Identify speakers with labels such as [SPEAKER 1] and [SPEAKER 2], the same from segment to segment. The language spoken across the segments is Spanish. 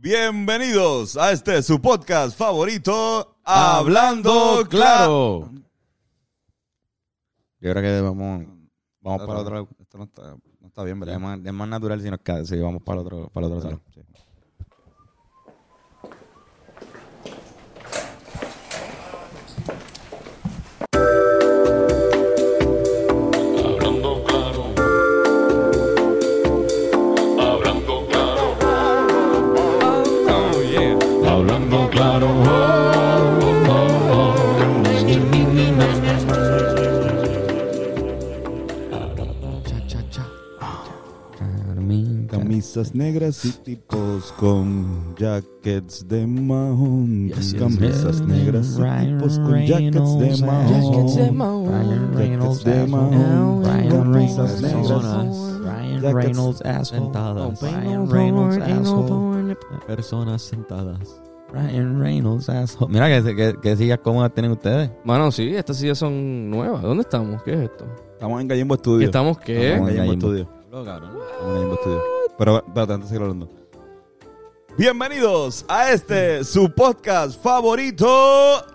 [SPEAKER 1] Bienvenidos a este su podcast favorito,
[SPEAKER 2] Hablando
[SPEAKER 1] Hablando Claro.
[SPEAKER 2] Claro. Yo creo que vamos, vamos para otro lado.
[SPEAKER 1] Esto no está, no está bien,
[SPEAKER 2] Es
[SPEAKER 1] ¿verdad?
[SPEAKER 2] más, es más natural si nos ca- si vamos para el otro, para el otro lado.
[SPEAKER 3] Hablando claro. Hablando claro. Hablando claro.
[SPEAKER 2] Carmín, Carmín.
[SPEAKER 1] Camisas negras y tipos con jackets de mahón.
[SPEAKER 2] Yes, yes,
[SPEAKER 1] Camisas
[SPEAKER 2] yes.
[SPEAKER 1] negras y
[SPEAKER 2] Ryan
[SPEAKER 1] tipos con jackets
[SPEAKER 2] Reynolds,
[SPEAKER 4] eh.
[SPEAKER 1] de
[SPEAKER 5] Jackets de
[SPEAKER 1] mahón.
[SPEAKER 5] Mahón.
[SPEAKER 2] Ryan Reynolds,
[SPEAKER 1] Jackets de
[SPEAKER 2] asshole.
[SPEAKER 1] Mahón. Jackets negras.
[SPEAKER 2] Ryan Reynolds, personas. Ryan
[SPEAKER 1] Jackets
[SPEAKER 2] Reynolds, asshole.
[SPEAKER 5] Sentadas.
[SPEAKER 2] Ryan Reynolds, asshole.
[SPEAKER 5] Personas sentadas.
[SPEAKER 2] Ryan Reynolds, asshole. Mira que, se- que, que sillas cómodas tienen ustedes.
[SPEAKER 5] Mano, sí, estas sillas son nuevas. ¿Dónde estamos? ¿Qué es esto?
[SPEAKER 1] Estamos en Gallimbo Studio.
[SPEAKER 5] ¿Estamos qué?
[SPEAKER 1] Estamos en Gallimbo
[SPEAKER 2] Gallimbo.
[SPEAKER 1] Studio. Estamos en Gallimbo Studio. Pero, espérate, antes de seguir hablando. Bienvenidos a este su podcast favorito,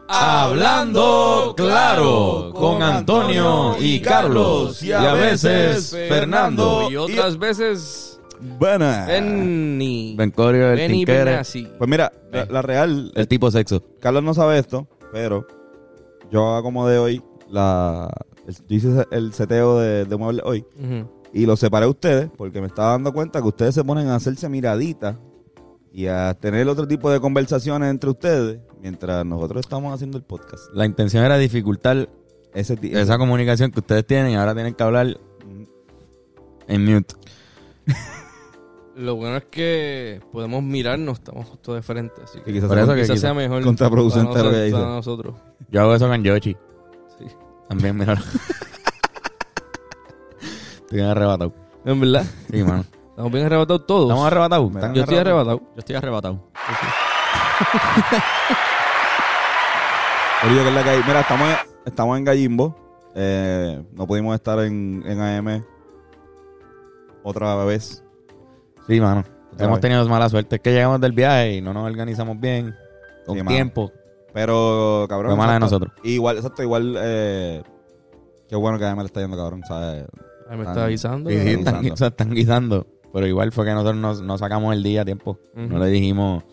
[SPEAKER 2] Hablando Claro, con Antonio y Carlos, y a veces Fernando.
[SPEAKER 5] Y otras veces
[SPEAKER 1] Buenas.
[SPEAKER 5] Benny.
[SPEAKER 2] Bencorio, el
[SPEAKER 5] Benny
[SPEAKER 2] tinquere.
[SPEAKER 5] Benassi.
[SPEAKER 1] Pues mira, la, la real,
[SPEAKER 2] El tipo sexo.
[SPEAKER 1] Carlos no sabe esto, pero yo acomodé hoy la el, yo hice el seteo de, de muebles hoy
[SPEAKER 5] Ujú.
[SPEAKER 1] y lo separé a ustedes porque me estaba dando cuenta que ustedes se ponen a hacerse miraditas y a tener otro tipo de conversaciones entre ustedes mientras nosotros estamos haciendo el podcast.
[SPEAKER 2] La intención era dificultar
[SPEAKER 1] Ese ti-
[SPEAKER 2] esa comunicación que ustedes tienen y ahora tienen que hablar en mute.
[SPEAKER 5] Lo bueno es que podemos mirarnos, estamos justo de frente. Así
[SPEAKER 1] que
[SPEAKER 5] que
[SPEAKER 1] quizás
[SPEAKER 2] Por eso que
[SPEAKER 5] quizás
[SPEAKER 2] quizás-
[SPEAKER 5] sea mejor.
[SPEAKER 1] contraproducente
[SPEAKER 5] para
[SPEAKER 1] lo que
[SPEAKER 5] nosotros-
[SPEAKER 1] dice.
[SPEAKER 5] para nosotros.
[SPEAKER 2] Yo hago eso con Yoshi.
[SPEAKER 5] Sí.
[SPEAKER 2] También, mira. Estoy bien arrebatado.
[SPEAKER 5] En verdad,
[SPEAKER 2] Sí, mano.
[SPEAKER 5] estamos bien arrebatados todos.
[SPEAKER 2] Estamos arrebatados.
[SPEAKER 1] Mira.
[SPEAKER 2] ¿Están
[SPEAKER 5] Yo estoy
[SPEAKER 2] arrebatados?
[SPEAKER 5] arrebatado.
[SPEAKER 2] Yo estoy arrebatado.
[SPEAKER 1] Corillo, que es la que hay. Mira, estamos, estamos en Gallimbo. Eh, no pudimos estar en, en AM otra vez.
[SPEAKER 2] Sí, mano.
[SPEAKER 1] Otra
[SPEAKER 2] Hemos
[SPEAKER 1] vez.
[SPEAKER 2] tenido mala suerte. Es que llegamos del viaje y no nos organizamos bien. Con
[SPEAKER 1] Sí, mano.
[SPEAKER 2] tiempo.
[SPEAKER 1] Pero, cabrón.
[SPEAKER 2] Fue mala de
[SPEAKER 1] exacto.
[SPEAKER 2] nosotros.
[SPEAKER 1] Igual, exacto, igual. Eh, qué bueno que AM le está yendo, cabrón. ¿sabes?
[SPEAKER 5] Ahí me
[SPEAKER 1] Están-
[SPEAKER 5] está avisando.
[SPEAKER 2] Sí, sí,
[SPEAKER 5] cabrón.
[SPEAKER 2] están,
[SPEAKER 1] guisando.
[SPEAKER 2] o sea, están guisando. Pero igual fue que nosotros nos- no sacamos el día a tiempo.
[SPEAKER 5] Ujú.
[SPEAKER 2] No le dijimos.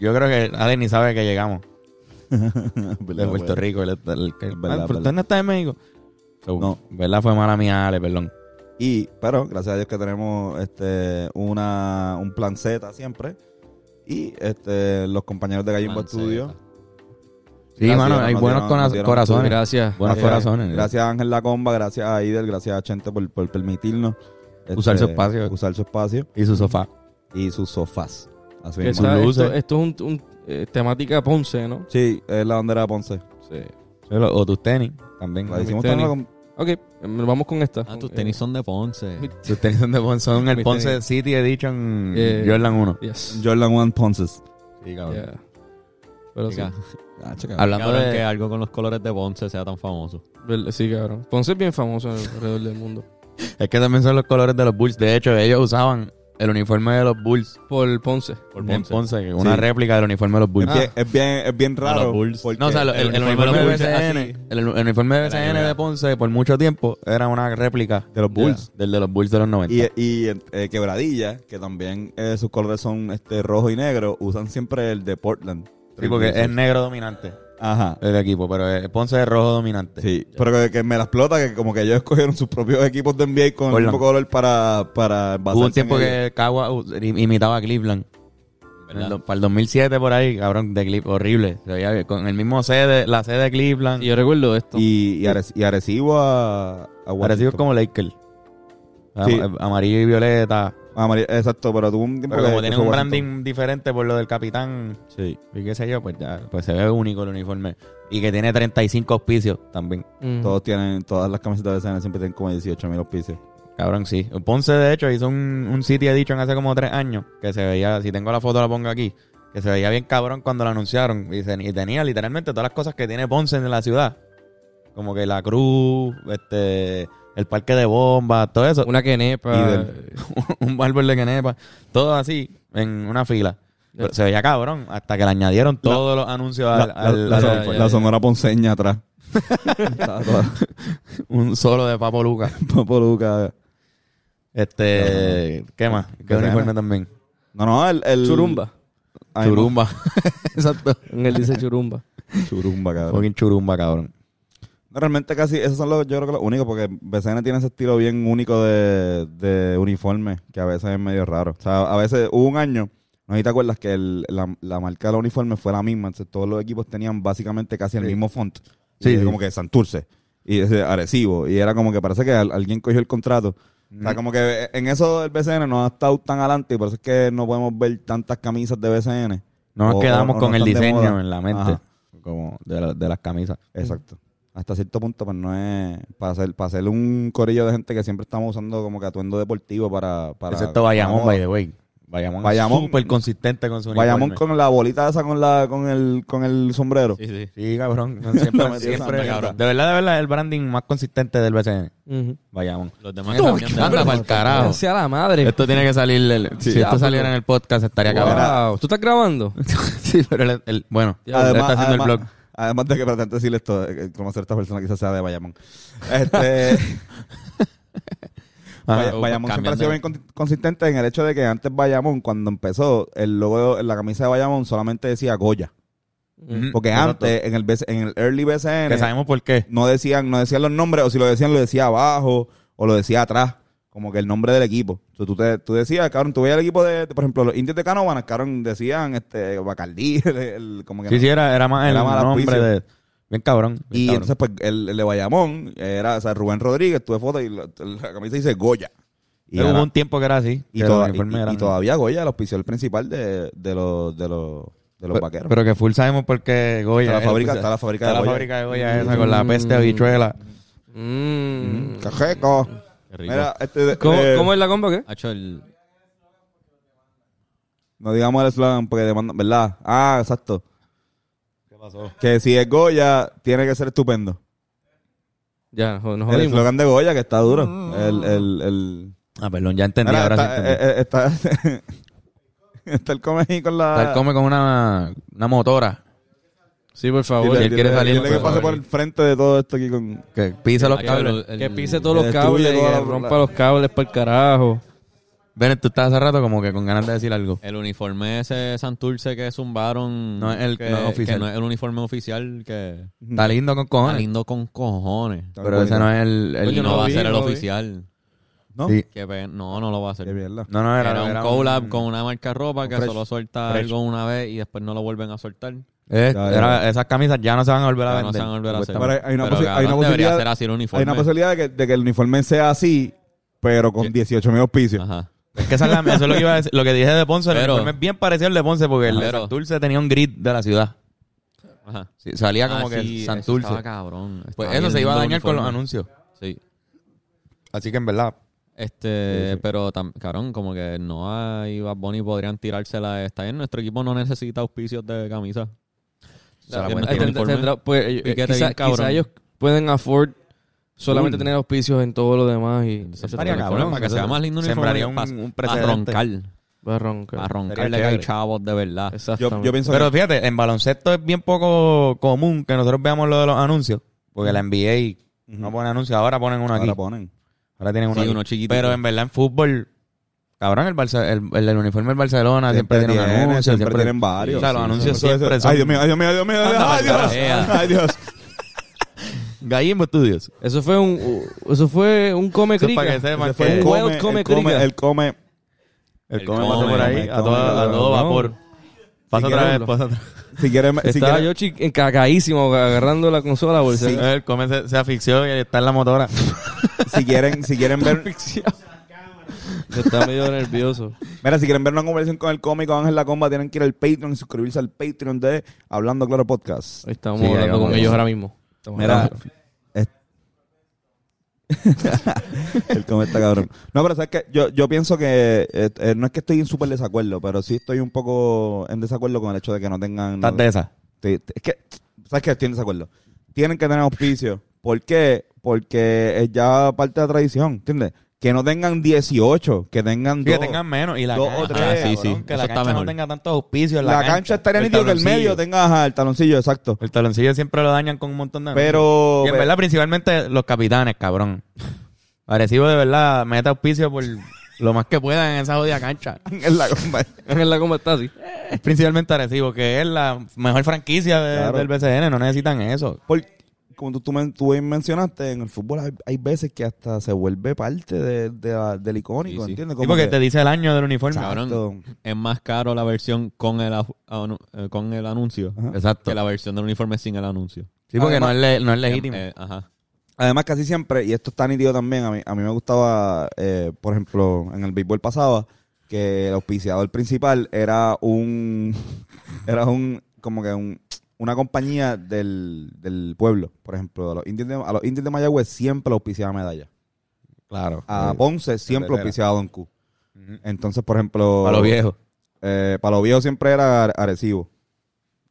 [SPEAKER 2] Yo creo que Ale ni sabe que llegamos de Puerto Rico. El, el- el-
[SPEAKER 1] Es
[SPEAKER 2] Ah,
[SPEAKER 1] verdad,
[SPEAKER 2] pero
[SPEAKER 1] verdad.
[SPEAKER 2] usted no está en México. So,
[SPEAKER 1] No.
[SPEAKER 2] ¿Verdad? Fue mala mía, Ale, perdón.
[SPEAKER 1] Y, pero, gracias a Dios que tenemos este una un plan Z siempre. Y este los compañeros de Gallimbo
[SPEAKER 5] Plan Z.
[SPEAKER 1] Studio.
[SPEAKER 2] Sí,
[SPEAKER 1] Gracias,
[SPEAKER 2] mano,
[SPEAKER 1] nos
[SPEAKER 2] hay
[SPEAKER 1] dieron-
[SPEAKER 2] buenos
[SPEAKER 1] nos
[SPEAKER 2] cona-
[SPEAKER 1] dieron-
[SPEAKER 2] corazones.
[SPEAKER 5] Pues Gracias.
[SPEAKER 2] Buenos
[SPEAKER 1] Eh,
[SPEAKER 2] corazones.
[SPEAKER 1] Gracias a Ángel La Comba, gracias a Ider, gracias a Chente por, por permitirnos este,
[SPEAKER 2] Usar su espacio.
[SPEAKER 1] Usar su espacio
[SPEAKER 2] Y su sofá.
[SPEAKER 1] y sus sofás. Así
[SPEAKER 5] Que
[SPEAKER 1] mismo.
[SPEAKER 2] sus
[SPEAKER 5] esa-
[SPEAKER 2] luces.
[SPEAKER 5] Esto, esto es un, un, eh, temática Ponce, ¿no?
[SPEAKER 1] Sí, es la bandera de Ponce.
[SPEAKER 5] Sí.
[SPEAKER 2] O lo- o tus tenis también.
[SPEAKER 1] La hicimos
[SPEAKER 5] tenis.
[SPEAKER 1] tan- con-
[SPEAKER 5] Ok, eh, vamos con esta.
[SPEAKER 4] Ah, tus tenis son de Ponce.
[SPEAKER 5] Mi-
[SPEAKER 2] Sus tenis son, de Pon- son el
[SPEAKER 5] Mis
[SPEAKER 2] Ponce
[SPEAKER 5] tenis.
[SPEAKER 2] City Edition
[SPEAKER 5] Eh,
[SPEAKER 2] Jordan 1.
[SPEAKER 5] Yes.
[SPEAKER 1] Jordan One Ponces.
[SPEAKER 2] Sí, cabrón.
[SPEAKER 5] Yeah. Pero sí.
[SPEAKER 4] Chica,
[SPEAKER 1] Ah, checa.
[SPEAKER 2] Hablando
[SPEAKER 4] cabrón, que
[SPEAKER 2] de...
[SPEAKER 4] algo con los colores de Ponce sea tan famoso.
[SPEAKER 5] Vel- Sí, cabrón. Ponce es bien famoso en- alrededor del mundo.
[SPEAKER 2] Es que también son los colores de los Bulls. De hecho, ellos usaban el uniforme de los Bulls
[SPEAKER 5] Por Ponce.
[SPEAKER 4] Por
[SPEAKER 2] en
[SPEAKER 4] Ponce.
[SPEAKER 2] Ponce, que es una
[SPEAKER 1] Sí.
[SPEAKER 2] réplica del uniforme de los Bulls.
[SPEAKER 5] Ah.
[SPEAKER 1] Es, bien, es, bien, es bien
[SPEAKER 4] A
[SPEAKER 1] raro.
[SPEAKER 4] los Bulls.
[SPEAKER 1] porque-
[SPEAKER 2] No, o sea, lo- el,
[SPEAKER 4] el
[SPEAKER 2] Ah, el
[SPEAKER 4] uniforme
[SPEAKER 2] uniforme
[SPEAKER 4] de
[SPEAKER 2] de
[SPEAKER 4] los Bulls es
[SPEAKER 2] BCN, el, el uniforme de
[SPEAKER 4] De la
[SPEAKER 2] BCN
[SPEAKER 4] NBA.
[SPEAKER 2] de Ponce por mucho tiempo era una réplica
[SPEAKER 1] De los Bulls.
[SPEAKER 2] del de los Bulls de los 90.
[SPEAKER 1] Y, y eh, Quebradilla, que también eh, sus colores son este rojo y negro, usan siempre el de Portland.
[SPEAKER 2] Sí, porque es negro dominante
[SPEAKER 1] Ajá.
[SPEAKER 2] el equipo, pero eh, Ponce es rojo dominante.
[SPEAKER 1] Sí, pero que, que me la explota que como que ellos escogieron sus propios equipos de NBA con el
[SPEAKER 2] Portland.
[SPEAKER 1] mismo color para, para
[SPEAKER 2] Hubo un
[SPEAKER 1] basarse en
[SPEAKER 2] tiempo
[SPEAKER 1] ellos.
[SPEAKER 2] que Cagua uh, im- imitaba a Cleveland. En el do- para el 2007 por ahí, cabrón, de Cleveland, horrible. Se veía con el mismo sede, la sede de Cleveland.
[SPEAKER 5] Y yo recuerdo esto.
[SPEAKER 1] Y, y, Areci- y Arecibo a, a Washington.
[SPEAKER 2] parecido como Lakers. Am-
[SPEAKER 1] Sí.
[SPEAKER 2] Amarillo y violeta.
[SPEAKER 1] Ah, María- exacto, pero tuvo un tiempo
[SPEAKER 2] Pero
[SPEAKER 1] que-
[SPEAKER 2] como
[SPEAKER 1] que
[SPEAKER 2] tiene
[SPEAKER 1] fue
[SPEAKER 2] un
[SPEAKER 1] Washington.
[SPEAKER 2] branding diferente por lo del capitán
[SPEAKER 1] Sí.
[SPEAKER 2] y qué sé yo, pues ya pues se ve único el uniforme. Y que tiene 35 auspicios también.
[SPEAKER 5] Mm.
[SPEAKER 1] Todos tienen, todas las camisetas de escena siempre tienen como 18 mil auspicios.
[SPEAKER 2] Cabrón, sí. Ponce, de hecho, hizo un, un City Edition hace como tres años. Que se veía, si tengo la foto la pongo aquí. Que se veía bien cabrón cuando lo anunciaron. Y, se- y tenía literalmente todas las cosas que tiene Ponce en la ciudad. Como que la cruz, este, el parque de bombas, todo eso.
[SPEAKER 5] Una quenepa.
[SPEAKER 1] Y
[SPEAKER 5] Y
[SPEAKER 1] del-
[SPEAKER 2] un árbol de canepa. Todo así, en una fila. Pero se veía cabrón hasta que le añadieron todos los anuncios
[SPEAKER 1] La,
[SPEAKER 2] al,
[SPEAKER 1] la-
[SPEAKER 2] al-
[SPEAKER 1] la-
[SPEAKER 2] al-
[SPEAKER 1] la- la sonora ponceña atrás. Estaba toda-
[SPEAKER 2] un solo de Papo Lucas.
[SPEAKER 1] Papo Luca.
[SPEAKER 2] Este, ¿qué más? ¿Qué
[SPEAKER 1] Qué
[SPEAKER 2] uniforme
[SPEAKER 1] pena.
[SPEAKER 2] también?
[SPEAKER 1] No, no, el... el-
[SPEAKER 5] Churumba.
[SPEAKER 1] Ay, no.
[SPEAKER 2] churumba. Exacto.
[SPEAKER 5] En él dice churumba.
[SPEAKER 1] Churumba, cabrón.
[SPEAKER 2] Fucking churumba, cabrón.
[SPEAKER 1] No, realmente casi, esos son los, yo creo que los únicos, porque BCN tiene ese estilo bien único de, de uniforme, que a veces es medio raro. O sea, a veces hubo un año, no sé si te acuerdas que el- la, la marca de los uniformes fue la misma, entonces todos los equipos tenían básicamente casi el
[SPEAKER 2] Sí.
[SPEAKER 1] mismo font. Y
[SPEAKER 2] Sí,
[SPEAKER 1] era
[SPEAKER 2] sí.
[SPEAKER 1] Como que Santurce, y ese Arecibo, y era como que parece que al- alguien cogió el contrato. O sea, como que en eso el BCN no ha estado tan adelante y por eso es que no podemos ver tantas camisas de BCN.
[SPEAKER 2] No Nos
[SPEAKER 1] O-
[SPEAKER 2] quedamos
[SPEAKER 1] o- o
[SPEAKER 2] con
[SPEAKER 1] no
[SPEAKER 2] el
[SPEAKER 1] están de
[SPEAKER 2] diseño
[SPEAKER 1] moda.
[SPEAKER 2] en la mente.
[SPEAKER 1] Ajá.
[SPEAKER 2] Como de, la- de las camisas.
[SPEAKER 1] Exacto. Hasta cierto punto, pues no es. Para hacer, para hacer un corillo de gente que siempre estamos usando como que atuendo deportivo para. para
[SPEAKER 2] Excepto Bayamón,
[SPEAKER 1] para-
[SPEAKER 2] by the way. Bayamón,
[SPEAKER 1] Bayamón-
[SPEAKER 2] es súper consistente con su uniforme.
[SPEAKER 1] Bayamón con la bolita esa con la con el con el sombrero.
[SPEAKER 4] Sí, sí.
[SPEAKER 2] Sí, cabrón. Siempre, siempre,
[SPEAKER 4] mierda, cabrón.
[SPEAKER 2] De verdad, de verdad, el branding más consistente del BCN.
[SPEAKER 5] Ujú.
[SPEAKER 2] Bayamón.
[SPEAKER 4] Los demás
[SPEAKER 5] Toma,
[SPEAKER 4] cambian de-
[SPEAKER 2] Anda para el carajo.
[SPEAKER 5] Gracias a la madre.
[SPEAKER 1] Este
[SPEAKER 2] Esto tiene que salir. el- si esto
[SPEAKER 5] ya,
[SPEAKER 2] saliera
[SPEAKER 5] porque-
[SPEAKER 2] en el podcast, estaría
[SPEAKER 5] Wow.
[SPEAKER 2] cabrón.
[SPEAKER 5] ¿Tú estás grabando?
[SPEAKER 2] sí, pero el, el- bueno, él está haciendo el blog.
[SPEAKER 1] además de que pretendo decir esto, eh, conocer a esta persona quizás sea de Bayamón. Este, Bay-
[SPEAKER 2] Ajá.
[SPEAKER 1] Bayamón siempre ha
[SPEAKER 4] cambiando.
[SPEAKER 1] sido bien con- consistente en el hecho de que antes Bayamón, cuando empezó, el logo en la camisa de Bayamón solamente decía Goya.
[SPEAKER 2] Ujú.
[SPEAKER 1] Porque
[SPEAKER 2] Exacto.
[SPEAKER 1] antes, en el, BC en el early BCN,
[SPEAKER 2] Que sabemos por qué.
[SPEAKER 1] no decían, no decían los nombres, o si lo decían, lo decía abajo, o lo decía atrás, como que el nombre del equipo. Entonces, tú, te, tú decías, cabrón, tú veías el equipo de, de, por ejemplo, los indios de Canovanas, cabrón, decían este Bacardí, el, el- como que
[SPEAKER 2] Sí,
[SPEAKER 1] no.
[SPEAKER 2] sí, era, era más el
[SPEAKER 1] Era más
[SPEAKER 2] nombre
[SPEAKER 1] auspicio.
[SPEAKER 2] de. Bien cabrón. bien
[SPEAKER 1] Y
[SPEAKER 2] cabrón.
[SPEAKER 1] entonces, pues, el, el de Bayamón era, o sea, Rubén Rodríguez, tuve foto y la, la camisa dice Goya. Y,
[SPEAKER 2] Pero
[SPEAKER 1] era-
[SPEAKER 2] hubo un tiempo que era así.
[SPEAKER 1] y
[SPEAKER 2] que el
[SPEAKER 1] toda-
[SPEAKER 2] uniforme
[SPEAKER 1] y- y-
[SPEAKER 2] era-
[SPEAKER 1] y todavía Goya, el auspiciador principal de, de los, de los, de los
[SPEAKER 2] Pero-
[SPEAKER 1] vaqueros.
[SPEAKER 2] Pero que full sabemos por qué Goya.
[SPEAKER 1] Está la
[SPEAKER 2] es-
[SPEAKER 1] fábrica- está la fábrica de
[SPEAKER 2] está
[SPEAKER 1] Goya.
[SPEAKER 2] la fábrica de Goya esa con la peste de habichuela.
[SPEAKER 5] Mm.
[SPEAKER 1] ¡Cajeco!
[SPEAKER 4] Qué rico.
[SPEAKER 1] Mira, este,
[SPEAKER 5] ¿Cómo,
[SPEAKER 1] eh,
[SPEAKER 5] cómo es la compa? ¿Qué?
[SPEAKER 4] Hacho, el-
[SPEAKER 1] No digamos el eslogan porque demandan, ¿verdad? Ah, exacto.
[SPEAKER 2] ¿Qué pasó?
[SPEAKER 1] Que si es Goya, tiene que ser estupendo.
[SPEAKER 5] Ya, jo- nos
[SPEAKER 1] El
[SPEAKER 5] jodimos.
[SPEAKER 1] eslogan de Goya que está duro. El, el, el...
[SPEAKER 2] Ah, perdón, ya entendí.
[SPEAKER 1] Mira,
[SPEAKER 2] ahora sí
[SPEAKER 1] está,
[SPEAKER 2] entendí.
[SPEAKER 1] eh, eh, está, está el comedy con la...
[SPEAKER 2] Tal come con una, una motora
[SPEAKER 5] Sí, por
[SPEAKER 1] Dile-
[SPEAKER 5] favor.
[SPEAKER 2] él quiere
[SPEAKER 1] dile-
[SPEAKER 2] salir,
[SPEAKER 1] dile que
[SPEAKER 2] por
[SPEAKER 1] pase
[SPEAKER 2] favor. Ah,
[SPEAKER 1] por el frente de todo esto aquí con...
[SPEAKER 2] que pisa los
[SPEAKER 4] el-
[SPEAKER 2] cables.
[SPEAKER 4] el-
[SPEAKER 5] que pise todos los
[SPEAKER 1] destruye
[SPEAKER 5] cables,
[SPEAKER 1] toda
[SPEAKER 5] que
[SPEAKER 1] la-
[SPEAKER 5] rompa los cables para el carajo.
[SPEAKER 2] Ven, tú estás hace rato como que con ganas de decir algo.
[SPEAKER 4] El uniforme ese Santurce que zumbaron.
[SPEAKER 2] No es el-
[SPEAKER 4] que,
[SPEAKER 2] no es
[SPEAKER 4] que
[SPEAKER 2] oficial.
[SPEAKER 4] no es el uniforme oficial que.
[SPEAKER 1] Mm.
[SPEAKER 2] Está lindo con
[SPEAKER 4] Está
[SPEAKER 2] cojones.
[SPEAKER 4] lindo con cojones.
[SPEAKER 2] Pero ese no es el... el-
[SPEAKER 4] Y
[SPEAKER 5] Coño,
[SPEAKER 4] no
[SPEAKER 5] no
[SPEAKER 4] va
[SPEAKER 5] vi,
[SPEAKER 4] a ser el
[SPEAKER 5] no vi.
[SPEAKER 4] oficial.
[SPEAKER 1] ¿No?
[SPEAKER 2] Sí.
[SPEAKER 4] Qué pena. No, no lo va a hacer.
[SPEAKER 1] Qué mierda.
[SPEAKER 2] No, no, era,
[SPEAKER 4] Era,
[SPEAKER 2] era
[SPEAKER 4] un collab con una marca de ropa que
[SPEAKER 2] fresh,
[SPEAKER 4] solo suelta
[SPEAKER 2] fresh.
[SPEAKER 4] algo una vez y después no lo vuelven a soltar.
[SPEAKER 2] Eh,
[SPEAKER 1] Ya, ya.
[SPEAKER 2] era- Esas camisas ya no se van a volver a
[SPEAKER 4] Ya
[SPEAKER 2] vender.
[SPEAKER 4] no se van a volver a hacer.
[SPEAKER 1] Pero hay- hay una
[SPEAKER 4] Pero,
[SPEAKER 1] posi- hay una
[SPEAKER 4] cabrón, debería
[SPEAKER 1] posibilidad-
[SPEAKER 4] ser así el
[SPEAKER 1] Hay
[SPEAKER 4] uniforme.
[SPEAKER 1] una posibilidad de que, de que el uniforme sea así, pero con 18 mil auspicios.
[SPEAKER 2] Ah,
[SPEAKER 4] Ajá.
[SPEAKER 2] Es que esa es la- eso es lo que iba a decir, lo que dije de Ponce, el
[SPEAKER 4] Pero-
[SPEAKER 2] uniforme es bien parecido al de Ponce porque el de
[SPEAKER 4] Pero-
[SPEAKER 2] Santurce tenía un grid de la ciudad.
[SPEAKER 4] Ajá.
[SPEAKER 2] Sí, salía como
[SPEAKER 4] Ah,
[SPEAKER 2] que
[SPEAKER 4] sí, eso
[SPEAKER 2] Santurce.
[SPEAKER 4] estaba cabrón.
[SPEAKER 2] Pues
[SPEAKER 4] Estaba
[SPEAKER 2] eso
[SPEAKER 4] bien
[SPEAKER 2] se iba a
[SPEAKER 4] lindo el
[SPEAKER 2] dañar con los
[SPEAKER 4] uniforme.
[SPEAKER 2] anuncios.
[SPEAKER 4] Sí.
[SPEAKER 2] Así que en verdad, pues,
[SPEAKER 4] Este, pero tam- cabrón, como que Noah y Bad Bunny podrían tirársela. Está bien, nuestro equipo no necesita auspicios de camisa.
[SPEAKER 2] se la
[SPEAKER 5] Ah,
[SPEAKER 4] Ya,
[SPEAKER 2] pueden
[SPEAKER 4] ya
[SPEAKER 2] tirar.
[SPEAKER 4] entendí. uniforme.
[SPEAKER 5] Tendrá- pues, eh,
[SPEAKER 4] Piquete
[SPEAKER 5] quizá-
[SPEAKER 4] bien cabrón.
[SPEAKER 5] quizá ellos pueden afford solamente
[SPEAKER 4] Full.
[SPEAKER 5] tener auspicios en todo lo demás y
[SPEAKER 4] Entonces,
[SPEAKER 2] estaría
[SPEAKER 4] el
[SPEAKER 2] cabrón,
[SPEAKER 4] uniforme, para que
[SPEAKER 2] eso
[SPEAKER 4] sea más lindo el uniforme.
[SPEAKER 2] sembraría un-
[SPEAKER 4] para-
[SPEAKER 2] un
[SPEAKER 4] para
[SPEAKER 2] precedente.
[SPEAKER 4] roncar.
[SPEAKER 5] va a roncar.
[SPEAKER 4] Para roncar
[SPEAKER 2] Sería
[SPEAKER 4] de que hay
[SPEAKER 2] chévere.
[SPEAKER 4] chavos de verdad.
[SPEAKER 1] Yo,
[SPEAKER 5] Exactamente.
[SPEAKER 1] yo pienso
[SPEAKER 2] Pero fíjate, en baloncesto es bien poco común que nosotros veamos lo de los anuncios, porque la NBA no pone anuncios, ahora ponen uno
[SPEAKER 1] que
[SPEAKER 2] aquí.
[SPEAKER 1] ahora
[SPEAKER 2] Ahora,
[SPEAKER 1] ponen.
[SPEAKER 2] tienen uno
[SPEAKER 4] Sí,
[SPEAKER 2] aquí.
[SPEAKER 4] uno chiquitito.
[SPEAKER 2] Pero en verdad en fútbol, cabrón, el, Barça- el, el- el uniforme del Barcelona Ah, siempre,
[SPEAKER 1] Siempre
[SPEAKER 2] tiene un
[SPEAKER 1] tienen,
[SPEAKER 2] anuncio.
[SPEAKER 1] siempre tienen varios.
[SPEAKER 2] O sea, los
[SPEAKER 1] Sí,
[SPEAKER 2] anuncios
[SPEAKER 1] eso- eso-
[SPEAKER 2] siempre
[SPEAKER 1] Ay,
[SPEAKER 2] son...
[SPEAKER 1] Dios mío, ay, Dios mío, ay, Dios mío, ay, Dios mío.
[SPEAKER 4] Ea.
[SPEAKER 1] Ay, Dios.
[SPEAKER 2] Gallimbo Studios.
[SPEAKER 5] Eso fue un u- eso fue un come
[SPEAKER 2] Eso es para
[SPEAKER 5] crica.
[SPEAKER 2] que
[SPEAKER 1] Ese
[SPEAKER 2] sepan que...
[SPEAKER 1] fue el
[SPEAKER 5] Un
[SPEAKER 1] come,
[SPEAKER 5] wild come
[SPEAKER 1] el come,
[SPEAKER 5] crica.
[SPEAKER 1] el come.
[SPEAKER 2] El
[SPEAKER 4] El
[SPEAKER 2] come
[SPEAKER 4] come,
[SPEAKER 2] pasa por ahí
[SPEAKER 1] el
[SPEAKER 2] a,
[SPEAKER 1] come,
[SPEAKER 2] todo, a
[SPEAKER 1] cabrón.
[SPEAKER 2] todo vapor. Pasa
[SPEAKER 1] Si
[SPEAKER 2] otra vez,
[SPEAKER 5] quieres,
[SPEAKER 2] pasa otra vez.
[SPEAKER 1] Si quieres, me- si
[SPEAKER 5] Estaba
[SPEAKER 1] quieres-
[SPEAKER 5] yo chi- encagadísimo agarrando la consola bolsa.
[SPEAKER 2] El come se, se asfixió y está en la motora.
[SPEAKER 1] si quieren, si quieren ver,
[SPEAKER 5] Está medio nervioso.
[SPEAKER 1] mira, si quieren ver una conversación con el cómico Ángel La Comba, tienen que ir al Patreon y suscribirse al Patreon de Hablando Claro Podcast.
[SPEAKER 5] Ahí estamos
[SPEAKER 2] Sí, ahí
[SPEAKER 5] hablando
[SPEAKER 2] vamos.
[SPEAKER 5] con ellos ahora mismo. Estamos
[SPEAKER 1] Mira,
[SPEAKER 5] hablando.
[SPEAKER 1] es- el cómo está cabrón. No, pero sabes que yo, yo pienso que eh, eh, no es que estoy en súper desacuerdo, pero sí estoy un poco en desacuerdo con el hecho de que no tengan.
[SPEAKER 2] Estás de esa.
[SPEAKER 1] Sí, t- es que, ¿sabes qué? Estoy en desacuerdo. Tienen que tener auspicio. ¿Por qué? Porque es ya parte de la tradición, ¿entiendes? Que Que no tengan 18, que tengan
[SPEAKER 2] Sí, que
[SPEAKER 1] dos.
[SPEAKER 2] tengan menos. Y la
[SPEAKER 1] dos
[SPEAKER 2] cancha, Ah,
[SPEAKER 1] o tres,
[SPEAKER 2] cabrón,
[SPEAKER 4] sí, sí.
[SPEAKER 2] que
[SPEAKER 4] Eso
[SPEAKER 2] la
[SPEAKER 4] está
[SPEAKER 2] cancha no
[SPEAKER 4] mejor.
[SPEAKER 2] tenga tantos auspicios.
[SPEAKER 1] la, cancha, estaría nítido que el medio
[SPEAKER 2] tabloncillo.
[SPEAKER 1] tenga ajá, el taloncillo, exacto.
[SPEAKER 2] El taloncillo siempre lo dañan con un montón de...
[SPEAKER 1] Pero. pues,
[SPEAKER 2] Y en verdad, principalmente los capitanes, cabrón. Arecibo, de verdad, mete auspicio por lo más que puedan en esa jodida cancha.
[SPEAKER 1] en la-
[SPEAKER 5] En la como está así.
[SPEAKER 2] Principalmente Arecibo, que es la mejor franquicia de-
[SPEAKER 1] Claro.
[SPEAKER 2] del BCN. No necesitan eso.
[SPEAKER 1] Por- como tú, tú men- tú bien mencionaste, en el fútbol hay, hay veces que hasta se vuelve parte de- de la- del icónico,
[SPEAKER 4] Sí, sí.
[SPEAKER 1] ¿entiendes?
[SPEAKER 2] Sí,
[SPEAKER 1] Como
[SPEAKER 2] porque
[SPEAKER 1] que-
[SPEAKER 2] te dice el año del uniforme.
[SPEAKER 4] Cabrón,
[SPEAKER 1] Exacto.
[SPEAKER 4] es más caro la versión con el, aju- anu- eh, con el anuncio
[SPEAKER 1] Ajá.
[SPEAKER 2] Exacto.
[SPEAKER 4] que la versión del uniforme sin el anuncio.
[SPEAKER 2] Sí, porque
[SPEAKER 1] Además-
[SPEAKER 2] no, es le- no es legítimo.
[SPEAKER 4] Eh, ajá.
[SPEAKER 1] Además, casi siempre, y esto está nítido también, a mí, a mí me gustaba, eh, por ejemplo, en el béisbol pasaba, que el auspiciador principal era un, era un, como que un, una compañía del, del pueblo, por ejemplo, a los indios de, a los indios de Mayagüez siempre auspiciaba medalla.
[SPEAKER 2] claro.
[SPEAKER 1] A
[SPEAKER 2] Sí.
[SPEAKER 1] Ponce siempre
[SPEAKER 2] Etcétera.
[SPEAKER 1] auspiciaba Don Q.
[SPEAKER 2] Ujú.
[SPEAKER 1] Entonces, por ejemplo...
[SPEAKER 2] A los viejos.
[SPEAKER 1] Eh, para los viejos siempre era Are- Arecibo.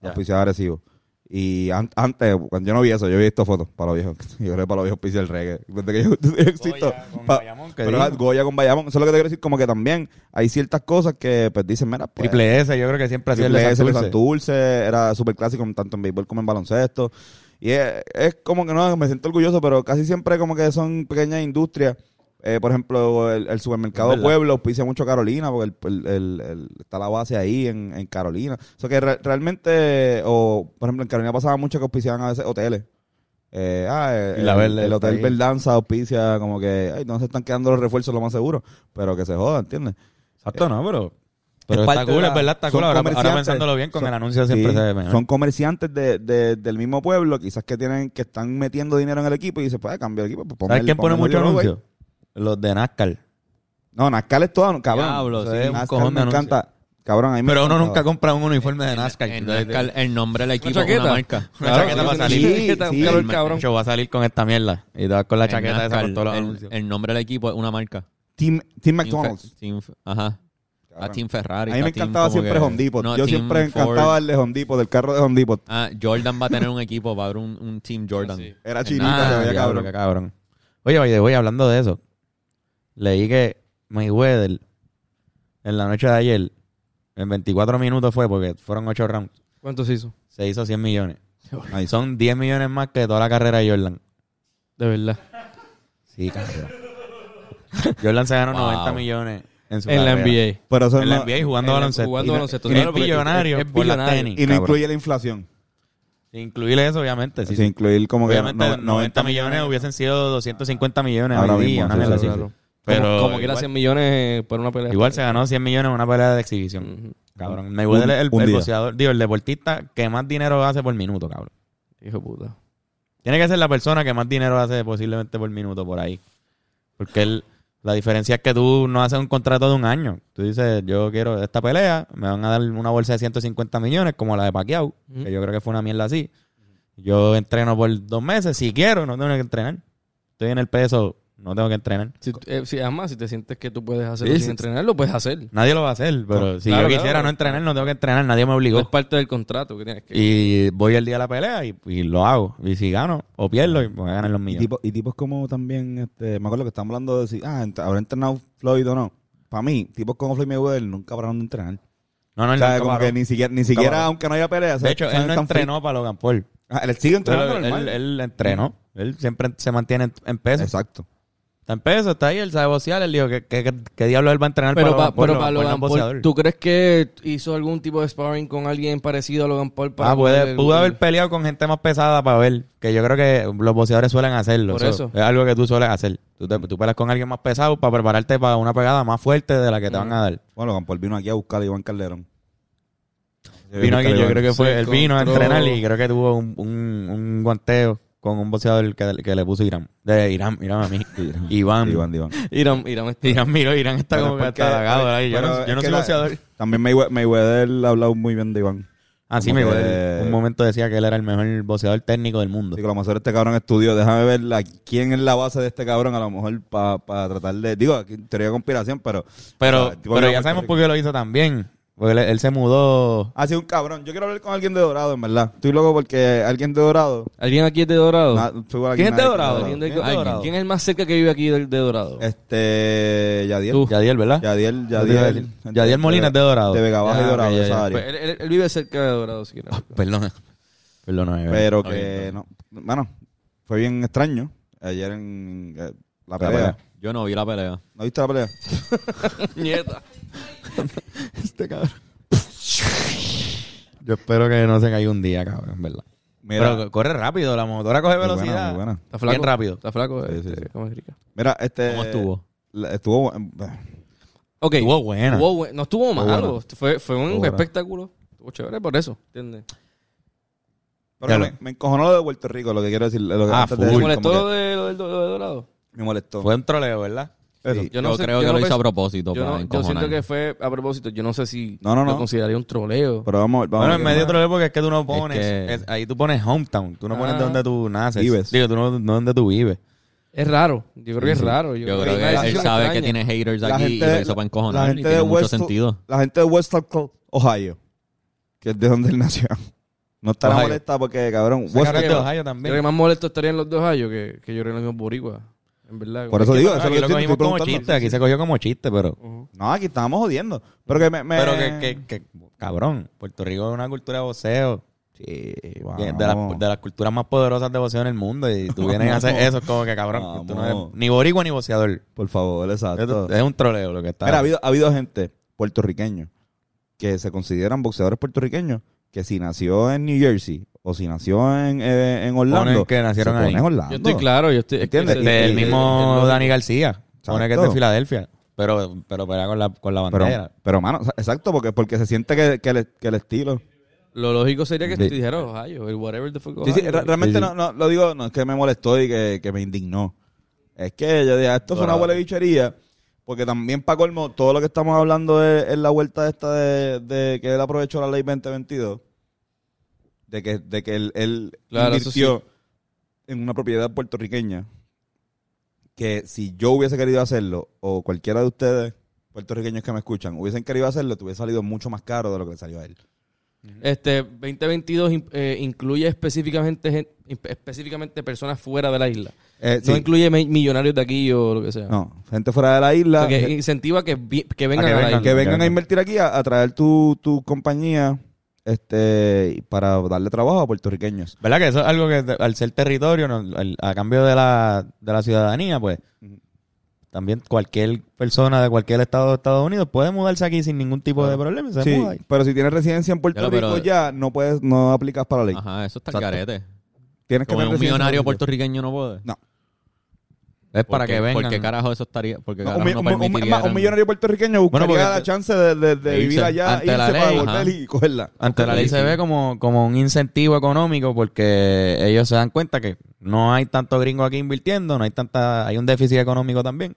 [SPEAKER 2] Ya.
[SPEAKER 1] Auspiciado Arecibo. Y an- antes, cuando yo no vi eso, yo vi estas fotos para los viejos. Yo creo que para los viejos pisa el reggae. Desde que yo existo.
[SPEAKER 2] con
[SPEAKER 1] pa-
[SPEAKER 2] Bayamón, que
[SPEAKER 1] pero ah,
[SPEAKER 2] digo.
[SPEAKER 1] Goya con Bayamón. Eso es lo que te quiero decir. Como que también hay ciertas cosas que pues dicen, mira, pues,
[SPEAKER 2] Triple S, yo creo que siempre ha sido el
[SPEAKER 1] Triple
[SPEAKER 2] de
[SPEAKER 1] S, el de
[SPEAKER 2] Santurce.
[SPEAKER 1] Santurce, Era súper clásico tanto en béisbol como en baloncesto. Y es, es como que no, me siento orgulloso, pero casi siempre como que son pequeñas industrias. Eh, por ejemplo, el, el supermercado
[SPEAKER 2] Es verdad.
[SPEAKER 1] Pueblo auspicia mucho Carolina, porque el- el- el- el- está la base ahí en, en Carolina. O sea que re- realmente, o por ejemplo, en Carolina pasaba mucho que auspiciaban a veces hoteles. Eh, ah, eh,
[SPEAKER 2] Y la
[SPEAKER 1] el,
[SPEAKER 2] Verde
[SPEAKER 1] el
[SPEAKER 2] está
[SPEAKER 1] hotel
[SPEAKER 2] ahí.
[SPEAKER 1] Verdanza auspicia como que, ay, no se están quedando los refuerzos lo más seguro, pero que se joda, ¿entiendes?
[SPEAKER 2] Exacto, no, pero.
[SPEAKER 1] pero
[SPEAKER 2] Pero
[SPEAKER 1] Eh, es
[SPEAKER 2] está
[SPEAKER 1] parte de
[SPEAKER 2] cool,
[SPEAKER 1] la-
[SPEAKER 2] es verdad, está
[SPEAKER 1] son
[SPEAKER 2] cool. Ahora, ahora
[SPEAKER 1] comerciantes.
[SPEAKER 2] pensándolo bien, con
[SPEAKER 1] Son-
[SPEAKER 2] el anuncio siempre
[SPEAKER 1] Sí,
[SPEAKER 2] se ve mejor.
[SPEAKER 1] Son comerciantes de, de- del mismo pueblo, quizás que tienen que están metiendo dinero en el equipo y se puede cambiar el equipo. Pues
[SPEAKER 2] ¿Sabes
[SPEAKER 1] el-
[SPEAKER 2] quién pone
[SPEAKER 1] el
[SPEAKER 2] mucho
[SPEAKER 1] logo ahí.
[SPEAKER 2] anuncio? Los de NASCAR.
[SPEAKER 1] No, NASCAR es todo, cabrón.
[SPEAKER 4] Diablo,
[SPEAKER 1] Eso
[SPEAKER 4] sí,
[SPEAKER 1] es
[SPEAKER 4] un
[SPEAKER 1] NASCAR
[SPEAKER 2] cojón de
[SPEAKER 1] me
[SPEAKER 2] anuncio.
[SPEAKER 1] encanta. Cabrón, a mí me
[SPEAKER 2] Pero uno
[SPEAKER 1] encanta.
[SPEAKER 2] nunca compra un uniforme de NASCAR.
[SPEAKER 4] En NASCAR, el nombre del equipo es
[SPEAKER 5] chaqueta?
[SPEAKER 4] una marca.
[SPEAKER 2] Una chaqueta
[SPEAKER 5] Claro,
[SPEAKER 2] va a
[SPEAKER 5] sí,
[SPEAKER 2] salir.
[SPEAKER 5] sí, chaqueta,
[SPEAKER 1] Sí,
[SPEAKER 5] un calor
[SPEAKER 4] sí.
[SPEAKER 5] cabrón.
[SPEAKER 2] Yo voy a salir con esta mierda. Y te vas con la
[SPEAKER 4] En
[SPEAKER 2] chaqueta esa
[SPEAKER 4] NASCAR,
[SPEAKER 2] con todos los
[SPEAKER 4] el-
[SPEAKER 2] anuncios.
[SPEAKER 4] el nombre del equipo es una marca.
[SPEAKER 1] Team, Team
[SPEAKER 4] Team Fe-
[SPEAKER 1] McDonald's.
[SPEAKER 4] Team Fe- ajá. A
[SPEAKER 1] Cabrón.
[SPEAKER 4] Team Ferrari.
[SPEAKER 1] A mí me
[SPEAKER 4] está Team
[SPEAKER 1] encantaba
[SPEAKER 4] como
[SPEAKER 1] siempre
[SPEAKER 4] que-
[SPEAKER 1] Hondipo.
[SPEAKER 4] no,
[SPEAKER 1] Yo
[SPEAKER 4] Team
[SPEAKER 1] siempre
[SPEAKER 4] Ford.
[SPEAKER 1] encantaba el de Hondipo, del carro de Hondipo.
[SPEAKER 4] Ah, Jordan va a tener un equipo, va a haber un, un Team Jordan.
[SPEAKER 5] Sí.
[SPEAKER 1] Era
[SPEAKER 4] En
[SPEAKER 1] chinita,
[SPEAKER 4] nada,
[SPEAKER 1] se veía
[SPEAKER 2] Ah, diablo,
[SPEAKER 1] cabrón.
[SPEAKER 2] qué cabrón. Oye, oye, voy hablando de eso. Leí que Mayweather en la noche de ayer, en 24 minutos fue, porque fueron 8 rounds,
[SPEAKER 5] ¿Cuántos hizo?
[SPEAKER 2] se hizo 100 millones.
[SPEAKER 1] Ahí son.
[SPEAKER 2] Son 10 millones más que toda la carrera de Jordan.
[SPEAKER 5] De verdad.
[SPEAKER 2] Sí, cabrón. Jordan se ganó
[SPEAKER 4] Wow.
[SPEAKER 2] 90 millones en su
[SPEAKER 5] En la
[SPEAKER 2] carrera.
[SPEAKER 5] NBA.
[SPEAKER 1] Pero eso
[SPEAKER 2] En la
[SPEAKER 1] no-
[SPEAKER 2] NBA jugando
[SPEAKER 5] En la-
[SPEAKER 2] baloncesto.
[SPEAKER 5] jugando
[SPEAKER 2] Y no-
[SPEAKER 5] baloncesto.
[SPEAKER 2] y
[SPEAKER 5] Claro,
[SPEAKER 2] es
[SPEAKER 5] porque
[SPEAKER 2] billonario
[SPEAKER 5] es
[SPEAKER 2] por las
[SPEAKER 5] billonario.
[SPEAKER 2] tenis,
[SPEAKER 1] Y no
[SPEAKER 2] cabrón.
[SPEAKER 1] incluye la inflación.
[SPEAKER 2] Incluir eso, obviamente. sí,
[SPEAKER 1] Sin
[SPEAKER 2] sí.
[SPEAKER 1] incluir como que
[SPEAKER 2] Obviamente,
[SPEAKER 1] no-
[SPEAKER 2] 90, millones, hubiesen sido 250 millones
[SPEAKER 1] Ahora
[SPEAKER 2] hoy
[SPEAKER 1] mismo,
[SPEAKER 2] día, una
[SPEAKER 1] sí,
[SPEAKER 2] mierda
[SPEAKER 1] sí,
[SPEAKER 2] así.
[SPEAKER 1] sí.
[SPEAKER 2] Pero
[SPEAKER 5] como, como
[SPEAKER 2] igual-
[SPEAKER 5] quiera 100 millones eh, por una pelea.
[SPEAKER 2] Igual se ganó 100 millones en una pelea de exhibición.
[SPEAKER 5] Ujú.
[SPEAKER 2] Cabrón. Mayweather es el,
[SPEAKER 1] Mm. un
[SPEAKER 2] el
[SPEAKER 1] día.
[SPEAKER 2] boxeador, digo, el deportista que más dinero hace por minuto, cabrón.
[SPEAKER 5] Hijo de puta.
[SPEAKER 2] Tiene que ser la persona que más dinero hace posiblemente por minuto por ahí. Porque él, la diferencia es que tú no haces un contrato de un año. Tú dices, yo quiero esta pelea, me van a dar una bolsa de 150 millones como la de Pacquiao,
[SPEAKER 5] Ujú.
[SPEAKER 2] que yo creo que fue una mierda así. Yo entreno por dos meses, si quiero, no tengo que entrenar. Estoy en el peso, no tengo que entrenar.
[SPEAKER 5] Si, tú- eh, si- además, si te sientes que tú puedes hacerlo
[SPEAKER 2] Sí,
[SPEAKER 5] sin
[SPEAKER 2] sí.
[SPEAKER 5] entrenar, lo puedes hacer.
[SPEAKER 2] Nadie lo va a hacer, pero si
[SPEAKER 5] claro,
[SPEAKER 2] yo quisiera
[SPEAKER 5] claro.
[SPEAKER 2] no entrenar, no tengo que entrenar, nadie me obligó.
[SPEAKER 1] Pues,
[SPEAKER 5] Es parte del contrato que tienes que...
[SPEAKER 2] Y voy el día de la pelea y, y lo hago. Y si gano o pierdo, y voy a ganar los
[SPEAKER 1] Y,
[SPEAKER 2] míos.
[SPEAKER 1] tipo- y tipos como también, este, me acuerdo que estamos hablando de si, ah, ent- habrá entrenado Floyd o no. Para mí, tipos como Floyd Mayweather nunca habrán de entrenar.
[SPEAKER 2] no, no,
[SPEAKER 1] O
[SPEAKER 2] él
[SPEAKER 1] sea,
[SPEAKER 2] nunca
[SPEAKER 1] como
[SPEAKER 2] paró.
[SPEAKER 1] que ni siquiera, ni siquiera
[SPEAKER 2] paró.
[SPEAKER 1] aunque no haya pelea.
[SPEAKER 2] De
[SPEAKER 1] ¿sabes?
[SPEAKER 2] hecho, él
[SPEAKER 1] ¿sabes?
[SPEAKER 2] no
[SPEAKER 1] Tan free.
[SPEAKER 2] entrenó para Logan Paul.
[SPEAKER 1] Ah, él sigue entrenando
[SPEAKER 2] Pero él,
[SPEAKER 1] normal.
[SPEAKER 2] él entrenó. Él siempre se mantiene en- en peso.
[SPEAKER 1] Exacto.
[SPEAKER 2] Está en peso, está ahí, él sabe boxear. Él dijo, ¿qué, qué, qué- qué diablo él va a entrenar
[SPEAKER 5] Pero,
[SPEAKER 2] para
[SPEAKER 5] pa- pero para
[SPEAKER 2] Paul?
[SPEAKER 5] Logan
[SPEAKER 2] no es
[SPEAKER 5] Paul,
[SPEAKER 2] boxeador.
[SPEAKER 5] ¿tú crees que hizo algún tipo de sparring con alguien parecido a Logan Paul? para
[SPEAKER 2] Ah, puede-
[SPEAKER 5] coger el-
[SPEAKER 2] pudo haber peleado con gente más pesada para ver. Que yo creo que los boxeadores suelen hacerlo.
[SPEAKER 5] Por eso.
[SPEAKER 2] Es algo que tú sueles hacer. Tú, te- tú peleas con alguien más pesado para prepararte para una pegada más fuerte de la que te van a dar.
[SPEAKER 1] Bueno, Logan Paul vino aquí a buscar a Iván Calderón.
[SPEAKER 2] Vino aquí, yo creo que fue.
[SPEAKER 5] Se
[SPEAKER 2] Él vino a
[SPEAKER 5] encontró-
[SPEAKER 2] entrenar y creo que tuvo un, un, un guanteo con un boxeador que, que le puso Irán. De Irán, Irán a mí. Iván. Irán.
[SPEAKER 1] Iván, Iván.
[SPEAKER 5] Irán, Irán está-
[SPEAKER 2] miró, Irán está
[SPEAKER 1] Pero
[SPEAKER 2] como que
[SPEAKER 1] porque-
[SPEAKER 2] hasta halagado ahí. Yo
[SPEAKER 1] pues pero
[SPEAKER 2] no, yo
[SPEAKER 1] es
[SPEAKER 2] no
[SPEAKER 1] que
[SPEAKER 2] soy
[SPEAKER 1] la-
[SPEAKER 2] boxeador.
[SPEAKER 1] También Maywe- Mayweather ha hablado muy bien de Iván.
[SPEAKER 2] Así
[SPEAKER 1] como
[SPEAKER 2] me
[SPEAKER 1] que-
[SPEAKER 2] Un momento decía que él era el mejor boxeador técnico del mundo.
[SPEAKER 1] Así que a lo mejor este cabrón estudió. Déjame ver la- quién es la base de este cabrón. A lo mejor para tratar de. Digo, aquí teoría de conspiración, pero.
[SPEAKER 2] Pero,
[SPEAKER 1] o sea, tipo
[SPEAKER 2] pero
[SPEAKER 1] que-
[SPEAKER 2] ya sabemos por qué lo hizo también. Porque él, él se mudó.
[SPEAKER 1] Ha sido un cabrón. Yo quiero hablar con alguien de Dorado, en verdad. Estoy loco porque alguien de Dorado.
[SPEAKER 5] ¿Alguien aquí es de Dorado?
[SPEAKER 1] na- tuvo aquí
[SPEAKER 2] ¿Quién es de
[SPEAKER 1] nadie-
[SPEAKER 2] Dorado?
[SPEAKER 5] Ah, ¿Alguien, de,
[SPEAKER 2] ¿Quién es de Dorado?
[SPEAKER 5] ¿Quién es el más cerca que vive aquí de, de Dorado?
[SPEAKER 1] Este. Yadiel.
[SPEAKER 5] Tú.
[SPEAKER 2] Yadiel, ¿verdad?
[SPEAKER 1] Yadiel, Yadiel.
[SPEAKER 2] Yadiel. Yadiel Molina es de Dorado.
[SPEAKER 1] De Vega Baja
[SPEAKER 2] Ah,
[SPEAKER 1] y
[SPEAKER 2] ok,
[SPEAKER 1] Dorado,
[SPEAKER 2] ya,
[SPEAKER 1] esa
[SPEAKER 2] ya.
[SPEAKER 1] área.
[SPEAKER 5] Pues él, él- él vive cerca de Dorado, si quieres.
[SPEAKER 2] Perdona. Perdona, bebé.
[SPEAKER 1] Pero que no. Bueno, fue bien extraño. Ayer en eh, la pelea.
[SPEAKER 2] pelea.
[SPEAKER 4] Yo no vi la pelea.
[SPEAKER 1] ¿No viste la pelea?
[SPEAKER 5] Nieta.
[SPEAKER 2] Este cabrón. Yo espero que no se caiga un día, cabrón, en verdad.
[SPEAKER 1] Mira,
[SPEAKER 2] Pero corre rápido, la motora coge
[SPEAKER 1] muy buena,
[SPEAKER 2] velocidad.
[SPEAKER 1] muy buena.
[SPEAKER 5] Está flaco.
[SPEAKER 2] Bien rápido.
[SPEAKER 5] Está flaco.
[SPEAKER 1] Sí, sí,
[SPEAKER 5] este,
[SPEAKER 1] sí.
[SPEAKER 5] como es rica.
[SPEAKER 1] Mira, este.
[SPEAKER 4] ¿Cómo estuvo?
[SPEAKER 1] la- estuvo. bu- em,
[SPEAKER 5] Ok.
[SPEAKER 2] Estuvo buena.
[SPEAKER 5] Estuvo buen- No estuvo malo.
[SPEAKER 1] buena.
[SPEAKER 5] Fue, fue un
[SPEAKER 2] Estuvo buena.
[SPEAKER 5] espectáculo. Estuvo chévere por eso. ¿Entiendes?
[SPEAKER 1] Pero
[SPEAKER 2] Claro.
[SPEAKER 1] me, me encojonó lo de Puerto Rico, lo que quiero decir. lo que-
[SPEAKER 2] Ah,
[SPEAKER 1] antes de
[SPEAKER 2] full.
[SPEAKER 5] ¿Te
[SPEAKER 1] decir,
[SPEAKER 5] molestó
[SPEAKER 1] como
[SPEAKER 5] lo de, lo del- lo de Dorado?
[SPEAKER 1] que Me molestó.
[SPEAKER 2] Fue un troleo, ¿verdad?
[SPEAKER 1] Eso.
[SPEAKER 4] Yo,
[SPEAKER 5] Yo no sé-
[SPEAKER 4] creo
[SPEAKER 5] yo
[SPEAKER 4] que
[SPEAKER 5] no
[SPEAKER 4] lo hizo
[SPEAKER 5] pens-
[SPEAKER 4] a propósito
[SPEAKER 5] Yo,
[SPEAKER 4] para
[SPEAKER 5] no- yo
[SPEAKER 4] encojonar.
[SPEAKER 5] siento que fue a propósito. Yo no sé si
[SPEAKER 1] No, no, no.
[SPEAKER 5] lo consideraría un troleo.
[SPEAKER 1] Pero vamos a ver. Vamos
[SPEAKER 2] bueno,
[SPEAKER 1] a
[SPEAKER 2] en
[SPEAKER 1] ver.
[SPEAKER 2] medio troleo porque es que tú no pones.
[SPEAKER 4] que-
[SPEAKER 2] es- ahí tú pones hometown. Tú no pones
[SPEAKER 5] Ah.
[SPEAKER 2] de donde tú naces.
[SPEAKER 1] Vives.
[SPEAKER 2] Digo, tú no, no donde tú vives.
[SPEAKER 5] es raro. Yo creo que es raro.
[SPEAKER 4] Yo creo
[SPEAKER 5] una
[SPEAKER 4] que él
[SPEAKER 5] decisión
[SPEAKER 4] sabe que
[SPEAKER 5] extraña.
[SPEAKER 4] tiene haters
[SPEAKER 1] La
[SPEAKER 4] aquí
[SPEAKER 1] gente
[SPEAKER 4] y lo
[SPEAKER 1] de-
[SPEAKER 4] hizo para
[SPEAKER 1] la
[SPEAKER 4] encojonar.
[SPEAKER 1] gente
[SPEAKER 4] y
[SPEAKER 1] de
[SPEAKER 4] tiene mucho
[SPEAKER 1] West-
[SPEAKER 4] sentido.
[SPEAKER 1] La gente de West Alco- Ohio, que es de donde él nació. No estará
[SPEAKER 2] Ohio.
[SPEAKER 1] molesta porque, cabrón,
[SPEAKER 2] Ese
[SPEAKER 1] West
[SPEAKER 2] cabrón es de
[SPEAKER 5] Alabama.
[SPEAKER 2] Ohio
[SPEAKER 5] Yo creo que
[SPEAKER 2] también.
[SPEAKER 5] más molesto estarían los de Ohio que, que yo creo que los boricuas. En verdad.
[SPEAKER 1] Por eso
[SPEAKER 2] Ah, Aquí
[SPEAKER 1] digo,
[SPEAKER 2] lo
[SPEAKER 1] eso es lo que estoy-
[SPEAKER 2] cogimos
[SPEAKER 1] estoy
[SPEAKER 2] como
[SPEAKER 1] preguntando.
[SPEAKER 2] chiste. Aquí se cogió como chiste, pero...
[SPEAKER 1] No, aquí estábamos jodiendo. Pero que me. me-
[SPEAKER 2] Pero que, que, que, cabrón, Puerto Rico es una cultura de voceo. Sí,
[SPEAKER 1] vamos.
[SPEAKER 2] de, las, de las culturas más poderosas de voceo en el mundo. Y tú vienes a hacer eso, es como que cabrón, tú no eres
[SPEAKER 1] Vamos.
[SPEAKER 2] ni boricua ni voceador.
[SPEAKER 1] Por favor, exacto.
[SPEAKER 2] Es un troleo lo que está.
[SPEAKER 1] Mira, ha habido, ha habido gente puertorriqueño que se consideran boxeadores puertorriqueños que si nació en New Jersey o si nació en, eh, en Orlando.
[SPEAKER 2] Ponen que nacieron
[SPEAKER 1] se pone
[SPEAKER 2] ahí.
[SPEAKER 1] en Orlando.
[SPEAKER 5] Yo estoy claro. Yo estoy, es que
[SPEAKER 1] ¿Entiendes?
[SPEAKER 5] se-
[SPEAKER 1] Y-
[SPEAKER 2] del
[SPEAKER 1] y-
[SPEAKER 2] mismo Dani García. Pone que es de
[SPEAKER 1] Exacto.
[SPEAKER 2] Filadelfia. Pero, pero pelea con la, con la
[SPEAKER 1] Pero,
[SPEAKER 2] bandera.
[SPEAKER 1] pero, mano, exacto, porque, porque se siente que, que el, que el estilo.
[SPEAKER 5] Lo lógico sería que
[SPEAKER 2] Sí.
[SPEAKER 5] te dijera Ohio, el whatever the fuck
[SPEAKER 1] Sí, sí,
[SPEAKER 5] Ohio.
[SPEAKER 1] re- realmente
[SPEAKER 2] Sí, sí.
[SPEAKER 1] No, no, lo digo, no es que me molestó y que, que me indignó. Es que yo dije, "Ah, esto fue una huele bichería, porque también para colmo, todo lo que estamos hablando es, es la vuelta esta de, de que él aprovechó la ley 2022, de que, de que él, él
[SPEAKER 5] Claro, eso
[SPEAKER 1] invirtió en una propiedad puertorriqueña, que si yo hubiese querido hacerlo, o cualquiera de ustedes puertorriqueños que me escuchan, hubiesen querido hacerlo, te hubiese salido mucho más caro de lo que le salió a él.
[SPEAKER 5] Este 2022 in- eh, incluye específicamente gen- imp- específicamente personas fuera de la isla.
[SPEAKER 1] Eh,
[SPEAKER 5] No
[SPEAKER 1] sí.
[SPEAKER 5] incluye mi- millonarios de aquí o lo que sea.
[SPEAKER 1] No, gente fuera de la isla.
[SPEAKER 5] O sea,
[SPEAKER 1] gente-
[SPEAKER 5] que incentiva que, vi- que vengan
[SPEAKER 2] A
[SPEAKER 5] a,
[SPEAKER 2] que
[SPEAKER 5] la
[SPEAKER 2] vengan.
[SPEAKER 5] isla.
[SPEAKER 1] que vengan
[SPEAKER 2] Claro.
[SPEAKER 1] a invertir aquí a, a traer tu, tu compañía este y para darle trabajo a puertorriqueños.
[SPEAKER 2] ¿Verdad que eso es algo que te- al ser territorio, no- al- a cambio de la, de la ciudadanía, pues también cualquier persona de cualquier estado de Estados Unidos puede mudarse aquí sin ningún tipo de problema. y Se
[SPEAKER 1] Sí,
[SPEAKER 2] muda ahí.
[SPEAKER 1] pero si tienes residencia en Puerto
[SPEAKER 4] Ya, pero-
[SPEAKER 1] Rico ya no puedes no aplicas para la ley.
[SPEAKER 4] Ajá, eso está el
[SPEAKER 1] Exacto.
[SPEAKER 4] carete.
[SPEAKER 1] Tienes que
[SPEAKER 4] Como
[SPEAKER 1] tener residencia
[SPEAKER 4] un
[SPEAKER 1] en
[SPEAKER 4] millonario
[SPEAKER 1] Puerto Rico.
[SPEAKER 4] puertorriqueño no puede.
[SPEAKER 1] No.
[SPEAKER 2] Es para
[SPEAKER 4] Porque-
[SPEAKER 2] que vengan.
[SPEAKER 4] Porque carajo eso estaría. Porque
[SPEAKER 1] No,
[SPEAKER 4] carajo
[SPEAKER 1] un, mi-
[SPEAKER 4] no
[SPEAKER 1] un- un-
[SPEAKER 4] permitiría.
[SPEAKER 1] un millonario puertorriqueño buscaría
[SPEAKER 2] porque-
[SPEAKER 1] la chance de, de- de
[SPEAKER 4] de
[SPEAKER 1] vivir
[SPEAKER 4] irse
[SPEAKER 1] allá, e
[SPEAKER 4] ante
[SPEAKER 1] irse
[SPEAKER 4] la
[SPEAKER 1] para
[SPEAKER 4] ley,
[SPEAKER 1] volver
[SPEAKER 4] ajá.
[SPEAKER 1] y cogerla.
[SPEAKER 2] Ante la ley se
[SPEAKER 4] Sí.
[SPEAKER 2] ve como, como un incentivo económico porque ellos se dan cuenta que no hay tanto gringo aquí invirtiendo, no hay tanta, hay un déficit económico también.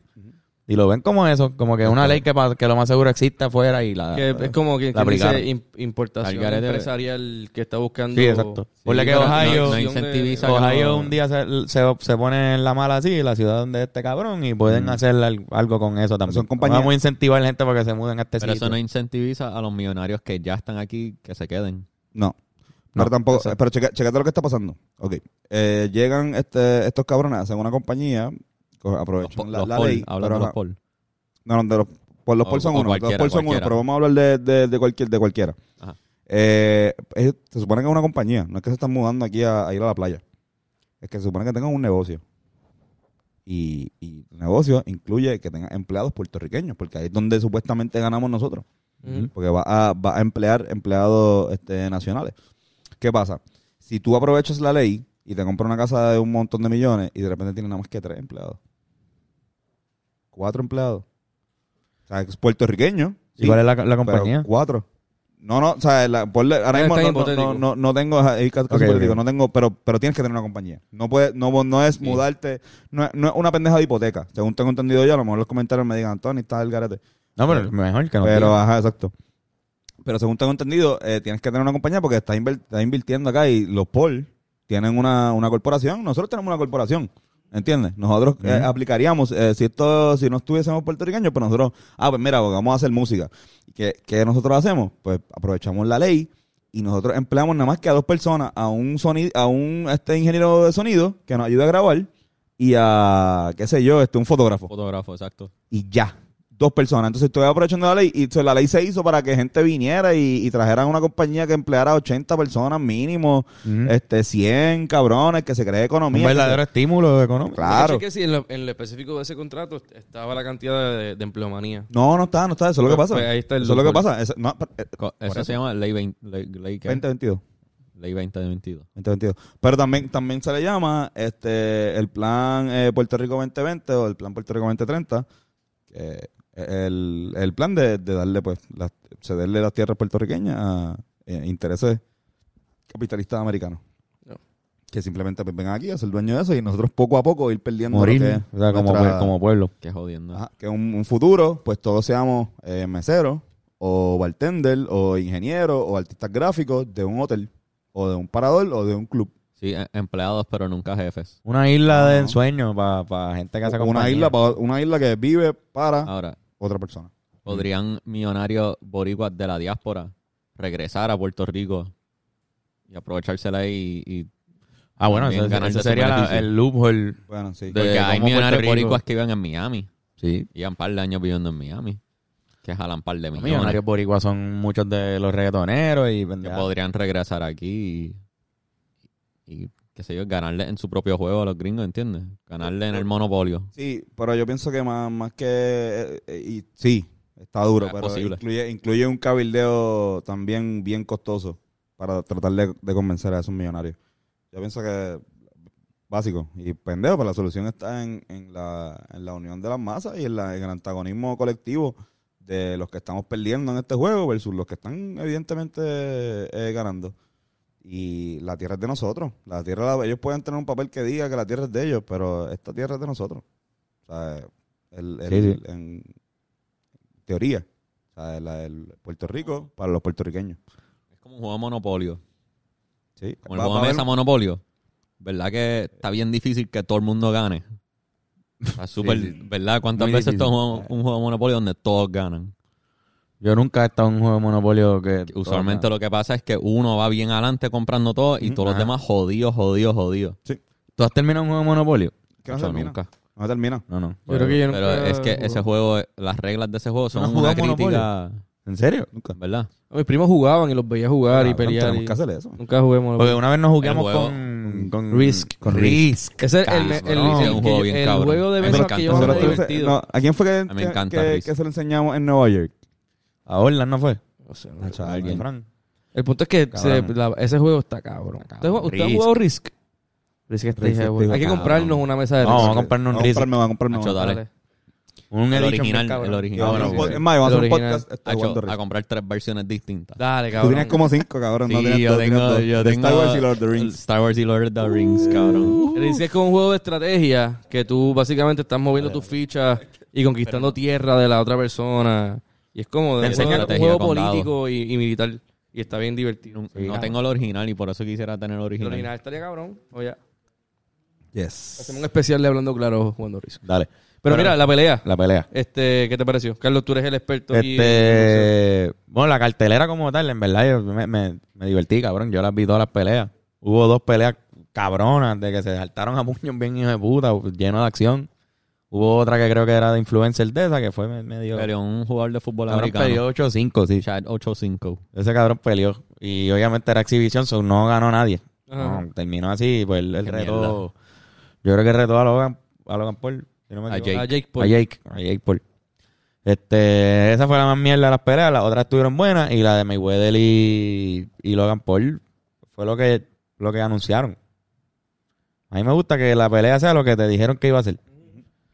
[SPEAKER 2] Y lo ven como eso, como que una ley que, pa- que lo más seguro exista afuera y la...
[SPEAKER 5] Que es como que,
[SPEAKER 2] Ah, La
[SPEAKER 5] que dice
[SPEAKER 2] aplicaron.
[SPEAKER 5] im- importación
[SPEAKER 4] Al garete.
[SPEAKER 5] empresarial que está buscando.
[SPEAKER 2] Sí, exacto.
[SPEAKER 4] Sí,
[SPEAKER 2] Ponle que
[SPEAKER 4] pero no-
[SPEAKER 2] Ohio,
[SPEAKER 4] no,
[SPEAKER 5] de-
[SPEAKER 4] incentiviza.
[SPEAKER 2] Ohio
[SPEAKER 4] como-
[SPEAKER 2] un día se, se, se pone en la mala así, la ciudad donde este cabrón, y pueden hacer al- algo con eso también.
[SPEAKER 1] Mm. Son compañías.
[SPEAKER 2] Vamos a incentivar a la gente para que se muden a este
[SPEAKER 4] Pero
[SPEAKER 2] sitio.
[SPEAKER 4] eso no incentiviza a los millonarios que ya están aquí que se queden.
[SPEAKER 1] No. Pero
[SPEAKER 2] No,
[SPEAKER 1] tampoco,
[SPEAKER 2] exacto.
[SPEAKER 1] pero checa, checate lo que está pasando. Ok. Eh, llegan este, estos cabrones, hacen una compañía, co-
[SPEAKER 4] Los, po-
[SPEAKER 1] aprovechan la,
[SPEAKER 4] los
[SPEAKER 1] la
[SPEAKER 4] Paul,
[SPEAKER 1] ley. pero
[SPEAKER 4] hablando de los
[SPEAKER 1] ajá.
[SPEAKER 4] Paul.
[SPEAKER 1] No, no, de los, por los
[SPEAKER 4] O-
[SPEAKER 1] Paul son
[SPEAKER 4] o
[SPEAKER 1] uno, los
[SPEAKER 4] cualquiera,
[SPEAKER 1] Paul son uno,
[SPEAKER 4] cualquiera.
[SPEAKER 1] pero vamos a hablar de, de, de cualquier, de cualquiera.
[SPEAKER 4] Ajá.
[SPEAKER 1] Eh, es- se supone que es una compañía, no es que se están mudando aquí a, a ir a la playa. Es que se supone que tengan un negocio. Y, y el negocio incluye que tengan empleados puertorriqueños, porque ahí es donde supuestamente ganamos nosotros.
[SPEAKER 5] Ujú.
[SPEAKER 1] Porque va a, va a emplear empleados este, nacionales. ¿Qué pasa? Si tú aprovechas la ley y te compras una casa de un montón de millones y de repente tienes nada más que tres empleados. Cuatro empleados. O sea, es puertorriqueño.
[SPEAKER 2] ¿Y cuál
[SPEAKER 1] sí,
[SPEAKER 2] es la, la
[SPEAKER 1] pero
[SPEAKER 2] compañía?
[SPEAKER 1] Cuatro. No, no, o sea, la- ponle- ahora
[SPEAKER 5] Ah,
[SPEAKER 1] mismo no,
[SPEAKER 5] está
[SPEAKER 1] no,
[SPEAKER 5] hipotético.
[SPEAKER 1] no, no, no tengo, ajá, es caso
[SPEAKER 2] Ok,
[SPEAKER 1] hipotético,
[SPEAKER 2] ok.
[SPEAKER 1] no tengo, pero, pero tienes que tener una compañía. No puede, no, no es mudarte, no, es- no es una pendeja de hipoteca. Según tengo entendido yo, a lo mejor los comentarios me digan, Tony, estás el garete.
[SPEAKER 2] No, pero mejor que no.
[SPEAKER 1] Pero,
[SPEAKER 2] diga.
[SPEAKER 1] ajá, exacto. Pero según tengo entendido, eh, tienes que tener una compañía porque estás invirtiendo acá y los Paul tienen una, una corporación. Nosotros tenemos una corporación. ¿Entiendes? Nosotros eh, aplicaríamos, eh, si esto, si no estuviésemos puertorriqueños, pues nosotros, ah, pues mira, porque vamos a hacer música. ¿Qué, qué nosotros hacemos? Pues aprovechamos la ley y nosotros empleamos nada más que a dos personas, a un sonido, a un este ingeniero de sonido que nos ayuda a grabar y a, qué sé yo, este, un fotógrafo.
[SPEAKER 4] Fotógrafo, exacto.
[SPEAKER 1] Y ya, dos personas. Entonces estoy aprovechando la ley y entonces, la ley se hizo para que gente viniera y, y trajeran una compañía que empleara 80 personas mínimo, este, 100 cabrones, que se cree
[SPEAKER 2] Un
[SPEAKER 1] economía.
[SPEAKER 2] verdadero estímulo económico.
[SPEAKER 1] Claro.
[SPEAKER 5] que sí, en lo, en lo específico de ese contrato estaba la cantidad de, de empleomanía.
[SPEAKER 1] No, no está, no está. Eso es lo que
[SPEAKER 5] Pues,
[SPEAKER 1] pasa.
[SPEAKER 5] pues, ahí está el
[SPEAKER 1] Eso es lo que
[SPEAKER 5] loophole.
[SPEAKER 1] pasa. Eso, no, pa- eh,
[SPEAKER 4] Co- Eso se llama ley 20, ley, ley, ¿qué?
[SPEAKER 1] 2022.
[SPEAKER 4] Ley 20 de 22.
[SPEAKER 1] 2022. Pero también, también se le llama este el plan eh, Puerto Rico 2020 o el plan Puerto Rico 2030. que el, el plan de, de darle, pues, las- cederle las tierras puertorriqueñas a eh, intereses capitalistas americanos.
[SPEAKER 5] No.
[SPEAKER 1] Que simplemente pues, vengan aquí a ser dueños de eso y nosotros poco a poco ir perdiendo lo
[SPEAKER 2] Morir.
[SPEAKER 1] que es
[SPEAKER 2] o sea, como,
[SPEAKER 1] nuestra-
[SPEAKER 2] pue- como pueblo.
[SPEAKER 4] Qué jodiendo.
[SPEAKER 1] Ajá, que un, un futuro, pues todos seamos eh, meseros, o bartender, o ingeniero, o artistas gráficos de un hotel, o de un parador, o de un club.
[SPEAKER 4] Sí, em- empleados, pero nunca jefes.
[SPEAKER 2] Una isla de
[SPEAKER 1] No.
[SPEAKER 2] ensueño para gente que hace
[SPEAKER 1] Una
[SPEAKER 2] compañía.
[SPEAKER 1] isla, pa- una isla que vive
[SPEAKER 2] Ah.
[SPEAKER 1] para
[SPEAKER 4] Ahora,
[SPEAKER 2] Mm.
[SPEAKER 1] otra persona.
[SPEAKER 4] podrían millonarios boricuas de la diáspora regresar a Puerto Rico y aprovechársela ahí y, y-
[SPEAKER 2] Ah, bueno,
[SPEAKER 4] También
[SPEAKER 2] ese,
[SPEAKER 4] ganar
[SPEAKER 2] ese
[SPEAKER 4] de su
[SPEAKER 2] sería la-
[SPEAKER 4] beneficio.
[SPEAKER 2] el loophole.
[SPEAKER 1] Bueno, sí.
[SPEAKER 2] De-
[SPEAKER 4] porque hay
[SPEAKER 2] cómo Puerto
[SPEAKER 4] millonarios
[SPEAKER 2] Rico-
[SPEAKER 4] boricuas que viven en Miami.
[SPEAKER 2] Sí.
[SPEAKER 4] Llevan par de años viviendo en Miami. Que jalan par de
[SPEAKER 2] Los
[SPEAKER 4] millones.
[SPEAKER 2] millonarios boricuas son muchos de los reggaetoneros y
[SPEAKER 4] Que
[SPEAKER 2] pendejadas.
[SPEAKER 4] podrían regresar aquí y, y, qué sé yo, ganarle en su propio juego a los gringos, ¿entiendes? Ganarle en el monopolio.
[SPEAKER 1] Sí, pero yo pienso que más, más que... eh, eh, y, sí, está duro,
[SPEAKER 4] Ah,
[SPEAKER 1] pero
[SPEAKER 4] posible.
[SPEAKER 1] incluye, incluye un cabildeo también bien costoso para tratar de, de convencer a esos millonarios. Yo pienso que básico y pendejo, pero la solución está en, en, la, en la unión de las masas y en, la- en el antagonismo colectivo de los que estamos perdiendo en este juego versus los que están evidentemente eh, ganando. Y la tierra es de nosotros. La tierra, la- ellos pueden tener un papel que diga que la tierra es de ellos, pero esta tierra es de nosotros. O sea, el, el-
[SPEAKER 2] Sí, sí.
[SPEAKER 1] en teoría. O sea, la- el Puerto Rico para los puertorriqueños.
[SPEAKER 4] Es como un juego de monopolio.
[SPEAKER 1] Sí.
[SPEAKER 4] Como el
[SPEAKER 1] Va-
[SPEAKER 4] juego
[SPEAKER 1] va a
[SPEAKER 4] de
[SPEAKER 1] haber-
[SPEAKER 4] mesa monopolio. ¿Verdad que está bien difícil que todo el mundo gane? Está súper,
[SPEAKER 1] sí.
[SPEAKER 4] ¿verdad? ¿Cuántas
[SPEAKER 2] Muy
[SPEAKER 4] veces
[SPEAKER 2] difícil.
[SPEAKER 4] tomo un juego de monopolio donde todos ganan?
[SPEAKER 2] Yo nunca he estado en un juego de monopolio que...
[SPEAKER 4] Usualmente lo que pasa es que uno va bien adelante comprando todo y
[SPEAKER 1] Ujú.
[SPEAKER 4] todos
[SPEAKER 2] Ajá.
[SPEAKER 4] los demás jodidos, jodidos, jodidos.
[SPEAKER 2] ¿Tú has terminado un juego de monopolio?
[SPEAKER 1] que no
[SPEAKER 4] Chacho,
[SPEAKER 1] termina.
[SPEAKER 4] nunca.
[SPEAKER 1] No termina.
[SPEAKER 2] No, no.
[SPEAKER 5] Yo creo que yo nunca
[SPEAKER 4] Pero es que
[SPEAKER 5] jugué.
[SPEAKER 4] ese juego, las reglas de ese juego son
[SPEAKER 2] ¿No has
[SPEAKER 4] una
[SPEAKER 2] jugado
[SPEAKER 4] crítica,
[SPEAKER 2] ¿En serio?
[SPEAKER 1] Nunca.
[SPEAKER 4] ¿verdad?
[SPEAKER 5] Mis primos jugaban y los veía jugar y
[SPEAKER 1] Cabrón,
[SPEAKER 5] pelear.
[SPEAKER 1] tenemos
[SPEAKER 5] y-
[SPEAKER 1] que hacer eso.
[SPEAKER 5] Nunca juguemos.
[SPEAKER 2] Porque una vez nos juguemos
[SPEAKER 4] juego-
[SPEAKER 2] con, con...
[SPEAKER 5] Risk.
[SPEAKER 2] Con Risk.
[SPEAKER 5] Ese es el, el, el,
[SPEAKER 4] Cabrón,
[SPEAKER 5] el
[SPEAKER 4] un
[SPEAKER 5] que
[SPEAKER 4] juego
[SPEAKER 5] yo-
[SPEAKER 4] bien
[SPEAKER 5] el
[SPEAKER 4] cabrón.
[SPEAKER 5] juego de
[SPEAKER 4] Me
[SPEAKER 5] besos
[SPEAKER 4] encanta.
[SPEAKER 5] que yo
[SPEAKER 4] Nosotros
[SPEAKER 5] más
[SPEAKER 1] Nosotros-
[SPEAKER 4] tenemos-
[SPEAKER 5] divertido.
[SPEAKER 1] no, ¿A quién fue que,
[SPEAKER 4] A mí
[SPEAKER 1] que-
[SPEAKER 4] me encanta,
[SPEAKER 1] que-
[SPEAKER 4] Riz.
[SPEAKER 1] que se lo enseñamos en Nueva York?
[SPEAKER 2] A Orlan, ¿no fue?
[SPEAKER 5] O sea,
[SPEAKER 1] A
[SPEAKER 2] Alguien.
[SPEAKER 1] alguien.
[SPEAKER 5] el punto es que se-
[SPEAKER 2] Cabrán.
[SPEAKER 5] la- ese juego está cabrón.
[SPEAKER 4] Está
[SPEAKER 5] ¿Usted,
[SPEAKER 4] cabrón.
[SPEAKER 5] usted ha
[SPEAKER 2] Risk.
[SPEAKER 5] jugado Risk? Risk está
[SPEAKER 1] Risk
[SPEAKER 5] hijo de-
[SPEAKER 1] está
[SPEAKER 5] Hay que
[SPEAKER 4] cabrón.
[SPEAKER 5] comprarnos una mesa de
[SPEAKER 2] No,
[SPEAKER 5] Risk.
[SPEAKER 2] vamos a comprarnos un
[SPEAKER 1] Vamos a
[SPEAKER 2] Risk.
[SPEAKER 1] comprarme, vamos a comprarme.
[SPEAKER 4] Nacho,
[SPEAKER 1] uno.
[SPEAKER 4] dale.
[SPEAKER 2] Un
[SPEAKER 4] El
[SPEAKER 2] edition bien
[SPEAKER 4] original,
[SPEAKER 2] cabrón.
[SPEAKER 4] el
[SPEAKER 1] Y
[SPEAKER 4] original.
[SPEAKER 1] vamos a
[SPEAKER 2] Ah,
[SPEAKER 1] hacer un
[SPEAKER 2] bueno,
[SPEAKER 1] pod- Es más, vamos a hacer un
[SPEAKER 5] El original.
[SPEAKER 1] podcast. este,
[SPEAKER 4] Hacho,
[SPEAKER 1] jugando Risk.
[SPEAKER 4] a comprar tres versiones distintas.
[SPEAKER 5] Dale,
[SPEAKER 1] Tú
[SPEAKER 5] cabrón.
[SPEAKER 1] tienes como cinco, cabrón. no
[SPEAKER 4] Sí,
[SPEAKER 1] tienes
[SPEAKER 4] yo
[SPEAKER 1] dos, tienes
[SPEAKER 4] tengo,
[SPEAKER 1] dos.
[SPEAKER 4] yo
[SPEAKER 1] De Star
[SPEAKER 4] tengo Uh.
[SPEAKER 1] Wars y Lord of the Rings.
[SPEAKER 4] Star Wars y Lord of the Rings, cabrón.
[SPEAKER 5] Risk es como un juego de estrategia que tú básicamente estás moviendo tus fichas y conquistando tierra de la otra persona. Y es como de-
[SPEAKER 4] Te
[SPEAKER 5] es
[SPEAKER 4] enseña
[SPEAKER 5] un
[SPEAKER 4] estrategia,
[SPEAKER 5] juego
[SPEAKER 4] con dados.
[SPEAKER 5] político y, y militar. Y está bien divertido.
[SPEAKER 4] No,
[SPEAKER 5] Sí,
[SPEAKER 4] no
[SPEAKER 5] cabrón.
[SPEAKER 4] tengo el original y por eso quisiera tener el
[SPEAKER 5] El
[SPEAKER 4] original.
[SPEAKER 5] original estaría cabrón. Oye, hacemos un
[SPEAKER 1] Yes.
[SPEAKER 5] especial de Hablando Claro jugando Risk.
[SPEAKER 2] Dale.
[SPEAKER 5] Pero mira, la pelea.
[SPEAKER 2] La pelea.
[SPEAKER 5] Este, ¿Qué te pareció? Carlos, tú eres el experto. aquí.
[SPEAKER 2] Este, bueno, la cartelera como tal, en verdad, yo me, me- me divertí, cabrón. Yo las vi todas las peleas. Hubo dos peleas cabronas de que se saltaron a puños bien hijo de puta, lleno de acción. Hubo otra que creo que era de influencer de esa, que fue me- medio...
[SPEAKER 4] Pero un jugador de fútbol
[SPEAKER 2] Cabrón
[SPEAKER 4] americano.
[SPEAKER 2] peleó 8-5, sí.
[SPEAKER 4] Chad 8-5.
[SPEAKER 2] Ese cabrón peleó. Y obviamente era exhibición, so no ganó nadie.
[SPEAKER 5] Ajá.
[SPEAKER 2] No, terminó así, pues el,
[SPEAKER 4] Qué
[SPEAKER 2] reto... Yo creo que retó a Logan, a Logan Paul. si no me
[SPEAKER 4] A
[SPEAKER 2] equivoco.
[SPEAKER 4] Jake.
[SPEAKER 5] A Jake Paul.
[SPEAKER 2] A Jake, a Jake Paul. Este, esa fue la más mierda de las peleas, las otras estuvieron buenas y la de Mayweather y, y Logan Paul fue lo que, lo que anunciaron. A mí me gusta que la pelea sea lo que te dijeron que iba a ser.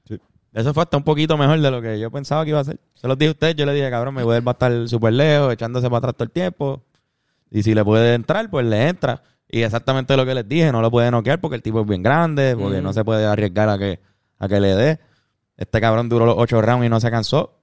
[SPEAKER 1] Sí.
[SPEAKER 2] Eso fue hasta un poquito mejor de lo que yo pensaba que iba a ser. Se los dije a ustedes, yo le dije, cabrón, Mayweather va a estar súper lejos, echándose para atrás todo el tiempo. Y si le puede entrar, pues le entra. Y exactamente lo que les dije, no lo puede noquear porque el tipo es bien grande, porque
[SPEAKER 5] Mm.
[SPEAKER 2] no se puede arriesgar a que, a que le dé. Este cabrón duró los ocho rounds y no se cansó.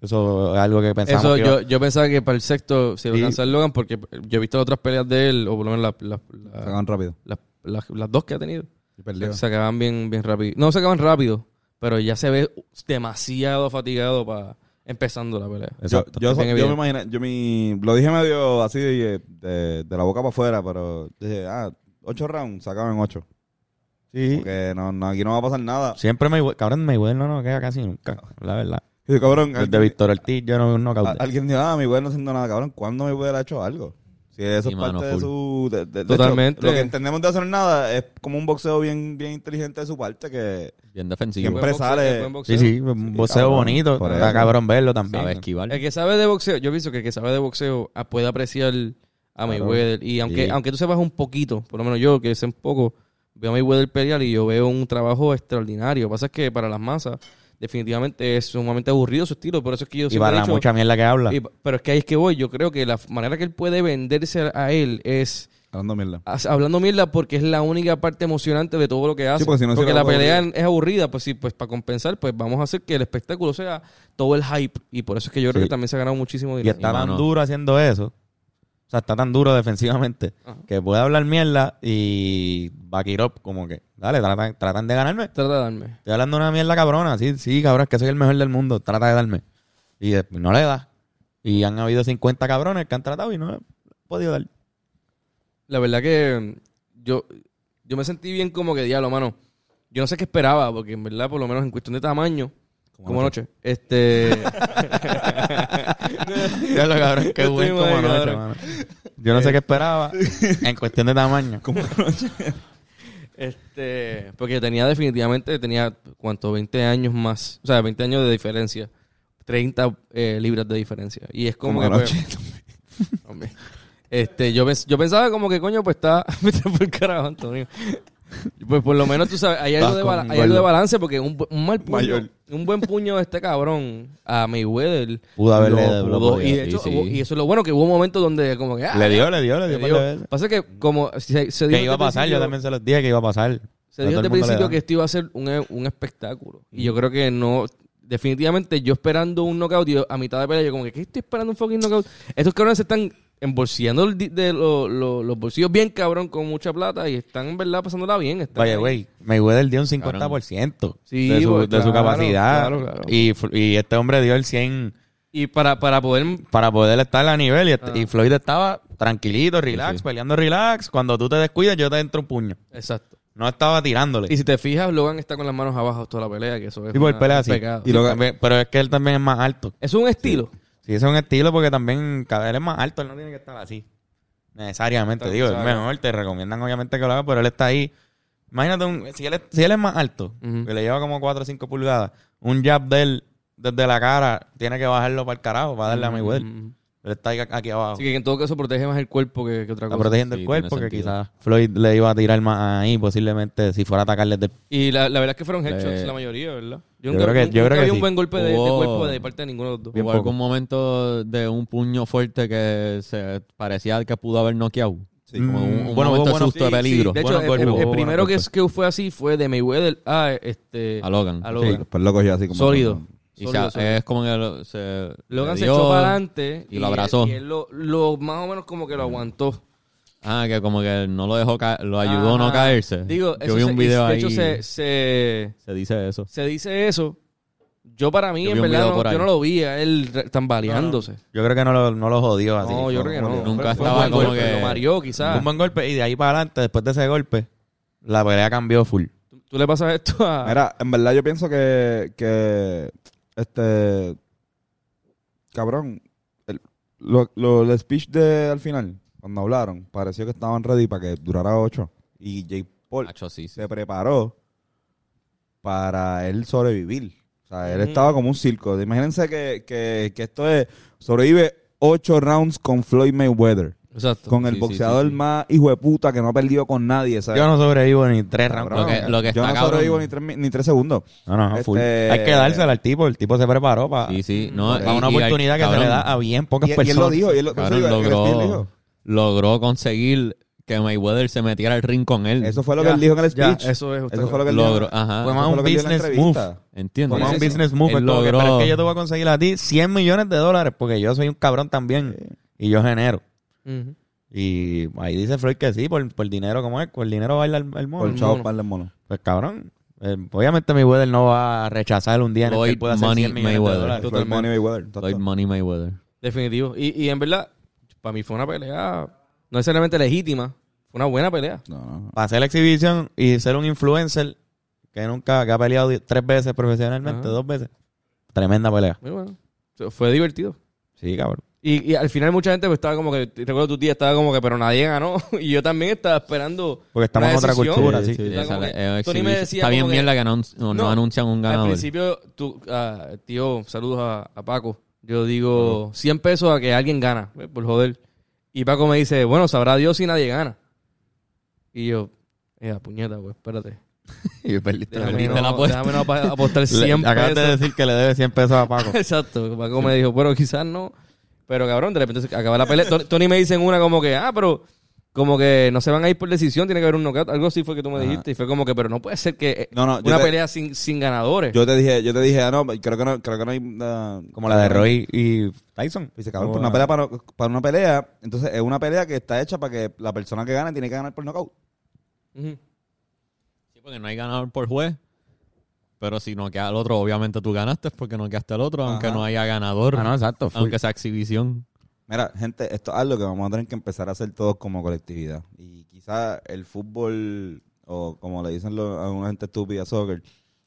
[SPEAKER 2] Eso es algo que pensamos
[SPEAKER 5] Eso,
[SPEAKER 2] que iba-
[SPEAKER 5] yo, yo pensaba que para el sexto se iba a
[SPEAKER 2] Y-
[SPEAKER 5] alcanzar Logan porque yo he visto otras peleas de él, o por lo menos las- las-
[SPEAKER 1] Se acaban rápido.
[SPEAKER 5] las- las- las dos que ha tenido.
[SPEAKER 1] Y perdió.
[SPEAKER 5] Se acaban bien, bien rápido. No se acaban rápido, pero ya se ve demasiado fatigado para empezando la pelea.
[SPEAKER 1] Yo,
[SPEAKER 4] Exacto.
[SPEAKER 1] yo,
[SPEAKER 5] Bien
[SPEAKER 1] yo
[SPEAKER 5] evidente.
[SPEAKER 1] me imaginé, yo mi, lo dije medio así de, de- de la boca para afuera, pero dije, ah, ocho rounds, se acaban en ocho.
[SPEAKER 2] Sí.
[SPEAKER 1] Porque no, no, aquí no va a pasar nada.
[SPEAKER 2] Siempre me Cabrón, Mayweather no nos queda casi nunca. La verdad.
[SPEAKER 1] Y yo, cabrón,
[SPEAKER 2] Desde
[SPEAKER 1] alguien,
[SPEAKER 2] Víctor Ortiz yo no, no
[SPEAKER 1] a-
[SPEAKER 2] caudé.
[SPEAKER 1] alguien dijo, ah, mi güey no haciendo nada, cabrón, ¿cuándo mi güey ha hecho algo? Si eso
[SPEAKER 4] Sí,
[SPEAKER 1] es
[SPEAKER 4] mano,
[SPEAKER 1] parte de
[SPEAKER 4] full.
[SPEAKER 1] su... de- de- de hecho,
[SPEAKER 5] Totalmente.
[SPEAKER 1] lo que entendemos de hacer nada es como un boxeo bien, bien inteligente de su parte que...
[SPEAKER 4] Bien
[SPEAKER 1] Siempre
[SPEAKER 4] defensivo.
[SPEAKER 5] Buen boxeo,
[SPEAKER 1] sale-
[SPEAKER 5] buen boxeo.
[SPEAKER 2] Sí, sí, un boxeo
[SPEAKER 1] cabrón,
[SPEAKER 2] bonito.
[SPEAKER 1] por
[SPEAKER 2] Está
[SPEAKER 1] eso.
[SPEAKER 2] cabrón verlo también.
[SPEAKER 4] Sabe esquivar.
[SPEAKER 5] El que sabe de boxeo, yo pienso que el que sabe de boxeo ah, puede apreciar a Mayweather. Y aunque,
[SPEAKER 4] Sí.
[SPEAKER 5] aunque tú sepas un poquito, por lo menos yo que sé un poco, veo a Mayweather pelear y yo veo un trabajo extraordinario. Lo que pasa es que para las masas, definitivamente es sumamente aburrido su estilo. Por eso es que yo
[SPEAKER 2] Y
[SPEAKER 5] siempre
[SPEAKER 2] para
[SPEAKER 5] he
[SPEAKER 2] la
[SPEAKER 5] dicho-
[SPEAKER 2] mucha mierda que habla.
[SPEAKER 5] y- pero es que ahí es que voy. Yo creo que la f- manera que él puede venderse a él es
[SPEAKER 1] Hablando mierda.
[SPEAKER 5] as- hablando mierda porque es la única parte emocionante de todo lo que hace.
[SPEAKER 1] porque si no
[SPEAKER 5] porque
[SPEAKER 1] sería
[SPEAKER 5] la
[SPEAKER 1] algo
[SPEAKER 5] pelea es aburrida, pues sí, pues para compensar, pues vamos a hacer que el espectáculo sea todo el hype. Y por eso es que yo creo
[SPEAKER 2] Sí.
[SPEAKER 5] que también se ha ganado muchísimo
[SPEAKER 2] Y
[SPEAKER 5] dinero.
[SPEAKER 2] está tan
[SPEAKER 4] mano.
[SPEAKER 2] duro haciendo eso. O sea, está tan duro defensivamente
[SPEAKER 5] Ajá.
[SPEAKER 2] que puede hablar mierda y back it up, como que, dale, tratan, tratan de ganarme.
[SPEAKER 5] Trata de darme.
[SPEAKER 2] Estoy hablando una mierda cabrona. Sí, sí, cabrón, es que soy el mejor del mundo. Trata de darme. Y eh, no le da. Y han habido 50 cabrones que han tratado y no han podido dar.
[SPEAKER 5] La verdad que mm, yo, yo me sentí bien como que diablo, mano. Yo no sé qué esperaba, porque en verdad, por lo menos en cuestión de tamaño, como noche, este.
[SPEAKER 2] Ya lo cabrón, qué
[SPEAKER 5] Estoy
[SPEAKER 2] buen como
[SPEAKER 5] mal,
[SPEAKER 2] noche,
[SPEAKER 5] cabrón.
[SPEAKER 2] mano. Yo no sé
[SPEAKER 5] Eh.
[SPEAKER 2] qué esperaba en cuestión de tamaño.
[SPEAKER 5] Este, porque tenía definitivamente, tenía, ¿cuánto? 20 años más. O sea, 20 años de diferencia. 30 eh, libras de diferencia. Y es como,
[SPEAKER 1] Como
[SPEAKER 5] que... pues, hombre. este, yo, pens- yo pensaba como que, coño, pues está... Vete por carajo, Antonio. Pues por lo menos, tú sabes, hay algo,
[SPEAKER 2] Vas
[SPEAKER 5] de,
[SPEAKER 2] con
[SPEAKER 5] bala- hay
[SPEAKER 2] gordo.
[SPEAKER 5] algo de balance porque un, bu- un mal puño...
[SPEAKER 1] Mayor.
[SPEAKER 5] Un buen puño de este cabrón a Mayweather...
[SPEAKER 2] Pudo haberle
[SPEAKER 5] lo
[SPEAKER 2] lo
[SPEAKER 5] pudo-
[SPEAKER 2] podía,
[SPEAKER 5] y, de
[SPEAKER 4] sí,
[SPEAKER 5] hecho,
[SPEAKER 4] sí.
[SPEAKER 5] hubo- y eso es lo bueno, que hubo momentos donde como que... ah,
[SPEAKER 2] Le dio, le dio, le dio.
[SPEAKER 5] le
[SPEAKER 2] par de
[SPEAKER 5] dio.
[SPEAKER 2] veces.
[SPEAKER 5] Pasa que como se, se dio
[SPEAKER 2] Que iba a
[SPEAKER 5] desde el
[SPEAKER 2] pasar, yo
[SPEAKER 5] principio-
[SPEAKER 2] también se los dije que iba a pasar.
[SPEAKER 5] se
[SPEAKER 2] A todo
[SPEAKER 5] dijo desde
[SPEAKER 2] el
[SPEAKER 5] el
[SPEAKER 2] mundo le
[SPEAKER 5] principio
[SPEAKER 2] dan.
[SPEAKER 5] que esto iba a ser un, un espectáculo. Y yo creo que no. Definitivamente, yo esperando un knockout, yo a mitad de pelea, yo como que, ¿qué estoy esperando un fucking knockout? Estos cabrones se están embolsillando el di- de lo- lo- los bolsillos bien cabrón con mucha plata y están en verdad pasándola bien. Están
[SPEAKER 2] Vaya,
[SPEAKER 5] ahí.
[SPEAKER 2] güey, Mayweather dio un 50%
[SPEAKER 5] Sí,
[SPEAKER 2] de, su,
[SPEAKER 5] pues,
[SPEAKER 2] de su
[SPEAKER 5] claro,
[SPEAKER 2] capacidad.
[SPEAKER 5] claro, claro.
[SPEAKER 2] Y, Fl- y este hombre dio el 100
[SPEAKER 5] Y para, para poder.
[SPEAKER 2] para poder estar a nivel. Y, este-
[SPEAKER 5] Ah.
[SPEAKER 2] y Floyd estaba tranquilito, relax, peleando relax. Cuando tú te descuidas, yo te entro un puño.
[SPEAKER 5] Exacto.
[SPEAKER 2] No estaba tirándole.
[SPEAKER 5] Y si te fijas, Logan está con las manos abajo toda la pelea, que eso es.
[SPEAKER 2] Sí, por
[SPEAKER 5] una-
[SPEAKER 2] pelea
[SPEAKER 5] un
[SPEAKER 2] así.
[SPEAKER 5] pecado.
[SPEAKER 2] Y lo- pero es que él también es más alto.
[SPEAKER 5] Es un estilo.
[SPEAKER 2] Sí, ese es un estilo porque también cada él es más alto, él no tiene que estar así. Necesariamente,
[SPEAKER 5] Está-
[SPEAKER 2] digo,
[SPEAKER 5] sabe.
[SPEAKER 2] es mejor, te recomiendan obviamente que lo hagas, pero él está ahí. Imagínate, un- si, él es, si él es más alto,
[SPEAKER 5] Ujú.
[SPEAKER 2] que le lleva como 4 o 5 pulgadas, un jab de él desde la cara tiene que bajarlo para el carajo, para darle a Mayweather.
[SPEAKER 5] Mm.
[SPEAKER 2] Él está ahí, aquí abajo.
[SPEAKER 5] Así que en todo caso protege más el cuerpo que, que otra
[SPEAKER 2] Está
[SPEAKER 5] cosa.
[SPEAKER 2] protegiendo
[SPEAKER 4] Sí,
[SPEAKER 2] el cuerpo,
[SPEAKER 4] tiene
[SPEAKER 2] que
[SPEAKER 4] sentido.
[SPEAKER 2] quizás Floyd le iba a tirar más ahí, posiblemente, si fuera a atacarle desde
[SPEAKER 5] Y la, la verdad es que fueron headshots
[SPEAKER 4] Eh,
[SPEAKER 5] la mayoría, ¿verdad?
[SPEAKER 2] yo
[SPEAKER 5] nunca-
[SPEAKER 2] creo que- yo
[SPEAKER 5] nunca
[SPEAKER 2] creo que
[SPEAKER 5] vi un
[SPEAKER 2] sí.
[SPEAKER 5] buen golpe de, de
[SPEAKER 4] Hubo-
[SPEAKER 5] cuerpo de parte de ninguno de los dos.
[SPEAKER 2] Bien
[SPEAKER 4] ¿Hubo
[SPEAKER 2] poco.
[SPEAKER 4] algún momento de un puño fuerte que se parecía al que pudo haber noqueado? Mm,
[SPEAKER 1] Sí,
[SPEAKER 4] Como un, un
[SPEAKER 2] Bueno,
[SPEAKER 4] momento de
[SPEAKER 2] bueno,
[SPEAKER 4] susto
[SPEAKER 2] sí,
[SPEAKER 4] este de peligro.
[SPEAKER 5] De hecho,
[SPEAKER 2] Buenos
[SPEAKER 5] el,
[SPEAKER 2] golpes,
[SPEAKER 5] el-
[SPEAKER 2] hubo
[SPEAKER 5] el
[SPEAKER 2] buenos
[SPEAKER 5] primero que,
[SPEAKER 2] golpes.
[SPEAKER 5] que fue así fue de Mayweather a este
[SPEAKER 4] a Logan.
[SPEAKER 5] a
[SPEAKER 1] Sí,
[SPEAKER 5] Logan.
[SPEAKER 1] después lo cogió así como...
[SPEAKER 5] Sólido.
[SPEAKER 4] Y
[SPEAKER 5] Sólido,
[SPEAKER 4] se-
[SPEAKER 5] sólido.
[SPEAKER 4] es como que lo- se
[SPEAKER 5] Logan
[SPEAKER 4] le
[SPEAKER 5] se
[SPEAKER 4] dio,
[SPEAKER 5] echó para adelante
[SPEAKER 4] y lo abrazó.
[SPEAKER 5] Y él lo, lo- más o menos como que lo aguantó.
[SPEAKER 4] Ah, que como que no lo dejó caer, lo ayudó a no
[SPEAKER 5] Ajá.
[SPEAKER 4] caerse.
[SPEAKER 5] Digo,
[SPEAKER 4] Yo
[SPEAKER 5] eso
[SPEAKER 4] vi
[SPEAKER 5] se-
[SPEAKER 4] un video
[SPEAKER 5] de
[SPEAKER 4] ahí.
[SPEAKER 5] hecho se, se,
[SPEAKER 4] se dice eso.
[SPEAKER 5] se dice eso. Yo para mí,
[SPEAKER 4] Yo vi
[SPEAKER 5] en
[SPEAKER 4] un
[SPEAKER 5] verdad,
[SPEAKER 4] video
[SPEAKER 5] no-
[SPEAKER 4] por
[SPEAKER 5] yo
[SPEAKER 4] ahí.
[SPEAKER 5] no lo vi a él re- tambaleándose.
[SPEAKER 2] Yo creo que no lo, no lo jodió así.
[SPEAKER 5] No, yo
[SPEAKER 2] Fue
[SPEAKER 5] creo que
[SPEAKER 2] como
[SPEAKER 5] no.
[SPEAKER 4] Nunca
[SPEAKER 5] Fue un
[SPEAKER 4] estaba
[SPEAKER 5] buen
[SPEAKER 4] como
[SPEAKER 5] golpe,
[SPEAKER 4] que-
[SPEAKER 5] Lo mareó
[SPEAKER 2] Fue
[SPEAKER 5] quizás.
[SPEAKER 2] Un buen golpe y de ahí para adelante, después de ese golpe, la pelea cambió full.
[SPEAKER 5] Tú- Tú le pasas esto
[SPEAKER 4] Ah.
[SPEAKER 5] a...
[SPEAKER 1] Mira, en verdad yo pienso que, que este cabrón, el, lo, lo- el speech de al final, cuando hablaron, pareció que estaban ready para que durara ocho. Y Jake Paul
[SPEAKER 4] Nacho, sí, sí.
[SPEAKER 1] se preparó para él sobrevivir. O sea, él
[SPEAKER 5] Ujú.
[SPEAKER 1] estaba como un circo. Imagínense que, que- que esto es, sobrevive ocho rounds con Floyd Mayweather,
[SPEAKER 5] Exacto.
[SPEAKER 1] con el
[SPEAKER 4] Sí, sí, sí,
[SPEAKER 1] boxeador
[SPEAKER 4] sí.
[SPEAKER 1] más hijo de puta que no ha perdido con nadie. ¿sabes?
[SPEAKER 2] Yo no sobrevivo ni tres rounds.
[SPEAKER 1] Cabrón,
[SPEAKER 4] Lo que- lo que
[SPEAKER 1] yo
[SPEAKER 4] está
[SPEAKER 1] no sobrevivo
[SPEAKER 4] cabrón.
[SPEAKER 1] ni tres, mi- ni tres segundos.
[SPEAKER 2] No, no, no,
[SPEAKER 1] Este-
[SPEAKER 2] full. Hay que dársela al tipo. El tipo se preparó para
[SPEAKER 4] Sí, sí. No,
[SPEAKER 2] para
[SPEAKER 4] y-
[SPEAKER 2] una
[SPEAKER 4] y al-
[SPEAKER 2] oportunidad que se le
[SPEAKER 4] cabrón,
[SPEAKER 2] da a bien pocas
[SPEAKER 1] Y, y él
[SPEAKER 2] personas.
[SPEAKER 1] lo dijo, y él lo,
[SPEAKER 2] Pues,
[SPEAKER 1] por eso
[SPEAKER 4] cabrón,
[SPEAKER 1] digo, el Steve
[SPEAKER 4] logró,
[SPEAKER 1] dijo.
[SPEAKER 4] logró conseguir que Mayweather se metiera al ring con él.
[SPEAKER 1] Eso fue lo
[SPEAKER 5] Ya,
[SPEAKER 1] que él dijo en el
[SPEAKER 5] ya,
[SPEAKER 1] speech.
[SPEAKER 5] eso es usted.
[SPEAKER 1] Eso fue lo que él
[SPEAKER 4] Mm. logró,
[SPEAKER 1] dijo.
[SPEAKER 2] Fue
[SPEAKER 4] ajá.
[SPEAKER 1] Eso
[SPEAKER 2] más
[SPEAKER 1] fue lo
[SPEAKER 2] un
[SPEAKER 1] que él dijo en la
[SPEAKER 2] business
[SPEAKER 1] entrevista.
[SPEAKER 2] move.
[SPEAKER 4] ¿Entiendes?
[SPEAKER 2] Fue más un
[SPEAKER 1] Sí, sí.
[SPEAKER 2] business move.
[SPEAKER 4] Él
[SPEAKER 2] es como que,
[SPEAKER 4] logró-
[SPEAKER 2] pero es que yo te voy a conseguir a ti 100 millones de dólares porque yo soy un cabrón también y yo genero.
[SPEAKER 5] Ujú.
[SPEAKER 2] Y ahí dice Floyd que sí, por, por dinero, ¿cómo es? Por dinero baila el, el mono.
[SPEAKER 1] Por
[SPEAKER 2] El
[SPEAKER 1] chavos
[SPEAKER 2] mono.
[SPEAKER 1] para el mono.
[SPEAKER 2] Pues cabrón, eh, obviamente Mayweather no va a rechazar un día en el que
[SPEAKER 4] Floyd
[SPEAKER 2] él pueda hacer
[SPEAKER 4] Money
[SPEAKER 2] 100 millones de
[SPEAKER 4] Mayweather.
[SPEAKER 2] dólares.
[SPEAKER 1] Floyd Money Mayweather.
[SPEAKER 4] Floyd
[SPEAKER 1] exacto.
[SPEAKER 4] Money Mayweather.
[SPEAKER 5] Definitivo. Y, y en verdad, para mí fue una pelea no necesariamente legítima, fue una buena pelea.
[SPEAKER 1] No, no.
[SPEAKER 2] para hacer la exhibición y ser un influencer que nunca que ha peleado di- tres veces profesionalmente,
[SPEAKER 5] Ajá.
[SPEAKER 2] dos veces. Tremenda pelea.
[SPEAKER 5] Muy bueno. O sea, Fue divertido.
[SPEAKER 2] Sí, cabrón.
[SPEAKER 5] Y, y al final mucha gente pues, estaba como que, te recuerdo tu tía estaba como que, pero nadie ganó. Y yo también estaba esperando.
[SPEAKER 2] Porque estamos
[SPEAKER 5] una
[SPEAKER 2] en otra
[SPEAKER 5] decisión.
[SPEAKER 2] cultura, sí.
[SPEAKER 4] Sí, sí,
[SPEAKER 5] Está
[SPEAKER 4] esa
[SPEAKER 5] como
[SPEAKER 4] la-
[SPEAKER 5] que-
[SPEAKER 4] es
[SPEAKER 5] Tony me
[SPEAKER 4] exhibición.
[SPEAKER 5] decía
[SPEAKER 4] Está bien
[SPEAKER 5] como que-
[SPEAKER 4] mierda que no, no,
[SPEAKER 5] No.
[SPEAKER 4] anuncian un
[SPEAKER 5] Al
[SPEAKER 4] ganador.
[SPEAKER 5] principio, tú, ah, tío, saludos a, a Paco. Yo digo 100 pesos a que alguien gana, eh, por joder. Y Paco me dice, bueno, sabrá Dios si nadie gana. Y yo, eh, puñeta, pues, espérate.
[SPEAKER 2] Y perdiste
[SPEAKER 5] Déjame,
[SPEAKER 4] perdiste
[SPEAKER 5] no-
[SPEAKER 4] la apuesta.
[SPEAKER 5] déjame no apa- apostar
[SPEAKER 2] Le-
[SPEAKER 5] 100
[SPEAKER 2] acabas de
[SPEAKER 5] pesos.
[SPEAKER 2] decir que le debe 100 pesos a Paco.
[SPEAKER 5] Exacto. Paco me dijo, pero quizás no. Pero cabrón, de repente se acaba la pelea. Tony- Tony me dice en una como que, ah, pero como que no se van a ir por decisión, tiene que haber un knockout. Algo así fue que tú me
[SPEAKER 1] Ajá.
[SPEAKER 5] dijiste. Y fue como que, pero no puede ser que eh,
[SPEAKER 1] No, no, yo
[SPEAKER 5] una
[SPEAKER 1] te-
[SPEAKER 5] pelea sin, sin ganadores.
[SPEAKER 1] Yo te dije, yo te dije, ah, no, creo que no, creo que no hay nada-
[SPEAKER 2] Como la de Roy y Tyson. pues
[SPEAKER 1] Dice, cabrón,
[SPEAKER 2] Como
[SPEAKER 1] por
[SPEAKER 2] la-
[SPEAKER 1] una pelea para, para una pelea, entonces es una pelea que está hecha para que la persona que gana tiene que ganar por nocaut.
[SPEAKER 5] Ujú.
[SPEAKER 4] Sí, porque no hay ganador por juez. Pero si no queda el otro, obviamente tú ganaste porque no quedaste el otro, aunque
[SPEAKER 1] Ajá.
[SPEAKER 4] no haya ganador.
[SPEAKER 2] Ah, no, exacto. full.
[SPEAKER 4] aunque sea exhibición.
[SPEAKER 1] Mira, gente, esto es algo que vamos a tener que empezar a hacer todos como colectividad. Y quizás el fútbol, o como le dicen lo- a una gente estúpida, soccer,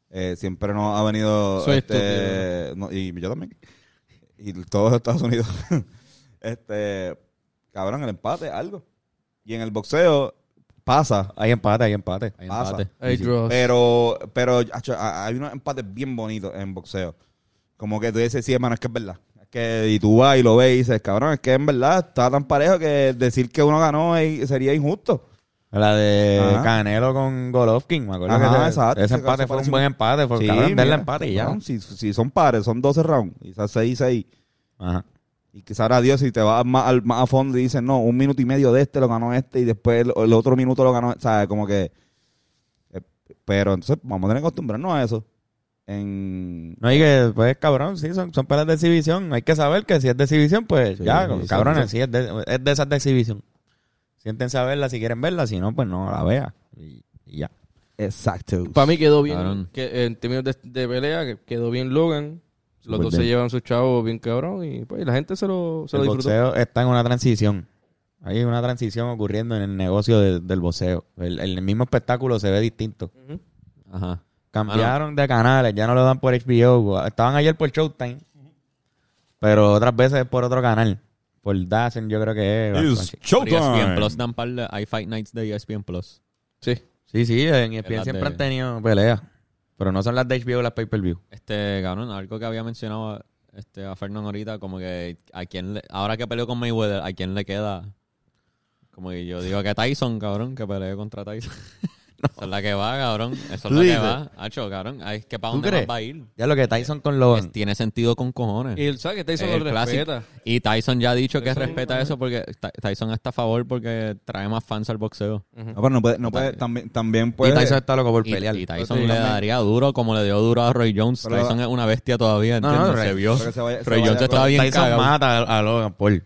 [SPEAKER 1] eh, siempre nos ha venido...
[SPEAKER 5] Soy
[SPEAKER 1] este, no- y yo también. Y todos Estados Unidos. este, cabrón, el empate es algo. Y en el boxeo pasa.
[SPEAKER 2] Hay empate, hay empate.
[SPEAKER 4] Hay
[SPEAKER 1] Pasa.
[SPEAKER 4] empate.
[SPEAKER 5] Hay draws.
[SPEAKER 1] Pero, pero acho, a- hay unos empates bien bonitos en boxeo. Como que tú dices, sí, hermano, es que es verdad. Es que, y tú vas y lo ves y dices, cabrón, es que en verdad está tan parejo que decir que uno ganó es- sería injusto.
[SPEAKER 2] La de
[SPEAKER 1] Ajá.
[SPEAKER 2] Canelo con Golovkin, me acuerdo
[SPEAKER 1] Ajá,
[SPEAKER 2] que ese-
[SPEAKER 1] exacto.
[SPEAKER 2] ese
[SPEAKER 1] Ese
[SPEAKER 2] empate
[SPEAKER 1] caso
[SPEAKER 2] fue un
[SPEAKER 1] parece
[SPEAKER 2] buen
[SPEAKER 1] un-
[SPEAKER 2] empate. Porque,
[SPEAKER 1] Sí,
[SPEAKER 2] Pues cabrón,
[SPEAKER 1] mira,
[SPEAKER 2] denle empate y ya.
[SPEAKER 1] cabrón, Si, si son pares, son 12 rounds, quizás 6 6.
[SPEAKER 2] Ajá.
[SPEAKER 1] Y quizás ahora Dios, si te vas más, al- más a fondo y dices, no, un minuto y medio de este lo ganó este y después el, el otro minuto lo ganó, ¿sabes? Como que. eh, Pero entonces vamos a tener que acostumbrarnos a eso. En,
[SPEAKER 2] No, y que, pues, cabrón, sí, son, son peleas de exhibición. Hay que saber que si es de exhibición, pues,
[SPEAKER 1] Sí,
[SPEAKER 2] ya,
[SPEAKER 1] sí,
[SPEAKER 2] cabrones,
[SPEAKER 1] sí.
[SPEAKER 2] sí, es, de, es de esas de exhibición. Siéntense a verla si quieren verla, si no, pues no la vea. Y, y ya.
[SPEAKER 1] Exacto.
[SPEAKER 5] Para mí quedó bien.
[SPEAKER 4] Cabrón.
[SPEAKER 5] Que, en términos de, de pelea, que quedó bien Logan. Los
[SPEAKER 2] Súper
[SPEAKER 5] dos se
[SPEAKER 2] bien.
[SPEAKER 5] llevan sus chavos bien cabrón y pues la gente se lo, se lo
[SPEAKER 2] El
[SPEAKER 5] disfrutó.
[SPEAKER 2] boxeo está en una transición. Hay una transición ocurriendo en el negocio de- del boxeo. El, el mismo espectáculo se ve distinto.
[SPEAKER 5] Ujú.
[SPEAKER 4] Ajá.
[SPEAKER 2] Cambiaron de canales, ya no lo dan por HBO. Estaban ayer por Showtime, pero otras veces por otro canal. Por DAZN, yo creo que es.
[SPEAKER 4] Por ESPN Plus dan par de- Hay Fight Nights de E ESPN Plus.
[SPEAKER 5] Sí.
[SPEAKER 2] Sí, sí, en
[SPEAKER 4] En
[SPEAKER 2] ESPN
[SPEAKER 4] las
[SPEAKER 2] siempre
[SPEAKER 4] de-
[SPEAKER 2] han tenido peleas. Pero no son las de HBO las pay-per-view.
[SPEAKER 4] Este, cabrón, algo que había mencionado a- este, a Fernán ahorita, como que a quién le- ahora que peleó con Mayweather, ¿a quién le queda? Como que yo digo que Tyson, cabrón, que peleó contra Tyson. Esa es la que va, cabrón. Esa es la que
[SPEAKER 2] dices?
[SPEAKER 4] va. Hacho, cabrón. ay, Es que para
[SPEAKER 2] ¿Tú
[SPEAKER 4] dónde
[SPEAKER 2] crees?
[SPEAKER 4] más va a ir.
[SPEAKER 2] Ya lo que Tyson con los...
[SPEAKER 4] Es- tiene sentido con cojones.
[SPEAKER 5] Y él sabe que Tyson
[SPEAKER 4] Es
[SPEAKER 5] lo
[SPEAKER 4] el clásico.
[SPEAKER 5] respeta.
[SPEAKER 4] Y Tyson ya ha dicho que
[SPEAKER 5] Tyson-
[SPEAKER 4] respeta eso porque Ty- Tyson está a favor porque trae más fans al boxeo.
[SPEAKER 1] No, pero no puede, no puede, también, también puede.
[SPEAKER 2] y Tyson está loco por
[SPEAKER 4] Y,
[SPEAKER 2] pelear.
[SPEAKER 4] y Tyson
[SPEAKER 5] Sí,
[SPEAKER 4] le
[SPEAKER 5] también.
[SPEAKER 4] daría duro como le dio duro a Roy Jones.
[SPEAKER 1] Pero-
[SPEAKER 4] Tyson es una bestia todavía,
[SPEAKER 2] No, no,
[SPEAKER 4] ¿entiendes?
[SPEAKER 2] Roy-
[SPEAKER 4] se vio.
[SPEAKER 1] pero que se vaya- se
[SPEAKER 4] Roy
[SPEAKER 1] vaya
[SPEAKER 4] Jones
[SPEAKER 1] con-
[SPEAKER 4] estaba bien
[SPEAKER 2] Tyson
[SPEAKER 4] cagado.
[SPEAKER 2] mata a, a Logan Paul.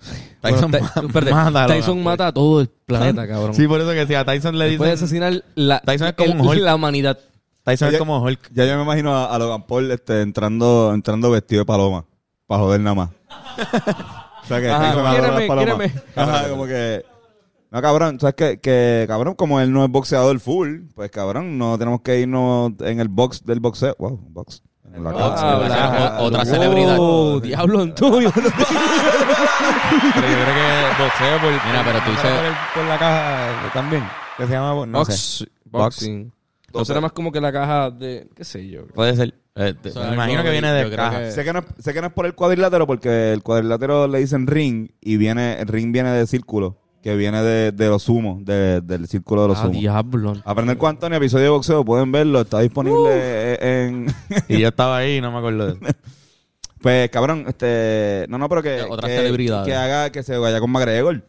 [SPEAKER 5] Bueno,
[SPEAKER 2] Tyson
[SPEAKER 5] Ty-
[SPEAKER 2] ma-
[SPEAKER 5] espérate,
[SPEAKER 2] mata a Logan
[SPEAKER 5] Tyson
[SPEAKER 2] Paul.
[SPEAKER 5] mata a todo el planeta, cabrón.
[SPEAKER 2] Sí, por eso que si a Tyson le
[SPEAKER 5] Puede
[SPEAKER 2] dicen...
[SPEAKER 5] asesinar la,
[SPEAKER 2] Tyson es como un Hulk.
[SPEAKER 5] la humanidad.
[SPEAKER 2] Tyson es
[SPEAKER 1] Oye,
[SPEAKER 2] como Hulk.
[SPEAKER 1] Ya yo me imagino a, a Logan Paul este, entrando, entrando vestido de paloma. Para joder nada más. o sea que
[SPEAKER 5] Ajá,
[SPEAKER 1] Tyson adora
[SPEAKER 5] quiéreme,
[SPEAKER 1] las palomas.
[SPEAKER 5] quiéreme.
[SPEAKER 1] Ajá, como que. No, cabrón, ¿sabes qué? Que, cabrón, como él no es boxeador full, pues cabrón, no tenemos que irnos en el box del boxeo. Wow, box. En la
[SPEAKER 5] Wow,
[SPEAKER 1] casa.
[SPEAKER 5] Ah, la-
[SPEAKER 4] Otra- otra
[SPEAKER 1] Wow.
[SPEAKER 4] celebridad.
[SPEAKER 5] Oh, diablo Antonio.
[SPEAKER 2] Pero yo creo que boxeo por...
[SPEAKER 4] Mira, pero tú
[SPEAKER 2] por-
[SPEAKER 4] dices-
[SPEAKER 2] Por, el- por la caja eh, también. Que se llama... No sé.
[SPEAKER 5] Box- Boxing. No será más como que la caja de. ¿Qué sé yo?
[SPEAKER 2] Puede ser. Eh, te-
[SPEAKER 4] O sea,
[SPEAKER 2] me
[SPEAKER 4] algo-
[SPEAKER 2] imagino que viene
[SPEAKER 4] yo
[SPEAKER 2] de
[SPEAKER 4] creo
[SPEAKER 2] caja.
[SPEAKER 4] que-
[SPEAKER 1] Sé que, no, es- sé que no es por el cuadrilátero porque el cuadrilátero le dicen ring y viene el ring viene de círculo, que viene de, de los sumos, de- del círculo de los
[SPEAKER 5] Ah,
[SPEAKER 1] sumos.
[SPEAKER 5] diablo.
[SPEAKER 1] Aprender con Antonio, episodio de boxeo, pueden verlo, está disponible eh, en...
[SPEAKER 2] Y yo estaba ahí y no me acuerdo de eso.
[SPEAKER 1] pues cabrón, este... No, no, pero que...
[SPEAKER 4] Eh, otras
[SPEAKER 1] que,
[SPEAKER 4] celebridades.
[SPEAKER 1] que haga, que se vaya con McGregor.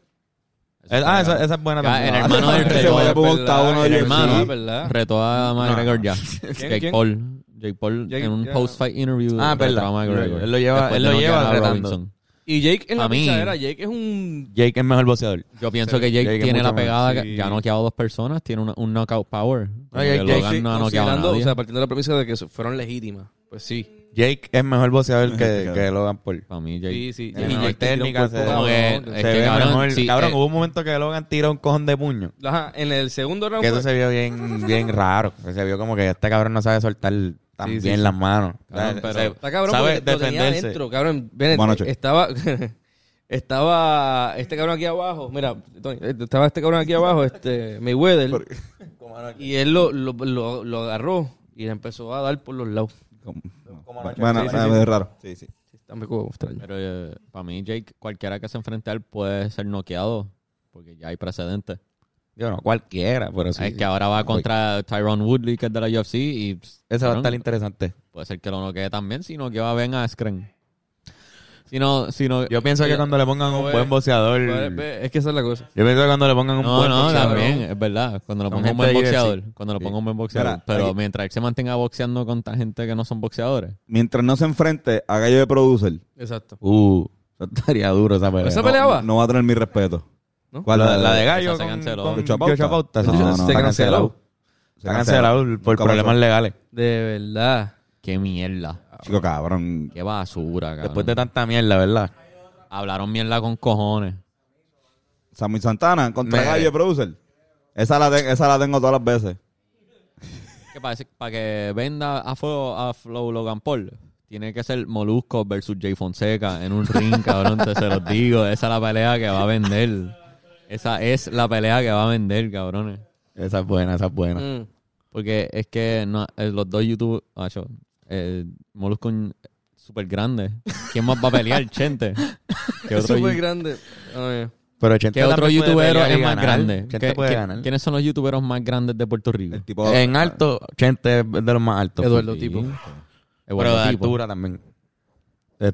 [SPEAKER 2] Eh, ah, esa, esa es buena
[SPEAKER 4] Ya,
[SPEAKER 2] también.
[SPEAKER 4] el hermano del
[SPEAKER 1] Que
[SPEAKER 4] rey.
[SPEAKER 1] se vaya por un octágono de
[SPEAKER 4] el
[SPEAKER 1] UFC.
[SPEAKER 4] hermano.
[SPEAKER 5] ¿verdad?
[SPEAKER 4] Retó
[SPEAKER 2] Ah.
[SPEAKER 4] a McGregor ya. Jake
[SPEAKER 5] quién?
[SPEAKER 4] Paul. Jake Paul
[SPEAKER 5] Jake-
[SPEAKER 4] en un
[SPEAKER 5] ya.
[SPEAKER 4] post-fight interview.
[SPEAKER 2] Ah,
[SPEAKER 4] retó
[SPEAKER 2] verdad.
[SPEAKER 4] a McGregor.
[SPEAKER 2] Él lo lleva-
[SPEAKER 4] Después
[SPEAKER 2] él
[SPEAKER 4] de
[SPEAKER 2] lo lleva
[SPEAKER 4] noquear a
[SPEAKER 2] retando.
[SPEAKER 4] Robinson.
[SPEAKER 5] Y Jake en
[SPEAKER 4] Pa'
[SPEAKER 5] la
[SPEAKER 4] mí.
[SPEAKER 5] pichadera, Jake es un...
[SPEAKER 2] Jake es mejor boxeador.
[SPEAKER 4] Yo pienso
[SPEAKER 2] Sí,
[SPEAKER 4] que Jake,
[SPEAKER 2] Jake es
[SPEAKER 4] tiene
[SPEAKER 2] mucho
[SPEAKER 4] la
[SPEAKER 2] más,
[SPEAKER 4] pegada, que
[SPEAKER 2] sí.
[SPEAKER 4] ya ha noqueado a dos personas, tiene una- un knockout power. Como
[SPEAKER 2] Jake-
[SPEAKER 4] que
[SPEAKER 2] Jake
[SPEAKER 4] Logan
[SPEAKER 2] sí,
[SPEAKER 4] no ha noqueado a
[SPEAKER 5] considerando,
[SPEAKER 4] nadie.
[SPEAKER 5] O sea, partiendo de la premisa de que so- fueron legítimas. Pues sí.
[SPEAKER 2] Jake es mejor boxeador que,
[SPEAKER 1] Claro.
[SPEAKER 2] que Logan Paul.
[SPEAKER 4] Para mí, Jake.
[SPEAKER 5] Sí, sí.
[SPEAKER 2] Tiene
[SPEAKER 5] Y
[SPEAKER 2] mejor
[SPEAKER 5] Jake tiene un
[SPEAKER 2] técnica,
[SPEAKER 5] cuerpo
[SPEAKER 2] se-
[SPEAKER 4] Como
[SPEAKER 5] cabrón,
[SPEAKER 4] que-
[SPEAKER 5] de-
[SPEAKER 4] Es
[SPEAKER 2] Se ve
[SPEAKER 4] cabrón,
[SPEAKER 2] mejor.
[SPEAKER 4] sí,
[SPEAKER 2] cabrón,
[SPEAKER 4] eh.
[SPEAKER 2] hubo un momento que Logan tiró un cojón de puño.
[SPEAKER 5] Ajá, en el segundo round
[SPEAKER 2] Que eso
[SPEAKER 5] fue-
[SPEAKER 2] se vio bien, bien raro. Que Se vio como que este cabrón no sabe soltar tan
[SPEAKER 5] Sí, sí,
[SPEAKER 2] bien
[SPEAKER 5] sí.
[SPEAKER 2] las manos.
[SPEAKER 4] Cabrón,
[SPEAKER 2] O sea,
[SPEAKER 4] pero-
[SPEAKER 2] se-
[SPEAKER 5] Está cabrón
[SPEAKER 2] sabe
[SPEAKER 5] porque lo tenía
[SPEAKER 2] defenderse.
[SPEAKER 5] adentro, cabrón. Bennett,
[SPEAKER 1] Buenas noches.
[SPEAKER 5] Estaba, estaba este cabrón aquí abajo. Mira, Tony, estaba este cabrón aquí abajo, este Mayweather. Y él lo, lo, lo, lo agarró y le empezó a dar por los lados.
[SPEAKER 1] Como- no.
[SPEAKER 2] Como
[SPEAKER 1] Bueno, bueno,
[SPEAKER 2] anoche. Sí, sí,
[SPEAKER 1] ah,
[SPEAKER 2] sí.
[SPEAKER 1] es raro. Sí, sí.
[SPEAKER 5] Está un poco extraño.
[SPEAKER 4] Pero eh, para mí, Jake, cualquiera que se enfrente a él puede ser noqueado, porque ya hay precedentes.
[SPEAKER 2] Yo no, cualquiera, pero sí.
[SPEAKER 4] es que ahora va contra Tyrone Woodley, que es de la UFC, y pss,
[SPEAKER 2] Eso va a
[SPEAKER 4] cabrón,
[SPEAKER 2] estar interesante.
[SPEAKER 4] puede ser que lo noquee también, sino que va a ver a Scren. Si no, si no, eh,
[SPEAKER 2] Yo pienso que cuando le pongan un
[SPEAKER 5] Joder.
[SPEAKER 2] buen boxeador.
[SPEAKER 5] Pero, eh, Es que esa es la cosa.
[SPEAKER 2] Yo pienso que cuando le pongan un
[SPEAKER 4] no,
[SPEAKER 2] buen
[SPEAKER 4] no,
[SPEAKER 2] boxeador.
[SPEAKER 4] también, es verdad. Cuando lo
[SPEAKER 2] Son
[SPEAKER 4] ponga
[SPEAKER 2] gente
[SPEAKER 4] un buen
[SPEAKER 2] de UFC.
[SPEAKER 4] boxeador, cuando lo ponga un buen boxeador.
[SPEAKER 1] Mira,
[SPEAKER 4] pero
[SPEAKER 1] aquí-
[SPEAKER 4] mientras él se mantenga boxeando contra gente que no son boxeadores.
[SPEAKER 1] Mientras no se enfrente, haga yo de producer.
[SPEAKER 5] Exacto.
[SPEAKER 2] Uh, eso estaría duro esa pelea.
[SPEAKER 5] ¿Esa pelea va?
[SPEAKER 1] No va a tener mi respeto.
[SPEAKER 5] ¿No?
[SPEAKER 1] ¿Cuál?
[SPEAKER 2] la, la de Gallo
[SPEAKER 4] Esa se
[SPEAKER 2] con,
[SPEAKER 4] canceló.
[SPEAKER 2] con
[SPEAKER 1] Lucho Pauta.
[SPEAKER 2] Lucho Pauta,
[SPEAKER 1] Lucho-
[SPEAKER 2] sí.
[SPEAKER 1] No, no,
[SPEAKER 2] Está
[SPEAKER 1] se
[SPEAKER 5] canceló.
[SPEAKER 2] cancelado. Está cancelado por
[SPEAKER 1] Nunca
[SPEAKER 2] problemas
[SPEAKER 1] pasó.
[SPEAKER 2] legales.
[SPEAKER 5] De verdad.
[SPEAKER 4] Qué mierda.
[SPEAKER 1] Chico, cabrón.
[SPEAKER 4] Qué basura, cabrón.
[SPEAKER 2] Después de tanta mierda, ¿verdad?
[SPEAKER 4] Hablaron mierda con cojones.
[SPEAKER 1] Sammy Santana contra
[SPEAKER 2] Me-
[SPEAKER 1] Gallo de producer. Esa la, te- esa la tengo todas las veces.
[SPEAKER 4] Que parece para que venda a fuego a Flow Logan Paul. Tiene que ser Molusco versus Jay Fonseca en un ring, cabrón, te se los digo. Esa es la pelea que va a vender. Esa es la pelea que va a vender, cabrones.
[SPEAKER 2] Esa es buena, esa es buena.
[SPEAKER 5] Mm.
[SPEAKER 4] Porque es que no, eh, los dos YouTube... ah, yo, eh, Molusco súper grande. ¿Quién más va a pelear? Chente. ¿Qué
[SPEAKER 5] Es
[SPEAKER 4] otro,
[SPEAKER 5] súper
[SPEAKER 4] yu-
[SPEAKER 5] grande. Oye.
[SPEAKER 2] Pero 80
[SPEAKER 4] qué otro
[SPEAKER 2] también puede
[SPEAKER 4] youtubero
[SPEAKER 2] pelear y
[SPEAKER 4] es más
[SPEAKER 2] ganar.
[SPEAKER 4] grande?
[SPEAKER 2] 80
[SPEAKER 4] ¿Qué-
[SPEAKER 2] puede
[SPEAKER 4] qué-
[SPEAKER 2] ganar.
[SPEAKER 4] ¿Quiénes son los youtuberos más grandes de Puerto Rico?
[SPEAKER 1] El tipo.
[SPEAKER 2] En alto, 80 ah, es de los más altos.
[SPEAKER 5] Eduardo
[SPEAKER 2] Sí.
[SPEAKER 5] Tipo.
[SPEAKER 2] Pero de
[SPEAKER 4] Eduardo Tipo.
[SPEAKER 2] altura también. eh,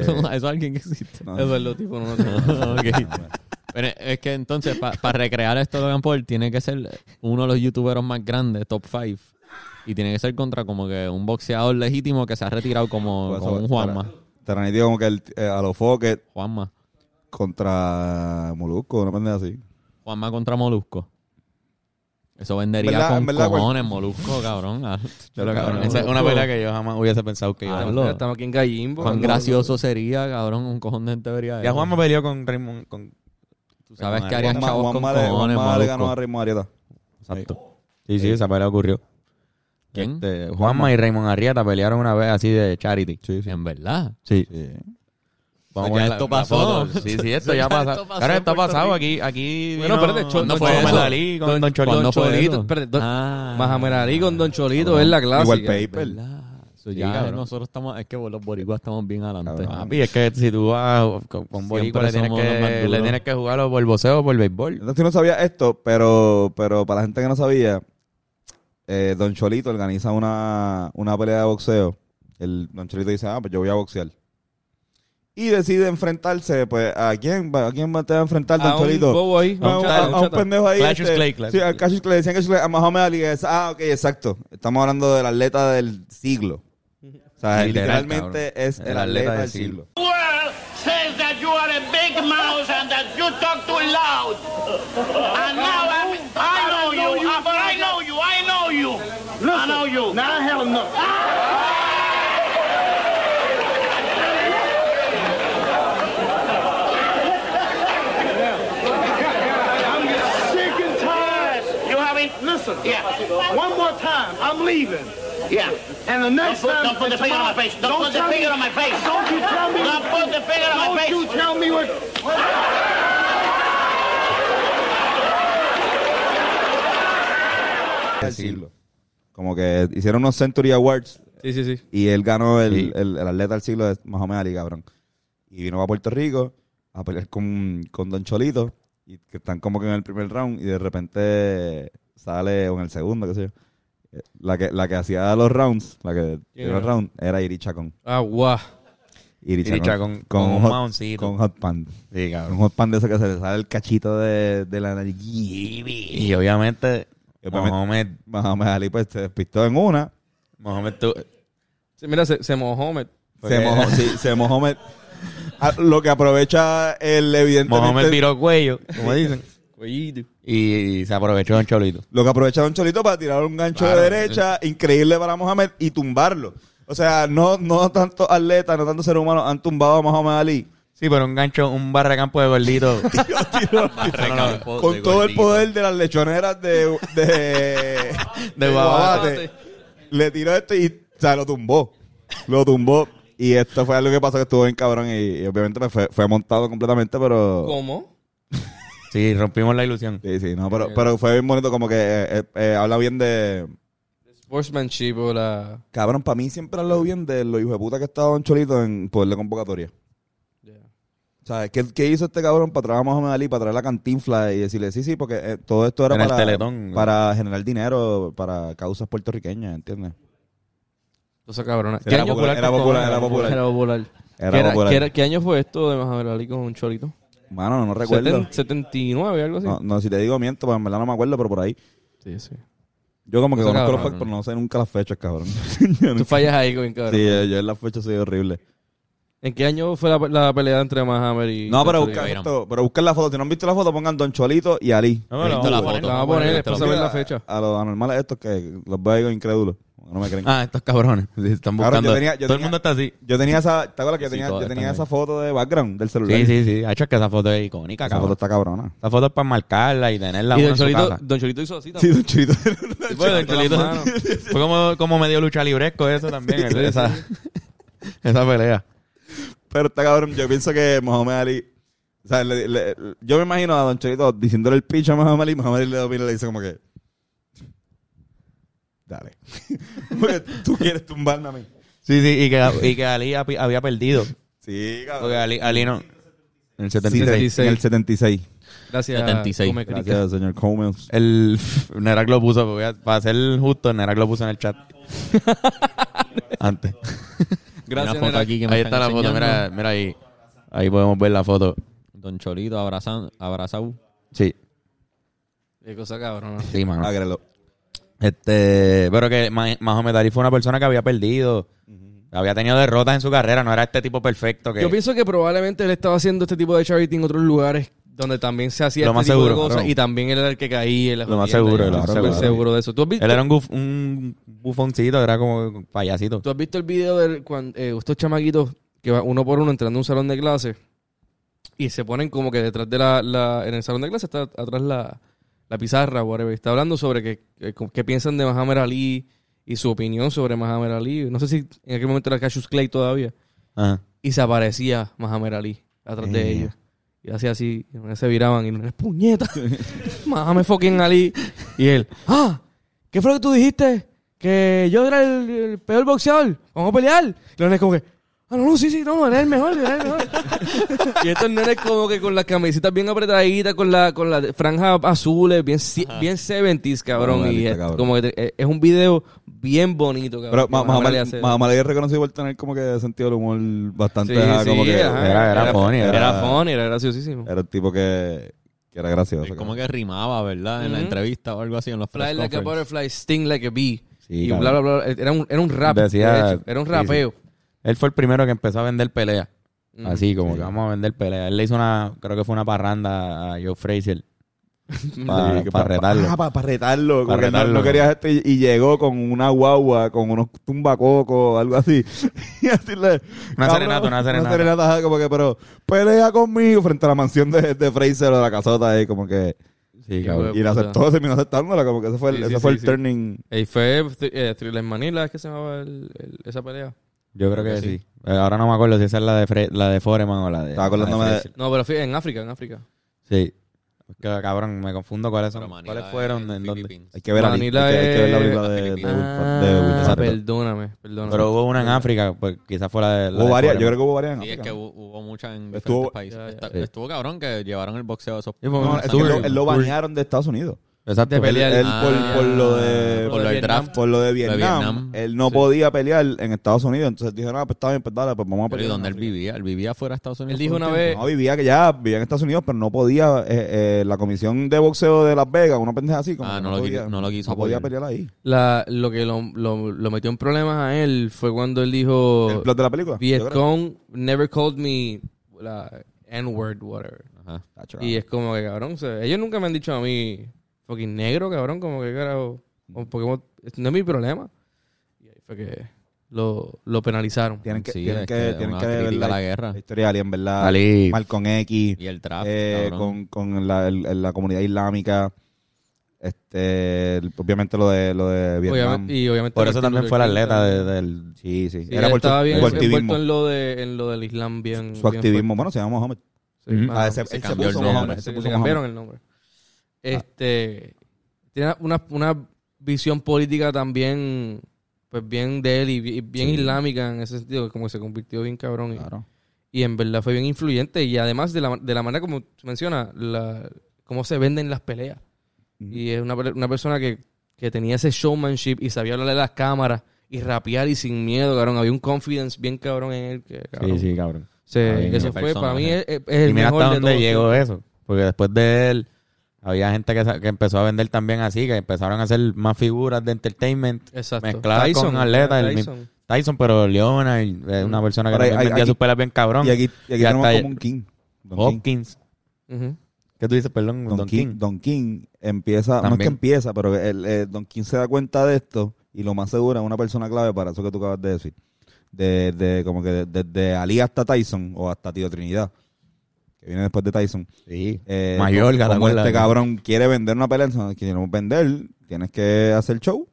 [SPEAKER 1] Este.
[SPEAKER 4] Eso es alguien que existe.
[SPEAKER 1] no.
[SPEAKER 5] Es verdad, tipo, no, no,
[SPEAKER 4] Ah,
[SPEAKER 5] no.
[SPEAKER 4] Pero es que entonces, para recrear esto, Logan Paul tiene que ser uno de los youtuberos más grandes, top 5. Y tiene que ser contra como que un boxeador legítimo que se ha retirado como,
[SPEAKER 1] Pues eso,
[SPEAKER 4] como un Juanma.
[SPEAKER 1] espera. Terranit dijo como que el, eh, a los Fockets
[SPEAKER 4] Juanma.
[SPEAKER 1] contra Molusco, una pendeja así.
[SPEAKER 4] Juanma contra Molusco. Eso vendería
[SPEAKER 1] ¿Verdad?
[SPEAKER 4] con
[SPEAKER 1] ¿En verdad, pues, cuál?
[SPEAKER 4] cojones, Molusco, cabrón. Ah, cabrón,
[SPEAKER 1] pues,
[SPEAKER 2] Esa es una
[SPEAKER 4] Molusco.
[SPEAKER 2] pelea que yo jamás hubiese pensado que iba a
[SPEAKER 4] Ah,
[SPEAKER 2] ver.
[SPEAKER 4] Hazlo.
[SPEAKER 5] Estamos aquí en
[SPEAKER 1] pues,
[SPEAKER 5] Gallimbo.
[SPEAKER 4] Cuán gracioso sería, cabrón, un cojón de gente vería
[SPEAKER 2] Ya
[SPEAKER 4] eso.
[SPEAKER 2] Juan me peleó con Raymond. Con...
[SPEAKER 4] Tú sabes
[SPEAKER 2] Juanma-
[SPEAKER 4] que harían
[SPEAKER 1] Juanma-
[SPEAKER 4] chavos con
[SPEAKER 1] Juanma le-
[SPEAKER 4] cojones,
[SPEAKER 1] Juanma le ganó a
[SPEAKER 4] Molusco.
[SPEAKER 1] Ritmo Arieta.
[SPEAKER 2] Exacto. Sí, sí, esa pelea ocurrió.
[SPEAKER 4] ¿Quién?
[SPEAKER 2] Este, Juanma y Raymond Arrieta pelearon una vez así de charity. Sí,
[SPEAKER 4] En verdad.
[SPEAKER 2] Sí.
[SPEAKER 1] Sí.
[SPEAKER 2] Vamos a poner
[SPEAKER 4] Ya
[SPEAKER 2] pues, la-
[SPEAKER 4] esto
[SPEAKER 2] la
[SPEAKER 4] pasó.
[SPEAKER 2] foto. Sí, sí, esto ya
[SPEAKER 4] Ya
[SPEAKER 2] pasó.
[SPEAKER 4] esto pasó
[SPEAKER 2] Ahora
[SPEAKER 4] en
[SPEAKER 2] esto ha
[SPEAKER 4] Puerto
[SPEAKER 2] pasado
[SPEAKER 4] Rico.
[SPEAKER 2] aquí. aquí
[SPEAKER 5] Bueno, espérate, Cho-
[SPEAKER 2] ¿Cuándo
[SPEAKER 5] Don
[SPEAKER 2] fue
[SPEAKER 5] Cholito?
[SPEAKER 2] Muhammad Ali con
[SPEAKER 5] Don-
[SPEAKER 2] Don Cholito?
[SPEAKER 4] ¿Cuándo
[SPEAKER 5] Don
[SPEAKER 4] fue
[SPEAKER 5] Cholito,
[SPEAKER 4] eso?
[SPEAKER 5] espérate, Don-
[SPEAKER 4] Ah.
[SPEAKER 5] Mahamed Ali con Don Cholito es la clase.
[SPEAKER 1] Igual Paper.
[SPEAKER 4] ¿Verdad? Eso
[SPEAKER 2] pues. Sí,
[SPEAKER 4] ya
[SPEAKER 2] cabrón.
[SPEAKER 4] nosotros estamos, es que los boricuas estamos bien adelante.
[SPEAKER 2] Papi, es que si tú vas con, con Boricua le tienes,
[SPEAKER 4] somos los más
[SPEAKER 2] que,
[SPEAKER 4] duros.
[SPEAKER 2] le tienes que jugarlo por boxeo o por béisbol.
[SPEAKER 1] Entonces yo no sabía esto, pero, pero para la gente que no sabía, eh, Don Cholito organiza una, una pelea de boxeo. El Don Cholito dice, ah, pues yo voy a boxear. Y decide enfrentarse, pues, ¿a quién, va- a quién va- te va a enfrentar Don
[SPEAKER 5] A Ah, un
[SPEAKER 1] Cholito?
[SPEAKER 5] bobo ahí,
[SPEAKER 1] A un,
[SPEAKER 5] un chata,
[SPEAKER 1] a-
[SPEAKER 5] un
[SPEAKER 1] a un
[SPEAKER 5] chata.
[SPEAKER 1] pendejo ahí.
[SPEAKER 2] Cassius
[SPEAKER 1] este,
[SPEAKER 2] Clay, Clash.
[SPEAKER 1] Sí, a Cassius Clay, decían Cassius Clay, a Muhammad Ali. es- Ah, ok, exacto. Estamos hablando del atleta del siglo. O sea,
[SPEAKER 2] Literal,
[SPEAKER 1] literalmente
[SPEAKER 2] cabrón.
[SPEAKER 1] es el, atleta, del siglo.
[SPEAKER 6] world says that you are a big mouse and that you talk too loud. And now I'm, I know you. I, but I know you. I know you. I know you. Now I have enough.
[SPEAKER 7] sick and tired.
[SPEAKER 6] You have it?
[SPEAKER 7] Listen,
[SPEAKER 6] Yeah.
[SPEAKER 7] one more time, I'm leaving.
[SPEAKER 6] Yeah.
[SPEAKER 7] And the next
[SPEAKER 6] Don't put-
[SPEAKER 7] time,
[SPEAKER 6] don't put the finger on my face. Don't put the
[SPEAKER 7] tell
[SPEAKER 6] finger
[SPEAKER 7] me-
[SPEAKER 6] on my face.
[SPEAKER 7] Don't you tell me.
[SPEAKER 6] Don't put the finger on my
[SPEAKER 7] Don't
[SPEAKER 6] face.
[SPEAKER 7] you tell me what.
[SPEAKER 1] del siglo. Como que hicieron unos Century Awards
[SPEAKER 5] Sí, sí, sí.
[SPEAKER 1] y él ganó el,
[SPEAKER 2] Sí.
[SPEAKER 1] el- el atleta del siglo de Mohamed Ali, cabrón. Y vino a Puerto Rico a pelear con, con Don Cholito, y que están como que en el primer round, y de repente sale, o en el segundo, qué sé yo. eh, La que, la que hacía los rounds, la que dio los
[SPEAKER 5] era?
[SPEAKER 1] rounds, era Iri Chacón.
[SPEAKER 5] Ah, guau.
[SPEAKER 1] Iri
[SPEAKER 2] Iri Chacón, con un maoncito.
[SPEAKER 1] Con hot pan.
[SPEAKER 2] Sí,
[SPEAKER 1] Un
[SPEAKER 2] cabrón.
[SPEAKER 1] hot pan de eso que se le sale el cachito de, de la nariz.
[SPEAKER 2] Y obviamente,
[SPEAKER 1] Y obviamente-
[SPEAKER 2] Mohamed,
[SPEAKER 1] Mohamed Ali pues se despistó en una.
[SPEAKER 2] Mohamed tú-
[SPEAKER 5] Sí, Mira, se, se mojó. me-
[SPEAKER 1] Se mojó, sí, se mojó. met- a- lo que aprovecha el
[SPEAKER 2] Mohamed
[SPEAKER 1] evidentemente
[SPEAKER 2] tiró cuello, como dicen. Y, y se aprovechó en Cholito.
[SPEAKER 1] lo que aprovecha Don Cholito para tirar un gancho
[SPEAKER 2] Claro.
[SPEAKER 1] de derecha increíble para Mohamed y tumbarlo. O sea, no, no tantos atletas, no tantos seres humanos han tumbado a Mohamed Ali
[SPEAKER 2] Sí, pero un gancho, un barracampo de gordito.
[SPEAKER 1] Ah, con todo el poder de las lechoneras de, de, de Guabate. Le tiró esto y o sea, lo tumbó. Lo tumbó. Y esto fue algo que pasó que estuvo bien cabrón y, y obviamente pues, fue, fue montado completamente, pero...
[SPEAKER 5] ¿Cómo?
[SPEAKER 2] Sí, rompimos la ilusión.
[SPEAKER 1] Sí, sí, no, pero, pero fue bien bonito, como que eh, eh, eh, habla bien de...
[SPEAKER 5] Sportsmanship o la...
[SPEAKER 1] Cabrón, para mí siempre habló bien de los hijos de puta que estaba Don Cholito en poder de convocatoria. O sea, ¿qué, qué hizo este cabrón para traer a Mohamed Ali, para traer la cantinfla y decirle, sí, sí, porque eh, todo esto era
[SPEAKER 2] En el
[SPEAKER 1] para,
[SPEAKER 2] Teletón.
[SPEAKER 1] para generar dinero para causas puertorriqueñas, ¿entiendes?
[SPEAKER 5] Cosa cabrona.
[SPEAKER 1] Era popular, era popular, era popular.
[SPEAKER 5] Era popular.
[SPEAKER 1] Era
[SPEAKER 5] ¿Qué, era-
[SPEAKER 1] popular.
[SPEAKER 5] qué era- qué año fue esto de Mohamed Ali con un cholito?
[SPEAKER 1] Mano, no recuerdo.
[SPEAKER 5] Seten- 79, algo así.
[SPEAKER 1] No, no, si te digo miento, pues en verdad no me acuerdo, pero por ahí.
[SPEAKER 5] Sí, sí.
[SPEAKER 1] Yo como que
[SPEAKER 5] Eso
[SPEAKER 1] conozco los
[SPEAKER 5] cabrón.
[SPEAKER 1] facts, pero no sé nunca las fechas, cabrón. Yo
[SPEAKER 5] Tú
[SPEAKER 1] nunca-
[SPEAKER 5] fallas ahí, bien cabrón.
[SPEAKER 1] sí, eh, yo en las fechas soy horrible.
[SPEAKER 5] ¿En qué año fue la, la pelea entre Mohamed y...
[SPEAKER 1] No, pero
[SPEAKER 5] Cholito?
[SPEAKER 1] busquen
[SPEAKER 4] Irán.
[SPEAKER 1] esto, pero busquen la foto. Si no han visto la foto, pongan Don Cholito y Ali.
[SPEAKER 2] No, pero
[SPEAKER 4] Esto la
[SPEAKER 2] vamos a
[SPEAKER 4] foto.
[SPEAKER 5] La vamos a poner, después
[SPEAKER 4] Te la
[SPEAKER 5] saber
[SPEAKER 4] pongo.
[SPEAKER 5] la fecha.
[SPEAKER 1] A los anormales estos que los veo incrédulos. No me creen.
[SPEAKER 2] Ah, estos cabrones. Sí,
[SPEAKER 1] Cabrón,
[SPEAKER 2] Están buscando.
[SPEAKER 1] yo tenía- yo
[SPEAKER 2] Todo el
[SPEAKER 1] tenía-
[SPEAKER 2] mundo está así.
[SPEAKER 1] Yo tenía esa, ¿te acuerdas que yo tenía,
[SPEAKER 4] todas
[SPEAKER 1] yo tenía
[SPEAKER 4] están
[SPEAKER 1] esa foto de background del celular?
[SPEAKER 2] Sí, sí, sí. Ha hecho que esa foto es icónica,
[SPEAKER 1] Esa
[SPEAKER 2] cabrón.
[SPEAKER 1] foto está cabrona.
[SPEAKER 2] Esa foto es para marcarla y tenerla
[SPEAKER 5] Y
[SPEAKER 2] uno
[SPEAKER 5] Don
[SPEAKER 2] en su
[SPEAKER 5] Cholito,
[SPEAKER 2] casa.
[SPEAKER 5] Don Cholito hizo así
[SPEAKER 1] Sí,
[SPEAKER 5] también.
[SPEAKER 1] Don Cholito.
[SPEAKER 2] Bueno, Don Cholito-
[SPEAKER 5] Con las manos.
[SPEAKER 2] Fue como, como medio lucha libresco eso también. el- esa, esa pelea.
[SPEAKER 1] Pero está cabrón. Yo pienso que Mohamed Ali. O sea, le- le- yo me imagino a Don Cholito diciéndole el picho a Mohamed Ali. Mohamed Ali le da opina y le dice como que. Dale. Porque tú quieres tumbarme a mí.
[SPEAKER 2] Sí, sí. Y que, y que Ali habi- había perdido.
[SPEAKER 1] Sí, cabrón.
[SPEAKER 2] Porque Ali, Ali no. En el
[SPEAKER 1] Sí,
[SPEAKER 2] 76.
[SPEAKER 1] en el 76.
[SPEAKER 5] Gracias.
[SPEAKER 4] 76.
[SPEAKER 5] Come Cricket.
[SPEAKER 1] Gracias, señor Coleman.
[SPEAKER 2] El Nerak lo puso, porque para ser justo, Nerak lo puso en el chat. Antes.
[SPEAKER 4] Una
[SPEAKER 5] Gracias,
[SPEAKER 4] foto
[SPEAKER 5] nena.
[SPEAKER 4] aquí que me
[SPEAKER 2] Ahí está
[SPEAKER 4] están
[SPEAKER 2] la foto, mira,
[SPEAKER 4] enseñando.
[SPEAKER 2] mira ahí. Ahí podemos ver la foto.
[SPEAKER 4] Don Cholito abrazando, abrazado.
[SPEAKER 2] Sí.
[SPEAKER 5] Qué cosa cabrona.
[SPEAKER 2] Sí, mano.
[SPEAKER 1] Ágrelo.
[SPEAKER 2] Este, pero que Ma- Mahomet Ali fue una persona que había perdido, había tenido derrotas en su carrera, no era este tipo perfecto que
[SPEAKER 5] Yo pienso que probablemente él estaba haciendo este tipo de charity en otros lugares donde también se hacía
[SPEAKER 2] Lo
[SPEAKER 5] este
[SPEAKER 2] más
[SPEAKER 5] tipo de
[SPEAKER 2] seguro,
[SPEAKER 5] cosas
[SPEAKER 2] claro.
[SPEAKER 5] y también él era el que caía. en las
[SPEAKER 2] Lo más
[SPEAKER 5] jodiendas,
[SPEAKER 2] seguro,
[SPEAKER 5] yo
[SPEAKER 2] lo
[SPEAKER 1] más
[SPEAKER 5] estoy súper
[SPEAKER 1] seguro.
[SPEAKER 5] seguro de eso. ¿Tú has visto,
[SPEAKER 2] él era un, guf- un bufoncito, era como payasito.
[SPEAKER 5] ¿tú has visto el video de cuando, eh, estos chamaquitos que va uno por uno entrando a un salón de clase y se ponen como que detrás de la... la- en el salón de clase está atrás la, la pizarra, whatever. y Está hablando sobre qué que, eh, qué piensan de Muhammad Ali y su opinión sobre Muhammad Ali. No sé si en aquel momento era Cassius Clay todavía.
[SPEAKER 2] Ajá.
[SPEAKER 5] Y se aparecía Mahamer Ali atrás de
[SPEAKER 2] Eh.
[SPEAKER 5] ellos. Y hacía así, y se viraban y no puñeta. Mahamer fucking Ali. Y él, ah, ¿qué fue lo que tú dijiste? Que yo era el, el peor boxeador. Vamos a pelear. Y los nenes como que, ah, no, no, sí, sí, no, era el mejor, era el mejor. y estos nenes como que con las camisetas bien apretaditas, con la, con las franjas azules, bien, si- bien 70s, cabrón.
[SPEAKER 1] Mahomet Ali
[SPEAKER 5] y
[SPEAKER 1] está
[SPEAKER 5] es,
[SPEAKER 1] cabrón.
[SPEAKER 5] como que te- es- es un video bien bonito, cabrón.
[SPEAKER 1] Pero Ma-
[SPEAKER 5] que Muhammad Ali
[SPEAKER 1] Mahamal
[SPEAKER 5] hace.
[SPEAKER 1] Mahamal Ali es reconocido por tener como que sentido del humor bastante. ah, como que
[SPEAKER 5] ajá.
[SPEAKER 2] era- era funny,
[SPEAKER 5] Era,
[SPEAKER 1] era-
[SPEAKER 5] funny, era graciosísimo.
[SPEAKER 1] Era el tipo que, que era gracioso.
[SPEAKER 4] Como
[SPEAKER 1] cabrón.
[SPEAKER 4] que rimaba, ¿verdad? En la
[SPEAKER 5] Ujú.
[SPEAKER 4] entrevista o algo así, en los
[SPEAKER 5] Fly
[SPEAKER 4] press
[SPEAKER 5] like a
[SPEAKER 4] conference.
[SPEAKER 5] butterfly, sting like a bee.
[SPEAKER 1] Sí,
[SPEAKER 5] y
[SPEAKER 1] cabrón.
[SPEAKER 5] bla, bla, bla. Era un, era un rap.
[SPEAKER 2] Decía-
[SPEAKER 5] de hecho. Era un
[SPEAKER 2] sí,
[SPEAKER 5] rapeo.
[SPEAKER 2] Él fue el primero que empezó a vender pelea.
[SPEAKER 5] Mm.
[SPEAKER 2] Así como que vamos a vender pelea. Él le hizo una, creo que fue una parranda a Joe Frazier. Para
[SPEAKER 1] Sí, que
[SPEAKER 2] retarlo.
[SPEAKER 1] Ah, para retarlo. como
[SPEAKER 2] Pa'
[SPEAKER 1] que no-
[SPEAKER 2] retarlo.
[SPEAKER 1] No, querías esto y, y llegó con una guagua, con unos tumbacocos, algo así. y así le.
[SPEAKER 2] Una
[SPEAKER 1] cabrón,
[SPEAKER 2] serenata, una serenata.
[SPEAKER 1] ajá, como que, pero pelea conmigo frente a la mansión de, de Fraser o de la casota ahí, como que.
[SPEAKER 2] Sí,
[SPEAKER 5] Qué
[SPEAKER 2] cabrón.
[SPEAKER 5] huevo.
[SPEAKER 1] Y la
[SPEAKER 5] puta.
[SPEAKER 1] aceptó, terminó aceptándola, como que ese fue el,
[SPEAKER 5] Sí,
[SPEAKER 1] ese
[SPEAKER 5] sí,
[SPEAKER 1] fue
[SPEAKER 5] sí,
[SPEAKER 1] el
[SPEAKER 5] sí.
[SPEAKER 1] turning.
[SPEAKER 5] Y fue eh, Thriller Manila, es que se llamaba el- el- esa pelea.
[SPEAKER 2] Yo creo que
[SPEAKER 5] Creo que
[SPEAKER 2] sí. Eh, Ahora no me acuerdo si esa es la de, Fre- la de Foreman o la de.
[SPEAKER 1] Estaba acordándome
[SPEAKER 2] la
[SPEAKER 1] de-
[SPEAKER 2] Frazier.
[SPEAKER 5] No, pero fue en África, en África.
[SPEAKER 2] Sí. Es que, cabrón, me confundo cuáles son.
[SPEAKER 4] Pero Manila
[SPEAKER 2] ¿Cuáles
[SPEAKER 4] es
[SPEAKER 2] fueron? ¿En dónde?
[SPEAKER 4] Philippines.
[SPEAKER 1] Hay que ver, Ali, hay que,
[SPEAKER 5] Manila
[SPEAKER 1] hay que ver la
[SPEAKER 5] es-
[SPEAKER 1] película de, de, Will-
[SPEAKER 5] Ah,
[SPEAKER 1] de Will Ferrell.
[SPEAKER 5] perdóname, perdóname.
[SPEAKER 2] Pero hubo una en África, pues quizás fue la de. la
[SPEAKER 1] Hubo
[SPEAKER 2] de
[SPEAKER 1] varias, yo
[SPEAKER 2] Foreman.
[SPEAKER 1] creo que hubo varias. en
[SPEAKER 4] Sí, es
[SPEAKER 1] África.
[SPEAKER 4] que hu- hubo muchas en
[SPEAKER 5] este
[SPEAKER 4] diferentes
[SPEAKER 1] Estuvo-
[SPEAKER 4] países.
[SPEAKER 5] Ya, ya.
[SPEAKER 4] Está-
[SPEAKER 2] Sí.
[SPEAKER 4] Estuvo cabrón que llevaron el boxeo a esos...
[SPEAKER 2] Sí,
[SPEAKER 4] Por
[SPEAKER 2] porque
[SPEAKER 1] No,
[SPEAKER 2] una
[SPEAKER 1] es que
[SPEAKER 2] tour.
[SPEAKER 1] él lo- él lo banearon de Estados Unidos.
[SPEAKER 2] Exacto.
[SPEAKER 5] De pelear.
[SPEAKER 1] Él
[SPEAKER 4] Ah,
[SPEAKER 1] por, por lo de
[SPEAKER 4] lo del draft.
[SPEAKER 1] por lo de
[SPEAKER 4] de
[SPEAKER 1] Vietnam,
[SPEAKER 4] Vietnam.
[SPEAKER 1] él no podía pelear en Estados Unidos, entonces dijeron, ah, pues está bien, pues dale, pues vamos a
[SPEAKER 4] Pero ¿y
[SPEAKER 1] pelear.
[SPEAKER 4] dónde él vivía? Él vivía fuera de Estados Unidos.
[SPEAKER 5] Él dijo
[SPEAKER 4] por un
[SPEAKER 5] una
[SPEAKER 4] tiempo.
[SPEAKER 5] vez-
[SPEAKER 1] No, vivía que ya, vivía en Estados Unidos, pero no podía, eh, eh, la comisión de boxeo de Las Vegas, una pendeja así, como
[SPEAKER 4] Ah,
[SPEAKER 1] que
[SPEAKER 4] no lo
[SPEAKER 1] podía,
[SPEAKER 4] quiso- no lo quiso
[SPEAKER 1] podía
[SPEAKER 4] apoyar.
[SPEAKER 1] pelear ahí.
[SPEAKER 5] La- lo que lo, lo- lo metió en problemas a él fue cuando él dijo...
[SPEAKER 1] El plot de la película. yo creo.
[SPEAKER 5] Vietcong never called me la N-word, whatever.
[SPEAKER 4] Ajá.
[SPEAKER 5] Y es como que, cabrón, se- ellos nunca me han dicho a mí, fucking negro, cabrón, como que, carajo, o Pokémon, no es mi problema. Y ahí fue que lo, lo penalizaron.
[SPEAKER 1] Tienen que,
[SPEAKER 4] Sí,
[SPEAKER 1] tienen
[SPEAKER 4] es
[SPEAKER 1] que,
[SPEAKER 4] que
[SPEAKER 1] tienen
[SPEAKER 4] una
[SPEAKER 1] que ver
[SPEAKER 4] crítica
[SPEAKER 1] la,
[SPEAKER 4] a la guerra.
[SPEAKER 1] la historia de Alien, ¿verdad?
[SPEAKER 2] Ali.
[SPEAKER 1] Mal con X.
[SPEAKER 4] Y el tráfico,
[SPEAKER 1] eh,
[SPEAKER 4] cabrón.
[SPEAKER 1] con, con la, el- la comunidad islámica. Este, el- obviamente lo de, lo de Vietnam.
[SPEAKER 5] Obviamente- y obviamente
[SPEAKER 2] Por eso
[SPEAKER 5] Martin
[SPEAKER 2] también
[SPEAKER 5] Este Luther
[SPEAKER 2] fue la
[SPEAKER 5] King
[SPEAKER 2] atleta
[SPEAKER 5] también.
[SPEAKER 2] de- del...
[SPEAKER 1] sí, sí.
[SPEAKER 5] Sí,
[SPEAKER 1] Era
[SPEAKER 5] él
[SPEAKER 1] por su,
[SPEAKER 5] estaba bien
[SPEAKER 1] su
[SPEAKER 5] envuelto
[SPEAKER 1] activismo.
[SPEAKER 5] en lo, de, en lo del Islam bien
[SPEAKER 1] Su
[SPEAKER 5] bien
[SPEAKER 1] activismo. Bueno, se llama Mohammed.
[SPEAKER 5] fuerte. Sí,
[SPEAKER 2] Mm.
[SPEAKER 5] ah,
[SPEAKER 1] Ah, ese- él
[SPEAKER 4] se
[SPEAKER 1] se
[SPEAKER 4] cambió
[SPEAKER 1] puso
[SPEAKER 4] el nombre,
[SPEAKER 1] Mohammed,
[SPEAKER 5] Sí,
[SPEAKER 1] se
[SPEAKER 5] le
[SPEAKER 1] puso Ah.
[SPEAKER 5] cambiaron
[SPEAKER 1] Mohammed.
[SPEAKER 5] el nombre. Este tiene una, una visión política también pues bien de él y bi- y bien islámica en ese sentido, como que se convirtió bien cabrón y,
[SPEAKER 1] Claro.
[SPEAKER 5] y en verdad fue bien influyente y además de la, de la manera como tú mencionas, la, cómo se venden las peleas. Y es una, per- una persona que, que tenía ese showmanship y sabía hablarle a las cámaras y rapear y sin miedo, cabrón. Había un confidence bien cabrón en él. Que, cabrón,
[SPEAKER 2] sí, cabrón.
[SPEAKER 5] se-
[SPEAKER 4] Cabrón,
[SPEAKER 5] que eso
[SPEAKER 4] el
[SPEAKER 5] fue, para mí, es,
[SPEAKER 4] personaje.
[SPEAKER 5] es el
[SPEAKER 2] y mira
[SPEAKER 5] mejor
[SPEAKER 2] hasta
[SPEAKER 5] de
[SPEAKER 2] dónde
[SPEAKER 5] todos.
[SPEAKER 2] llegó eso. Porque después de él había gente que, sa- que empezó a vender también así, que empezaron a hacer más figuras de entertainment.
[SPEAKER 5] Exacto.
[SPEAKER 2] Mezcladas con atletas. el
[SPEAKER 5] Tyson.
[SPEAKER 2] mismo- Tyson, pero Leona es una persona que
[SPEAKER 1] Ahora,
[SPEAKER 2] también
[SPEAKER 1] Mm. hay-
[SPEAKER 2] vendía
[SPEAKER 1] aquí-
[SPEAKER 2] sus pelas bien cabrón.
[SPEAKER 1] Y aquí, y aquí
[SPEAKER 2] Ya
[SPEAKER 1] tenemos
[SPEAKER 2] está-
[SPEAKER 1] como un King. Don
[SPEAKER 5] Oh.
[SPEAKER 1] King.
[SPEAKER 2] Hopkins.
[SPEAKER 5] Ujú.
[SPEAKER 2] ¿Qué tú dices, perdón?
[SPEAKER 1] Don, King, Don King empieza, no es que
[SPEAKER 2] También.
[SPEAKER 1] empieza, pero el, eh, Don King se da cuenta de esto y lo más seguro es una persona clave para eso que tú acabas de decir. De, de- como que desde Ali hasta Tyson o hasta Tío Trinidad, que viene después de Tyson.
[SPEAKER 2] Sí.
[SPEAKER 1] Eh,
[SPEAKER 2] Mayorga,
[SPEAKER 1] como-
[SPEAKER 2] ¿te
[SPEAKER 1] como
[SPEAKER 2] acuerdas?
[SPEAKER 1] este cabrón quiere vender una pelea, entonces, queremos vender, tienes que hacer show.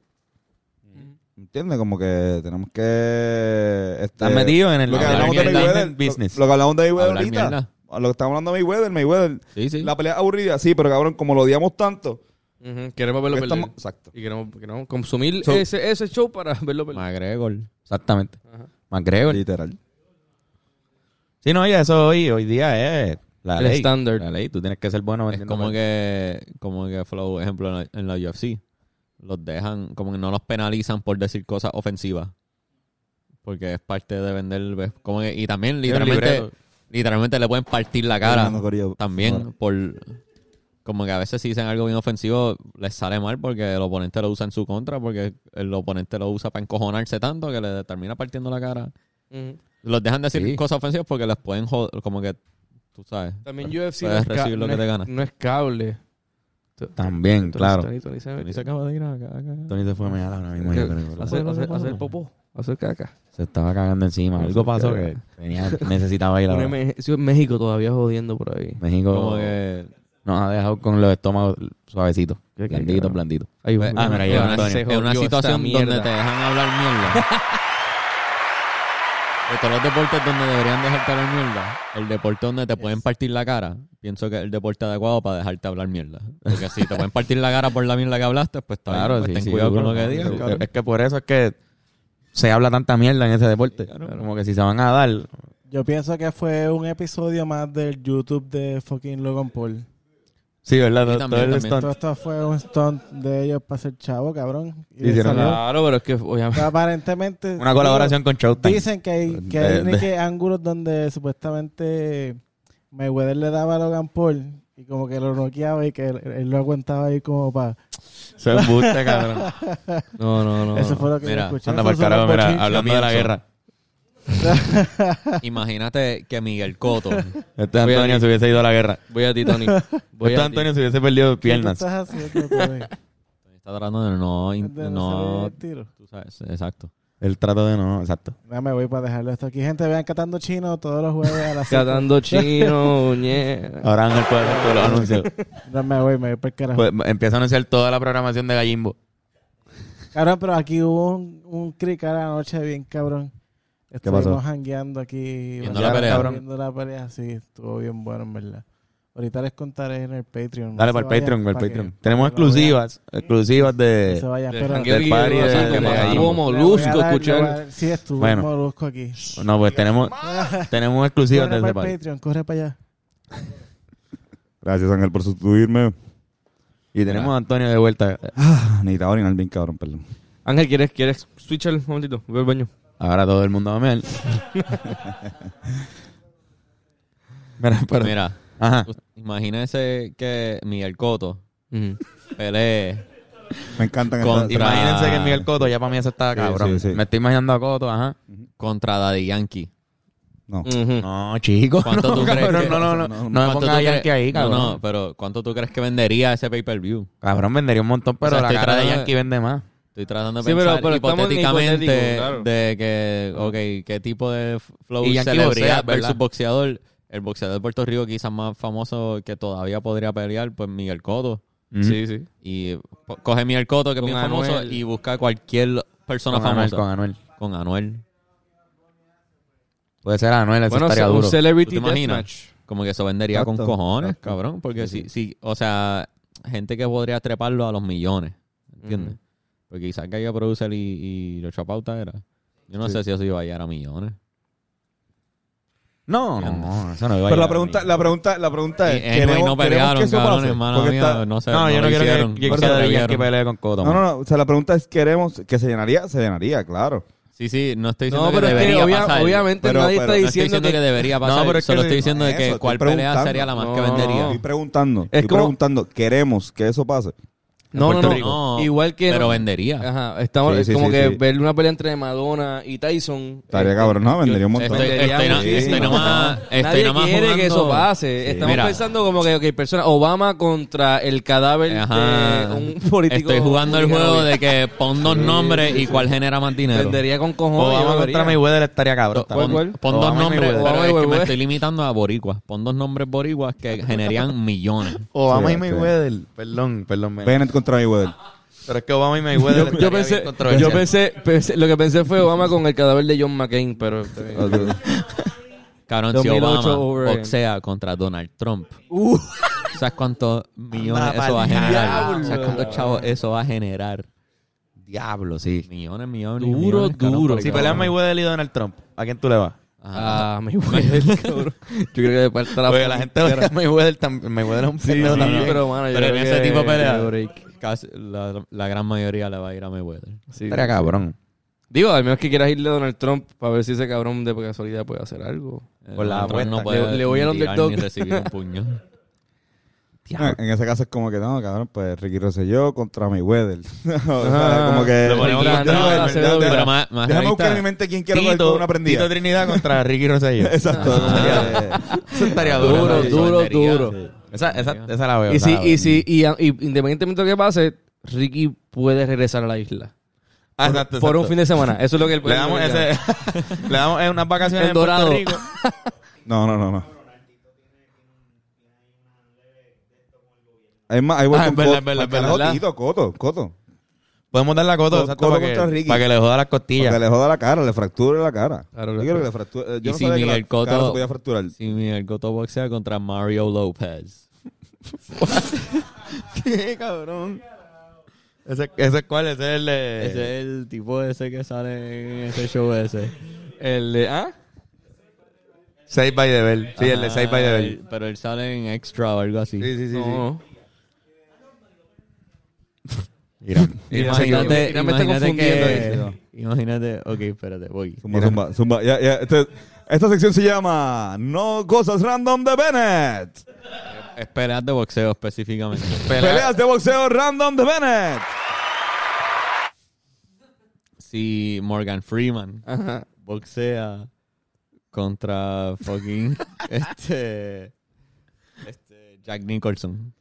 [SPEAKER 1] ¿Entiendes? Como que tenemos que... este,
[SPEAKER 2] Estás metido en el
[SPEAKER 1] Lo que
[SPEAKER 4] Hablar
[SPEAKER 1] hablamos de
[SPEAKER 4] mierda.
[SPEAKER 1] Mayweather,
[SPEAKER 2] entertainment business.
[SPEAKER 1] lo, lo que hablamos de Mayweather
[SPEAKER 4] Hablar
[SPEAKER 1] ahorita,
[SPEAKER 4] mierda.
[SPEAKER 1] lo que estamos hablando de Mayweather, Mayweather
[SPEAKER 4] Sí, sí.
[SPEAKER 1] la pelea es aburrida, sí, pero cabrón, como lo odiamos tanto.
[SPEAKER 5] Ujú. Queremos verlo perder.
[SPEAKER 1] estamos- Exacto.
[SPEAKER 5] Y queremos, queremos consumir
[SPEAKER 1] So-
[SPEAKER 5] ese, ese show para verlo perder.
[SPEAKER 4] McGregor.
[SPEAKER 2] Exactamente. McGregor.
[SPEAKER 1] Literal.
[SPEAKER 2] Sí, no, ya eso hoy, hoy día es la
[SPEAKER 5] El
[SPEAKER 2] ley.
[SPEAKER 5] estándar.
[SPEAKER 2] La ley, tú tienes que ser bueno.
[SPEAKER 4] Es
[SPEAKER 2] vendiendo
[SPEAKER 4] como
[SPEAKER 2] pelas.
[SPEAKER 4] que, como que Flow, ejemplo, en la, en la UFC, los dejan, como que no los penalizan por decir cosas ofensivas. Porque es parte de vender, ¿ves? como que- y
[SPEAKER 2] Sí,
[SPEAKER 4] también
[SPEAKER 2] el
[SPEAKER 4] literalmente,
[SPEAKER 2] libreto.
[SPEAKER 4] literalmente le pueden partir la cara
[SPEAKER 1] Fernando Corillo.
[SPEAKER 4] también por, como que a veces si dicen algo bien ofensivo les sale mal porque el oponente lo usa en su contra, porque el oponente lo usa para encojonarse tanto que le termina partiendo la cara.
[SPEAKER 5] Ujú.
[SPEAKER 4] Los dejan decir
[SPEAKER 2] Sí.
[SPEAKER 4] cosas ofensivas porque les pueden joder, como que, tú sabes.
[SPEAKER 5] También UFC no
[SPEAKER 4] puedes
[SPEAKER 5] es, ca-
[SPEAKER 4] recibir lo
[SPEAKER 5] no
[SPEAKER 4] que
[SPEAKER 5] es-
[SPEAKER 4] te ganas.
[SPEAKER 5] no es cable.
[SPEAKER 2] También, claro.
[SPEAKER 5] Tony- Tony se-
[SPEAKER 4] Ni se acaba de ir acá. acá.
[SPEAKER 2] Tony se fue a mear ahora mismo. yo creo.
[SPEAKER 5] Hacer, hacer, hacer popó, hacer caca.
[SPEAKER 2] Se estaba cagando encima. Algo pasó que tenía- necesitaba ir a
[SPEAKER 5] Una emergen- sí, México todavía jodiendo por ahí.
[SPEAKER 2] México
[SPEAKER 4] Como que
[SPEAKER 2] nos ha dejado con los estómagos suavecitos.
[SPEAKER 5] Qué- qué
[SPEAKER 2] Blanditos,
[SPEAKER 5] cabrón.
[SPEAKER 2] blanditos.
[SPEAKER 5] Ay,
[SPEAKER 4] Pues,
[SPEAKER 2] Ah, mira,
[SPEAKER 4] en
[SPEAKER 2] llegó
[SPEAKER 4] una-
[SPEAKER 2] Antonio.
[SPEAKER 4] en una situación donde te dejan hablar mierda. De todos los deportes donde deberían dejarte hablar mierda, el deporte donde te pueden partir la cara, pienso que es el deporte adecuado para dejarte hablar mierda. Porque si te pueden partir la cara por la mierda que hablaste, pues está
[SPEAKER 2] Claro,
[SPEAKER 4] bien, pues
[SPEAKER 2] sí,
[SPEAKER 4] ten
[SPEAKER 2] sí,
[SPEAKER 4] cuidado con
[SPEAKER 2] seguro.
[SPEAKER 4] lo que digas.
[SPEAKER 2] Sí,
[SPEAKER 4] cabrón.
[SPEAKER 2] Es que por eso es que se habla tanta mierda en ese deporte. Como que si se van a dar,
[SPEAKER 8] Yo pienso que fue un episodio más del YouTube de fucking Logan Paul.
[SPEAKER 2] Sí, ¿verdad?
[SPEAKER 4] Sí,
[SPEAKER 2] Todo
[SPEAKER 4] también,
[SPEAKER 2] el
[SPEAKER 4] también.
[SPEAKER 2] stunt.
[SPEAKER 8] Todo esto fue un stunt de ellos para ser chavo, cabrón. Y le
[SPEAKER 2] Hicieron
[SPEAKER 8] salió.
[SPEAKER 5] Claro, pero es que obviamente.
[SPEAKER 8] Pero Aparentemente.
[SPEAKER 2] Una colaboración con Showtime.
[SPEAKER 8] Dicen que hay, que
[SPEAKER 2] De-
[SPEAKER 8] hay
[SPEAKER 2] de-
[SPEAKER 8] ni que ángulos donde supuestamente Mayweather le daba a Logan Paul y como que lo noqueaba y que él, él lo aguantaba ahí como para...
[SPEAKER 2] Se embuste, cabrón.
[SPEAKER 5] No, no, no.
[SPEAKER 8] Eso fue lo que
[SPEAKER 4] Mira,
[SPEAKER 8] yo escuché.
[SPEAKER 2] Anda
[SPEAKER 8] Eso
[SPEAKER 2] para carajo,
[SPEAKER 8] son los
[SPEAKER 2] Oh, mira,
[SPEAKER 8] bochinches.
[SPEAKER 2] hablando de la guerra.
[SPEAKER 4] Imagínate que Miguel Cotto,
[SPEAKER 2] Este Antonio se hubiese ido a la guerra.
[SPEAKER 5] Voy a ti, Tony. Voy
[SPEAKER 2] Este
[SPEAKER 5] a ti.
[SPEAKER 2] Antonio se hubiese perdido
[SPEAKER 8] ¿Qué tú
[SPEAKER 2] piernas.
[SPEAKER 8] estás haciendo, Tony?
[SPEAKER 4] está tratando de no, in-
[SPEAKER 8] De
[SPEAKER 4] no,
[SPEAKER 8] no salir el tiro.
[SPEAKER 4] tú sabes, exacto.
[SPEAKER 2] El trato de no, exacto.
[SPEAKER 8] Ya me voy para dejarlo esto aquí. Gente, vean Catando Chino todos los jueves a las 5.
[SPEAKER 5] Catando chino, ñe.
[SPEAKER 2] Ahora Ángel puede hacer todos los anuncios.
[SPEAKER 8] No me voy, me voy para el carajo.
[SPEAKER 2] Pues, empieza a anunciar toda la programación de Gallimbo.
[SPEAKER 8] Cabrón, pero aquí hubo un, un crick a la noche bien cabrón.
[SPEAKER 1] pasó?
[SPEAKER 8] Estuvimos jangueando aquí.
[SPEAKER 4] Viendo la pelea.
[SPEAKER 8] cabrón. Viendo la pelea, sí. Estuvo bien bueno, en verdad. Ahorita les contaré en el Patreon.
[SPEAKER 2] Dale
[SPEAKER 8] No
[SPEAKER 2] para
[SPEAKER 8] se
[SPEAKER 2] el
[SPEAKER 8] vayan,
[SPEAKER 2] Patreon, para
[SPEAKER 8] pa'
[SPEAKER 2] el
[SPEAKER 8] que-
[SPEAKER 2] Patreon.
[SPEAKER 8] pa'
[SPEAKER 2] Tenemos
[SPEAKER 8] que lo vean.
[SPEAKER 2] exclusivas, exclusivas
[SPEAKER 8] No se
[SPEAKER 2] de...
[SPEAKER 8] vayan,
[SPEAKER 5] De
[SPEAKER 8] pero...
[SPEAKER 5] jangueo
[SPEAKER 2] del
[SPEAKER 5] y
[SPEAKER 2] party
[SPEAKER 5] de-
[SPEAKER 2] de-
[SPEAKER 5] de-
[SPEAKER 2] de ahí.
[SPEAKER 5] Hubo
[SPEAKER 8] Le voy a
[SPEAKER 5] molusco,
[SPEAKER 8] dar- le voy a
[SPEAKER 5] escuchar.
[SPEAKER 8] dar- Sí, estuvo
[SPEAKER 2] Bueno.
[SPEAKER 8] un molusco aquí.
[SPEAKER 2] No, pues tenemos, tenemos
[SPEAKER 8] Corre
[SPEAKER 2] exclusivas de
[SPEAKER 8] para
[SPEAKER 2] ese
[SPEAKER 8] el
[SPEAKER 2] país.
[SPEAKER 8] Patreon, corre para allá.
[SPEAKER 1] Gracias, Ángel, por sustituirme.
[SPEAKER 2] Y tenemos a Antonio de vuelta.
[SPEAKER 1] Ah, necesitaba orinar bien, cabrón, perdón.
[SPEAKER 5] Ángel, ¿quieres, ¿quieres switchar un momentito? Voy al baño.
[SPEAKER 2] Ahora todo el mundo va a mear. Mira, pero...
[SPEAKER 4] Mira, pues,
[SPEAKER 2] Ajá.
[SPEAKER 4] imagínese que Miguel Cotto
[SPEAKER 5] Ujú.
[SPEAKER 4] pelee
[SPEAKER 1] Me encantan
[SPEAKER 4] Con-
[SPEAKER 1] estas-
[SPEAKER 4] Imagínate.
[SPEAKER 2] Imagínense que Miguel Coto, ya para mí eso está
[SPEAKER 1] Sí,
[SPEAKER 2] cabrón.
[SPEAKER 1] sí, sí.
[SPEAKER 2] Me estoy imaginando a Coto, ajá.
[SPEAKER 4] contra Daddy Yankee.
[SPEAKER 1] No.
[SPEAKER 5] Ujú.
[SPEAKER 2] No, chico.
[SPEAKER 4] ¿Cuánto
[SPEAKER 2] no,
[SPEAKER 4] tú crees
[SPEAKER 2] cabrón,
[SPEAKER 4] que-
[SPEAKER 2] no, no,
[SPEAKER 1] no,
[SPEAKER 2] no. No,
[SPEAKER 4] ¿Cuánto
[SPEAKER 2] me
[SPEAKER 4] tú
[SPEAKER 2] pongas a
[SPEAKER 4] crees-
[SPEAKER 2] Yankee ahí,
[SPEAKER 4] No,
[SPEAKER 2] cabrón.
[SPEAKER 4] No, pero ¿cuánto tú crees que vendería ese pay-per-view?
[SPEAKER 2] Cabrón, vendería un montón, pero
[SPEAKER 4] O sea,
[SPEAKER 2] la
[SPEAKER 4] estoy
[SPEAKER 2] cara de
[SPEAKER 4] tratando de-
[SPEAKER 2] Yankee vende más.
[SPEAKER 4] Estoy tratando de
[SPEAKER 5] Sí, pero-
[SPEAKER 4] pensar
[SPEAKER 5] pero estamos en
[SPEAKER 4] hipotéticamente
[SPEAKER 5] hipotético, claro.
[SPEAKER 4] de que, ok, qué tipo de f- flow
[SPEAKER 2] Y Yankee boxea,
[SPEAKER 4] celebridad
[SPEAKER 2] ¿verdad?
[SPEAKER 4] versus boxeador. El boxeador de Puerto Rico quizás más famoso que todavía podría pelear, pues Miguel Cotto.
[SPEAKER 5] Sí, sí.
[SPEAKER 4] Y po- coge Miguel Cotto, que es
[SPEAKER 5] Con
[SPEAKER 4] bien famoso,
[SPEAKER 5] Anuel.
[SPEAKER 4] y busca cualquier persona
[SPEAKER 2] Con Anuel,
[SPEAKER 4] famosa.
[SPEAKER 2] con Anuel.
[SPEAKER 4] Con Anuel.
[SPEAKER 2] Puede ser Anuel, eso
[SPEAKER 5] Bueno,
[SPEAKER 2] estaría
[SPEAKER 5] un
[SPEAKER 2] duro.
[SPEAKER 4] ¿Tú
[SPEAKER 5] celebrity
[SPEAKER 4] te imaginas?
[SPEAKER 5] deathmatch.
[SPEAKER 4] Como que eso vendería
[SPEAKER 1] Exacto,
[SPEAKER 4] con cojones,
[SPEAKER 1] exacto.
[SPEAKER 4] cabrón. Porque si, si, o sea, gente que podría treparlo a los millones, ¿entiendes? Porque quizás que haya producer y, y los chapautas era. Yo no sé si eso iba a llegar a millones.
[SPEAKER 2] No, no, no, eso no iba
[SPEAKER 1] Pero la
[SPEAKER 2] a llegar a
[SPEAKER 1] pregunta,
[SPEAKER 2] mí.
[SPEAKER 1] la pregunta, la pregunta
[SPEAKER 4] Y,
[SPEAKER 1] es,
[SPEAKER 4] anyway, no pelearon, cabrón, hermano
[SPEAKER 1] Porque
[SPEAKER 4] mío.
[SPEAKER 1] está-
[SPEAKER 4] No sé,
[SPEAKER 2] No, yo no
[SPEAKER 4] lo
[SPEAKER 2] quiero
[SPEAKER 4] hicieron.
[SPEAKER 2] que- que
[SPEAKER 4] No se
[SPEAKER 2] que Yankee
[SPEAKER 4] atrevieron.
[SPEAKER 2] pelee con Cotto.
[SPEAKER 1] No,
[SPEAKER 2] man.
[SPEAKER 1] no, no. O sea, la pregunta es, ¿queremos que se llenaría? Se llenaría, claro.
[SPEAKER 4] Sí, sí, no estoy diciendo
[SPEAKER 5] No, pero
[SPEAKER 4] que
[SPEAKER 5] es que
[SPEAKER 4] debería
[SPEAKER 5] obvia-
[SPEAKER 4] pasar.
[SPEAKER 5] obviamente
[SPEAKER 1] Pero-
[SPEAKER 5] nadie
[SPEAKER 1] pero-
[SPEAKER 5] está
[SPEAKER 4] No estoy
[SPEAKER 5] diciendo,
[SPEAKER 4] diciendo que, debería pasar,
[SPEAKER 2] pero es que
[SPEAKER 4] solo
[SPEAKER 2] sí.
[SPEAKER 4] estoy diciendo de
[SPEAKER 1] Eso,
[SPEAKER 4] que
[SPEAKER 1] estoy
[SPEAKER 4] cuál pelea
[SPEAKER 1] preguntando.
[SPEAKER 4] sería la más que
[SPEAKER 5] No,
[SPEAKER 4] vendería.
[SPEAKER 5] no.
[SPEAKER 1] Estoy preguntando, estoy
[SPEAKER 5] como-
[SPEAKER 1] preguntando, ¿queremos que eso pase?
[SPEAKER 5] que... No, no,
[SPEAKER 4] Puerto
[SPEAKER 5] no.
[SPEAKER 4] Rico.
[SPEAKER 5] Igual que...
[SPEAKER 4] Pero vendería.
[SPEAKER 5] Ajá, estamos
[SPEAKER 1] Sí,
[SPEAKER 5] es
[SPEAKER 1] sí,
[SPEAKER 5] como
[SPEAKER 1] sí,
[SPEAKER 5] que
[SPEAKER 1] sí.
[SPEAKER 5] ver una pelea entre Madonna y Tyson.
[SPEAKER 1] Estaría
[SPEAKER 5] eh,
[SPEAKER 1] cabrón, no, vendería un montón.
[SPEAKER 4] Estoy,
[SPEAKER 5] Vendería
[SPEAKER 4] estoy, na-
[SPEAKER 5] muchísimo.
[SPEAKER 4] estoy nomás, estoy
[SPEAKER 5] Nadie
[SPEAKER 4] nomás
[SPEAKER 5] quiere que eso
[SPEAKER 4] jugando-
[SPEAKER 5] pase. Estamos
[SPEAKER 4] Mira.
[SPEAKER 5] pensando como que, ok, persona, Obama contra el cadáver
[SPEAKER 4] Ajá.
[SPEAKER 5] de este, un político.
[SPEAKER 4] Este, Estoy jugando el
[SPEAKER 5] mexicano.
[SPEAKER 4] juego de que pon dos nombres y cuál genera más dinero.
[SPEAKER 5] Vendería con cojones.
[SPEAKER 2] Obama
[SPEAKER 5] yo
[SPEAKER 2] contra
[SPEAKER 5] vería.
[SPEAKER 2] Mayweather estaría cabrón.
[SPEAKER 4] Do- Pon,
[SPEAKER 5] ¿Cuál, cuál?
[SPEAKER 4] pon dos
[SPEAKER 2] Obama y
[SPEAKER 4] nombres,
[SPEAKER 2] Mayweather.
[SPEAKER 4] pero
[SPEAKER 5] Obama
[SPEAKER 4] es
[SPEAKER 5] y
[SPEAKER 4] que me
[SPEAKER 5] Mayweather.
[SPEAKER 4] estoy limitando a boricuas. Pon dos nombres boricuas que generan millones.
[SPEAKER 2] Obama
[SPEAKER 1] Sí,
[SPEAKER 2] y
[SPEAKER 1] sí.
[SPEAKER 2] Mayweather. Perdón, perdón. men.
[SPEAKER 1] Bennett contra Mayweather.
[SPEAKER 2] Pero es que Obama y Mayweather.
[SPEAKER 5] Yo,
[SPEAKER 2] estaría
[SPEAKER 5] yo
[SPEAKER 2] bien
[SPEAKER 5] pensé, yo
[SPEAKER 2] controversial.
[SPEAKER 5] pensé, pensé- lo que pensé fue Obama con el cadáver de John McCain, pero...
[SPEAKER 4] Cabrón, si
[SPEAKER 5] 2008
[SPEAKER 4] Obama
[SPEAKER 5] over again.
[SPEAKER 4] boxea contra Donald Trump. ¿Sabes cuántos millones
[SPEAKER 2] Anda
[SPEAKER 4] eso va a
[SPEAKER 2] pa'l
[SPEAKER 4] generar?
[SPEAKER 2] diablo.
[SPEAKER 4] ¿Sabes cuántos chavos eso va a generar?
[SPEAKER 2] Diablo, sí.
[SPEAKER 4] Millones, millones.
[SPEAKER 5] Duro,
[SPEAKER 4] millones, cabrón,
[SPEAKER 5] duro.
[SPEAKER 4] porque-
[SPEAKER 2] Si pelean Mayweather y Donald Trump, ¿a quién tú le vas?
[SPEAKER 4] Ajá.
[SPEAKER 5] Ah, Mayweather, cabrón. Yo creo que de parte de la
[SPEAKER 2] Porque la gente odia a Mayweather también. Mayweather es un pendejo
[SPEAKER 4] sí,
[SPEAKER 2] también.
[SPEAKER 5] pero, mano, yo
[SPEAKER 4] Pero en
[SPEAKER 5] creo
[SPEAKER 4] ese
[SPEAKER 5] que-
[SPEAKER 4] tipo de pelea,
[SPEAKER 5] que break.
[SPEAKER 4] casi la, la gran mayoría le va a ir a Mayweather.
[SPEAKER 5] Sí.
[SPEAKER 2] Estaría cabrón.
[SPEAKER 5] Digo, al menos que quieras irle a Donald Trump para ver si ese cabrón de casualidad puede hacer algo.
[SPEAKER 2] Con la
[SPEAKER 4] Eh, Donald Trump
[SPEAKER 2] apuesta.
[SPEAKER 5] Le- le voy al
[SPEAKER 4] ni tirar
[SPEAKER 5] underdog.
[SPEAKER 4] ni recibir un puño.
[SPEAKER 1] Ah, En ese caso es como que no, cabrón, pues Ricky Rosselló contra Mayweather. o sea, como que.
[SPEAKER 4] Lo ponemos
[SPEAKER 1] Déjame-
[SPEAKER 4] contra-
[SPEAKER 1] déjame-
[SPEAKER 5] Acevedo,
[SPEAKER 1] déjame-
[SPEAKER 4] pero más- más
[SPEAKER 1] Déjame buscar en
[SPEAKER 4] revista.
[SPEAKER 1] mi mente quién quiero ver con una prendida.
[SPEAKER 2] Tito Trinidad contra Ricky Rosselló. Ah,
[SPEAKER 1] Exacto.
[SPEAKER 2] Eso estaría duro.
[SPEAKER 5] Duro,
[SPEAKER 4] sí,
[SPEAKER 5] duro,
[SPEAKER 4] vendería,
[SPEAKER 5] duro.
[SPEAKER 2] Esa, esa, esa la veo.
[SPEAKER 5] Y
[SPEAKER 2] esa
[SPEAKER 5] si,
[SPEAKER 2] la veo.
[SPEAKER 5] y si, y, a- y independientemente de lo que pase, Ricky puede regresar a la isla.
[SPEAKER 2] Ah,
[SPEAKER 5] Por,
[SPEAKER 2] exacto,
[SPEAKER 5] por un
[SPEAKER 2] exacto.
[SPEAKER 5] fin de semana. Eso es lo que él
[SPEAKER 2] Le
[SPEAKER 5] puede
[SPEAKER 2] damos,
[SPEAKER 5] hacer.
[SPEAKER 2] ese, le damos eh, unas vacaciones
[SPEAKER 5] En
[SPEAKER 2] en Puerto
[SPEAKER 5] Dorado.
[SPEAKER 2] Rico.
[SPEAKER 1] No, no, no, no. Hay más, hay
[SPEAKER 2] Ah, es
[SPEAKER 1] vuelto
[SPEAKER 2] verdad,
[SPEAKER 1] un
[SPEAKER 2] es verdad, es
[SPEAKER 1] carajo,
[SPEAKER 2] verdad.
[SPEAKER 1] Tito, Coto, Coto.
[SPEAKER 2] Podemos dar la
[SPEAKER 1] Co-
[SPEAKER 2] cota, exacto,
[SPEAKER 1] codo
[SPEAKER 2] para,
[SPEAKER 1] contra
[SPEAKER 2] que,
[SPEAKER 1] Ricky.
[SPEAKER 2] para que le joda las
[SPEAKER 1] Que
[SPEAKER 2] costillas.
[SPEAKER 1] le joda la cara, le fracture la cara.
[SPEAKER 5] Claro,
[SPEAKER 1] yo
[SPEAKER 5] claro.
[SPEAKER 1] creo que le fractura. eh, Yo
[SPEAKER 4] Y
[SPEAKER 1] no
[SPEAKER 4] si
[SPEAKER 1] sabía que
[SPEAKER 4] Miguel
[SPEAKER 1] la cara
[SPEAKER 4] Cotto-
[SPEAKER 1] se podía fracturar.
[SPEAKER 4] Si Miguel Cotto boxea contra Mario López.
[SPEAKER 2] ¿Qué, cabrón? ¿Ese, ese es cuál? Ese es el de...
[SPEAKER 4] Ese es el tipo ese que sale en ese show ese.
[SPEAKER 5] El de, ¿ah?
[SPEAKER 2] Save by the Bell. Sí, el de Save by the Bell.
[SPEAKER 4] Ah, Pero él sale en extra o algo así.
[SPEAKER 2] Sí, sí, sí.
[SPEAKER 5] No.
[SPEAKER 2] Irán.
[SPEAKER 4] Imagínate,
[SPEAKER 5] Mira, me está
[SPEAKER 4] imagínate
[SPEAKER 5] confundiendo
[SPEAKER 4] que... Imagínate... Ok, espérate, voy.
[SPEAKER 1] Zumba, zumba, zumba. Ya, ya, este- esta sección se llama No Cosas Random de Bennett.
[SPEAKER 4] Es peleas de boxeo específicamente.
[SPEAKER 1] Peleas de boxeo random de Bennett.
[SPEAKER 4] si Morgan Freeman
[SPEAKER 5] Ajá.
[SPEAKER 4] boxea contra fucking este, este Jack Nicholson.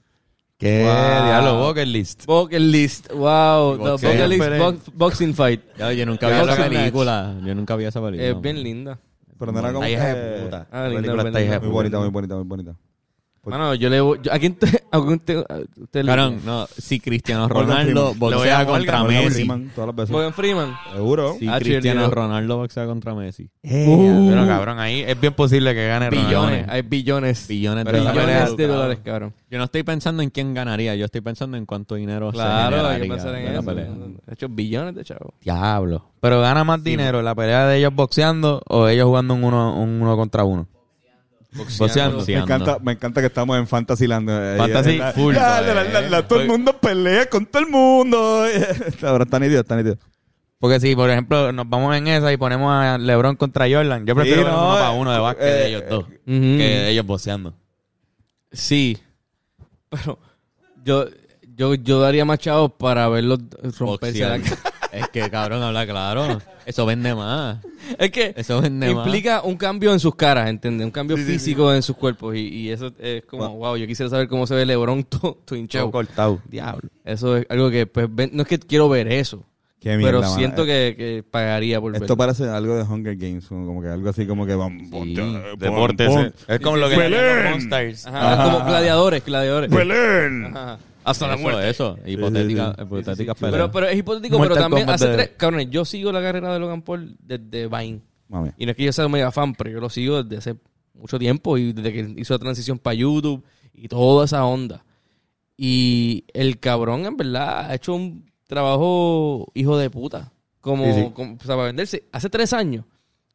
[SPEAKER 2] ¿Qué?
[SPEAKER 5] Wow.
[SPEAKER 2] Eh, Diablo, Bucket List.
[SPEAKER 5] Bucket list. Wow. The
[SPEAKER 4] Boxeo.
[SPEAKER 5] bucket list
[SPEAKER 2] Pero-
[SPEAKER 5] box- boxing fight.
[SPEAKER 4] Ya, yo nunca
[SPEAKER 5] Ya
[SPEAKER 4] vi
[SPEAKER 5] lo
[SPEAKER 4] esa
[SPEAKER 5] que me ha
[SPEAKER 4] película. Yo nunca vi esa película. Eh,
[SPEAKER 5] Es bien linda.
[SPEAKER 1] Pero no era como.
[SPEAKER 2] Ay, hija de
[SPEAKER 1] que-
[SPEAKER 2] puta.
[SPEAKER 5] Ah,
[SPEAKER 2] La
[SPEAKER 5] linda,
[SPEAKER 2] película está pues.
[SPEAKER 5] linda.
[SPEAKER 2] hija de
[SPEAKER 1] Muy
[SPEAKER 2] puta.
[SPEAKER 1] bonita, muy bonita, muy bonita.
[SPEAKER 5] Mano, yo le voy. yo- ¿A quién te.? A quién te, a- usted le-
[SPEAKER 4] Cabrón, no, si Cristiano
[SPEAKER 1] Morgan
[SPEAKER 4] Ronaldo
[SPEAKER 1] Freeman.
[SPEAKER 2] Le voy a
[SPEAKER 4] boxea
[SPEAKER 2] Morgan,
[SPEAKER 4] contra
[SPEAKER 1] Morgan
[SPEAKER 4] Messi.
[SPEAKER 1] Freeman, todas las veces.
[SPEAKER 5] Morgan Freeman.
[SPEAKER 1] Seguro.
[SPEAKER 4] Si
[SPEAKER 5] Ah,
[SPEAKER 4] Cristiano
[SPEAKER 5] cheerleader.
[SPEAKER 4] Ronaldo boxea contra Messi.
[SPEAKER 2] Pero cabrón, ahí es bien posible que gane
[SPEAKER 5] Billones.
[SPEAKER 2] Ronaldo.
[SPEAKER 5] Hay billones.
[SPEAKER 4] Billones de
[SPEAKER 5] Billones
[SPEAKER 4] dólares.
[SPEAKER 5] de
[SPEAKER 4] Claro.
[SPEAKER 5] dólares, cabrón.
[SPEAKER 4] Yo no estoy pensando en quién ganaría, yo estoy pensando en cuánto dinero se
[SPEAKER 5] Claro, hay que
[SPEAKER 4] generaría
[SPEAKER 5] pensar en
[SPEAKER 4] de la
[SPEAKER 5] eso.
[SPEAKER 4] pelea.
[SPEAKER 5] Ha hecho billones de chavos.
[SPEAKER 2] Diablo. Pero gana más dinero la pelea de ellos boxeando o ellos jugando un uno, un uno contra uno. Boxeando.
[SPEAKER 1] Me encanta, me encanta que estamos en Fantasyland. eh,
[SPEAKER 2] Fantasy
[SPEAKER 1] eh, la-
[SPEAKER 2] full,
[SPEAKER 1] Ya,
[SPEAKER 2] eh.
[SPEAKER 1] la- la- la- todo el mundo pelea con todo el mundo. Ahora están idiotas, están idiotas.
[SPEAKER 2] Porque si, por ejemplo, nos vamos en esa y ponemos a LeBron contra Jordan, yo prefiero
[SPEAKER 1] Sí,
[SPEAKER 2] ver
[SPEAKER 1] no,
[SPEAKER 2] uno
[SPEAKER 1] eh,
[SPEAKER 2] para uno de básquet de
[SPEAKER 1] eh,
[SPEAKER 2] ellos dos
[SPEAKER 5] ujú.
[SPEAKER 2] que de ellos boxeando.
[SPEAKER 5] Sí. Pero yo, yo, yo daría más chavos para verlos romperse la
[SPEAKER 4] Boxear. Es que cabrón, habla claro. Eso vende más.
[SPEAKER 5] Es que
[SPEAKER 4] Eso vende más.
[SPEAKER 5] implica un cambio en sus caras, ¿entiendes? Un cambio físico en sus cuerpos. Y, y eso es como, wow, yo quisiera saber cómo se ve Lebron to, to hinchado.
[SPEAKER 2] cortado. Diablo.
[SPEAKER 5] Eso es algo que, pues, ven- no es que quiero ver eso.
[SPEAKER 1] Qué mierda,
[SPEAKER 5] pero
[SPEAKER 1] mano.
[SPEAKER 5] siento que, que pagaría por
[SPEAKER 1] Esto
[SPEAKER 5] verlo.
[SPEAKER 1] parece algo de Hunger Games, como que algo así como que vamos.
[SPEAKER 2] Deportes. eh. Es como lo que
[SPEAKER 1] Belén.
[SPEAKER 2] llaman Monsters.
[SPEAKER 5] Ajá, Como gladiadores, gladiadores.
[SPEAKER 1] ¡Belén!
[SPEAKER 5] Ajá. Hasta la
[SPEAKER 4] Eso,
[SPEAKER 5] muerte.
[SPEAKER 4] eso. Hipotética, hipotéticas peleas.
[SPEAKER 5] Pero, pero es hipotético,
[SPEAKER 4] Mortal
[SPEAKER 5] pero también
[SPEAKER 4] Kombat
[SPEAKER 5] hace
[SPEAKER 4] de-
[SPEAKER 5] tres... Cabrones, yo sigo la carrera de Logan Paul desde Vine.
[SPEAKER 1] Mami.
[SPEAKER 5] Y no es que yo sea un mega fan, pero yo lo sigo desde hace mucho tiempo y desde que hizo la transición para YouTube y toda esa onda. Y el cabrón, en verdad, ha hecho un trabajo hijo de puta. Como,
[SPEAKER 1] Sí, sí.
[SPEAKER 5] como- o sea, para venderse. Hace tres años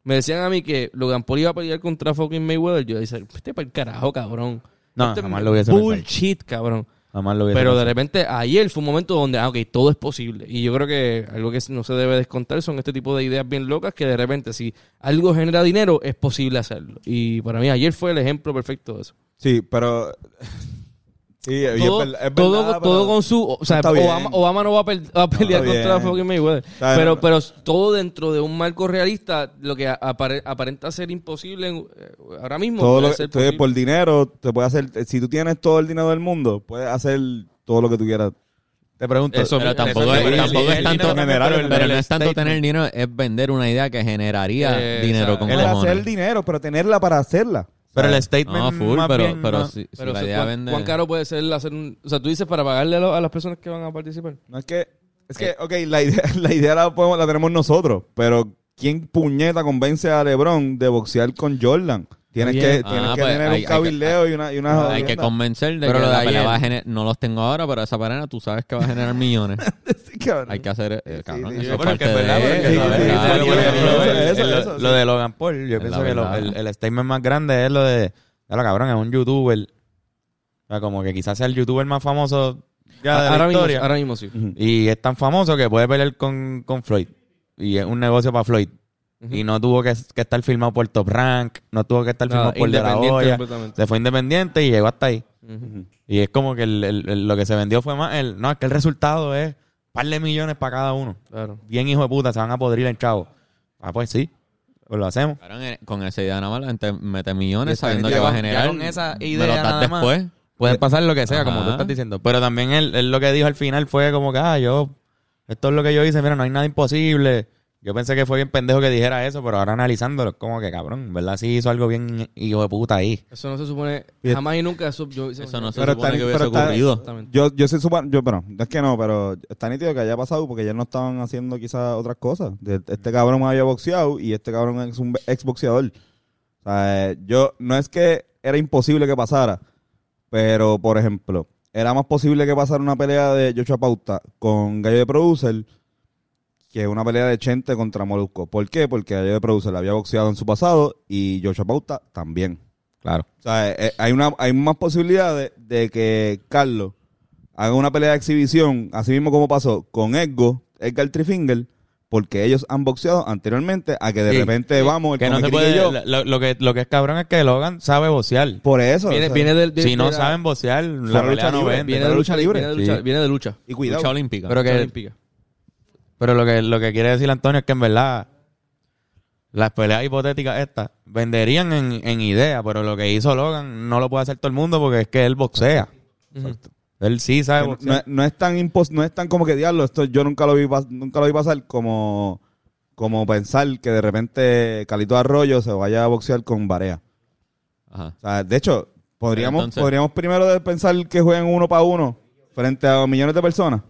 [SPEAKER 5] me decían a mí que Logan Paul iba a pelear contra fucking Mayweather. Yo decía, este para el carajo, cabrón.
[SPEAKER 2] No,
[SPEAKER 5] Esto es
[SPEAKER 2] jamás lo hubiese pensado.
[SPEAKER 5] Bullshit, cabrón.
[SPEAKER 2] Jamás lo hubiese
[SPEAKER 5] Pero de
[SPEAKER 2] pensado.
[SPEAKER 5] repente ayer fue un momento donde, ah, ok, todo es posible. Y yo creo que algo que no se debe descontar son este tipo de ideas bien locas que de repente si algo genera dinero es posible hacerlo. Y para mí ayer fue el ejemplo perfecto de eso.
[SPEAKER 1] Sí, pero. Sí, es
[SPEAKER 5] Todo,
[SPEAKER 1] verdad- es
[SPEAKER 5] todo,
[SPEAKER 1] verdad,
[SPEAKER 5] todo
[SPEAKER 1] pero-
[SPEAKER 5] con su... O sea,
[SPEAKER 1] está bien.
[SPEAKER 5] Obama, Obama no va a, per- va a pelear
[SPEAKER 1] está
[SPEAKER 5] contra
[SPEAKER 1] bien.
[SPEAKER 5] fucking Mayweather.
[SPEAKER 1] Está bien,
[SPEAKER 5] pero,
[SPEAKER 1] no.
[SPEAKER 5] pero todo dentro de un marco realista, lo que apare- aparenta ser imposible en- eh, ahora mismo.
[SPEAKER 1] todo
[SPEAKER 5] puede
[SPEAKER 1] lo que-
[SPEAKER 5] ser
[SPEAKER 1] todo es
[SPEAKER 5] posible.
[SPEAKER 1] por dinero, te puede hacer. Si tú tienes todo el dinero del mundo, puedes hacer todo lo que tú quieras.
[SPEAKER 2] Te pregunto.
[SPEAKER 5] Eso
[SPEAKER 4] Pero
[SPEAKER 5] mismo.
[SPEAKER 4] tampoco,
[SPEAKER 2] eso
[SPEAKER 4] es,
[SPEAKER 2] es-
[SPEAKER 4] tampoco
[SPEAKER 2] el
[SPEAKER 4] es tanto.
[SPEAKER 2] dinero también,
[SPEAKER 4] pero
[SPEAKER 2] pero el-
[SPEAKER 4] pero no
[SPEAKER 2] el
[SPEAKER 4] es tanto
[SPEAKER 2] statement.
[SPEAKER 4] tener dinero, es vender una idea que generaría
[SPEAKER 5] Eh,
[SPEAKER 4] dinero
[SPEAKER 5] exacto.
[SPEAKER 4] con
[SPEAKER 1] Puedes hacer el
[SPEAKER 4] cojones.
[SPEAKER 1] dinero, pero tenerla para hacerla.
[SPEAKER 2] Pero el
[SPEAKER 4] No,
[SPEAKER 2] statement.
[SPEAKER 4] full,
[SPEAKER 2] más
[SPEAKER 4] pero,
[SPEAKER 2] bien,
[SPEAKER 4] pero
[SPEAKER 2] no.
[SPEAKER 4] si, si
[SPEAKER 5] Pero
[SPEAKER 4] la
[SPEAKER 5] eso,
[SPEAKER 4] idea
[SPEAKER 5] ¿cuán,
[SPEAKER 4] vende.
[SPEAKER 5] cuán caro puede ser hacer un... O sea, tú dices para pagarle a, lo- a las personas que van a participar.
[SPEAKER 1] No es que. Es que, ok, la idea, la, idea la, podemos, la tenemos nosotros, pero ¿quién puñeta convence a LeBron de boxear con Jordan? Tienes
[SPEAKER 5] Oye.
[SPEAKER 1] que, tienes
[SPEAKER 4] Ah,
[SPEAKER 1] que
[SPEAKER 4] pues,
[SPEAKER 1] tener
[SPEAKER 4] hay- hay
[SPEAKER 1] un
[SPEAKER 4] que-
[SPEAKER 1] cabildeo y una. Y una
[SPEAKER 4] Hay que
[SPEAKER 1] jodienda.
[SPEAKER 4] convencer de
[SPEAKER 2] Pero
[SPEAKER 4] que
[SPEAKER 2] lo de
[SPEAKER 4] la pelea
[SPEAKER 2] ayer-
[SPEAKER 4] va a gener- No los tengo ahora, pero esa pelea tú sabes que va a generar millones.
[SPEAKER 1] Sí, cabrón.
[SPEAKER 4] Hay que hacer. eh, cabrón,
[SPEAKER 1] sí,
[SPEAKER 4] eso
[SPEAKER 1] sí.
[SPEAKER 4] es
[SPEAKER 2] Pero es que
[SPEAKER 4] parte
[SPEAKER 2] es verdad,
[SPEAKER 4] de-
[SPEAKER 2] pero es que
[SPEAKER 1] Sí,
[SPEAKER 2] es la
[SPEAKER 1] sí,
[SPEAKER 2] verdad.
[SPEAKER 1] sí,
[SPEAKER 2] Pero
[SPEAKER 1] sí,
[SPEAKER 2] por
[SPEAKER 1] sí,
[SPEAKER 2] ejemplo,
[SPEAKER 1] sí,
[SPEAKER 2] el-
[SPEAKER 1] eso,
[SPEAKER 2] el-
[SPEAKER 1] eso,
[SPEAKER 2] Lo de Logan Paul, yo
[SPEAKER 4] Es la
[SPEAKER 2] pienso que lo-
[SPEAKER 4] verdad.
[SPEAKER 2] el, el statement más grande es lo de. Ya lo cabrón, es un youtuber. O sea, como que quizás sea el youtuber más famoso ya de
[SPEAKER 5] ahora,
[SPEAKER 2] la
[SPEAKER 5] mismo,
[SPEAKER 2] historia.
[SPEAKER 5] ahora mismo sí.
[SPEAKER 2] Y es tan famoso que puede pelear con, con Floyd. Y es un negocio para Floyd. Y no tuvo que, que estar filmado por Top Rank, no tuvo que estar
[SPEAKER 5] Nada,
[SPEAKER 2] filmado por De La
[SPEAKER 5] independiente pues.
[SPEAKER 2] Hoya.
[SPEAKER 5] completamente.
[SPEAKER 2] Se fue independiente y llegó hasta ahí. Y es como que el- el- el- lo que se vendió fue más el... No, es que el resultado es par de millones para cada uno.
[SPEAKER 5] Claro.
[SPEAKER 2] Bien hijo de puta, se van a podrir en chavo. Ah, pues sí, pues lo hacemos.
[SPEAKER 4] Cabrón, eh, Con esa idea nada más la gente mete millones
[SPEAKER 2] Esa
[SPEAKER 4] sabiendo que
[SPEAKER 2] idea
[SPEAKER 4] va a
[SPEAKER 2] con-
[SPEAKER 4] generar.
[SPEAKER 2] ya con esa idea
[SPEAKER 4] me lo das
[SPEAKER 2] nada más.
[SPEAKER 4] después.
[SPEAKER 2] Puede pasar lo que sea, como
[SPEAKER 4] Ajá.
[SPEAKER 2] tú estás diciendo. Pues, Pero también él, él lo que dijo al final fue como que, ah, yo, esto es lo que yo hice, mira, no hay nada imposible. Yo pensé que fue bien pendejo que dijera eso, pero ahora analizándolo, es como que cabrón, en ¿verdad? Sí hizo algo bien hijo de puta ahí.
[SPEAKER 5] Eso no se supone...
[SPEAKER 1] Y-
[SPEAKER 5] Jamás y nunca... Eso, yo,
[SPEAKER 4] Eso no se
[SPEAKER 1] Pero
[SPEAKER 4] supone
[SPEAKER 1] está-
[SPEAKER 4] que hubiese
[SPEAKER 1] pero está-
[SPEAKER 4] ocurrido.
[SPEAKER 5] Exactamente.
[SPEAKER 1] Yo, yo soy supa- yo, bueno, no es que no, pero está nítido que haya pasado porque ya no estaban haciendo quizás otras cosas. De- Este cabrón había boxeado y este cabrón es un exboxeador. O sea, eh, yo, no es que era imposible que pasara, pero por ejemplo, era más posible que pasara una pelea de Joshua Pauta con Gallo de Producer que una pelea de Chente contra Molusco. ¿Por qué? Porque Gallo de Producer había boxeado en su pasado y Joshua Pauta también.
[SPEAKER 2] Claro.
[SPEAKER 1] O sea, eh, eh, hay, una, hay más posibilidades de que Carlos haga una pelea de exhibición, así mismo como pasó con Edgo, Edgar Trifinger, porque ellos han boxeado anteriormente a que de
[SPEAKER 2] Sí,
[SPEAKER 1] repente vamos,
[SPEAKER 2] Que
[SPEAKER 1] el
[SPEAKER 2] no se
[SPEAKER 1] Comiquito y
[SPEAKER 2] puede,
[SPEAKER 1] yo.
[SPEAKER 2] lo, lo que, lo que es cabrón es que Logan sabe vocear.
[SPEAKER 1] Por eso.
[SPEAKER 5] Viene,
[SPEAKER 1] o sea,
[SPEAKER 5] viene del... de-
[SPEAKER 2] si no
[SPEAKER 5] de la-
[SPEAKER 2] saben vocear, la
[SPEAKER 1] lucha
[SPEAKER 2] pelea no
[SPEAKER 1] libre,
[SPEAKER 2] vende.
[SPEAKER 5] Viene
[SPEAKER 1] de
[SPEAKER 5] de
[SPEAKER 1] la
[SPEAKER 5] lucha
[SPEAKER 1] lucha libre.
[SPEAKER 5] libre. Viene de lucha.
[SPEAKER 2] Sí.
[SPEAKER 5] Viene de lucha.
[SPEAKER 1] Y cuidado.
[SPEAKER 4] Lucha olímpica.
[SPEAKER 2] Pero
[SPEAKER 5] Lucha
[SPEAKER 2] que
[SPEAKER 5] olímpica.
[SPEAKER 2] Pero lo que, lo que quiere decir Antonio es que en verdad las peleas hipotéticas estas venderían en, en idea, pero lo que hizo Logan no lo puede hacer todo el mundo porque es que él boxea. Él sí sabe
[SPEAKER 1] Que No,
[SPEAKER 2] boxear.
[SPEAKER 1] no es tan impos no es tan como que diablo, esto yo nunca lo vi pas- nunca lo vi pasar como como pensar que de repente Calito Arroyo se vaya a boxear con Barea.
[SPEAKER 4] Ajá.
[SPEAKER 1] O sea, de hecho, podríamos,
[SPEAKER 4] Entonces-
[SPEAKER 1] podríamos primero de pensar que jueguen uno para uno frente a millones de personas.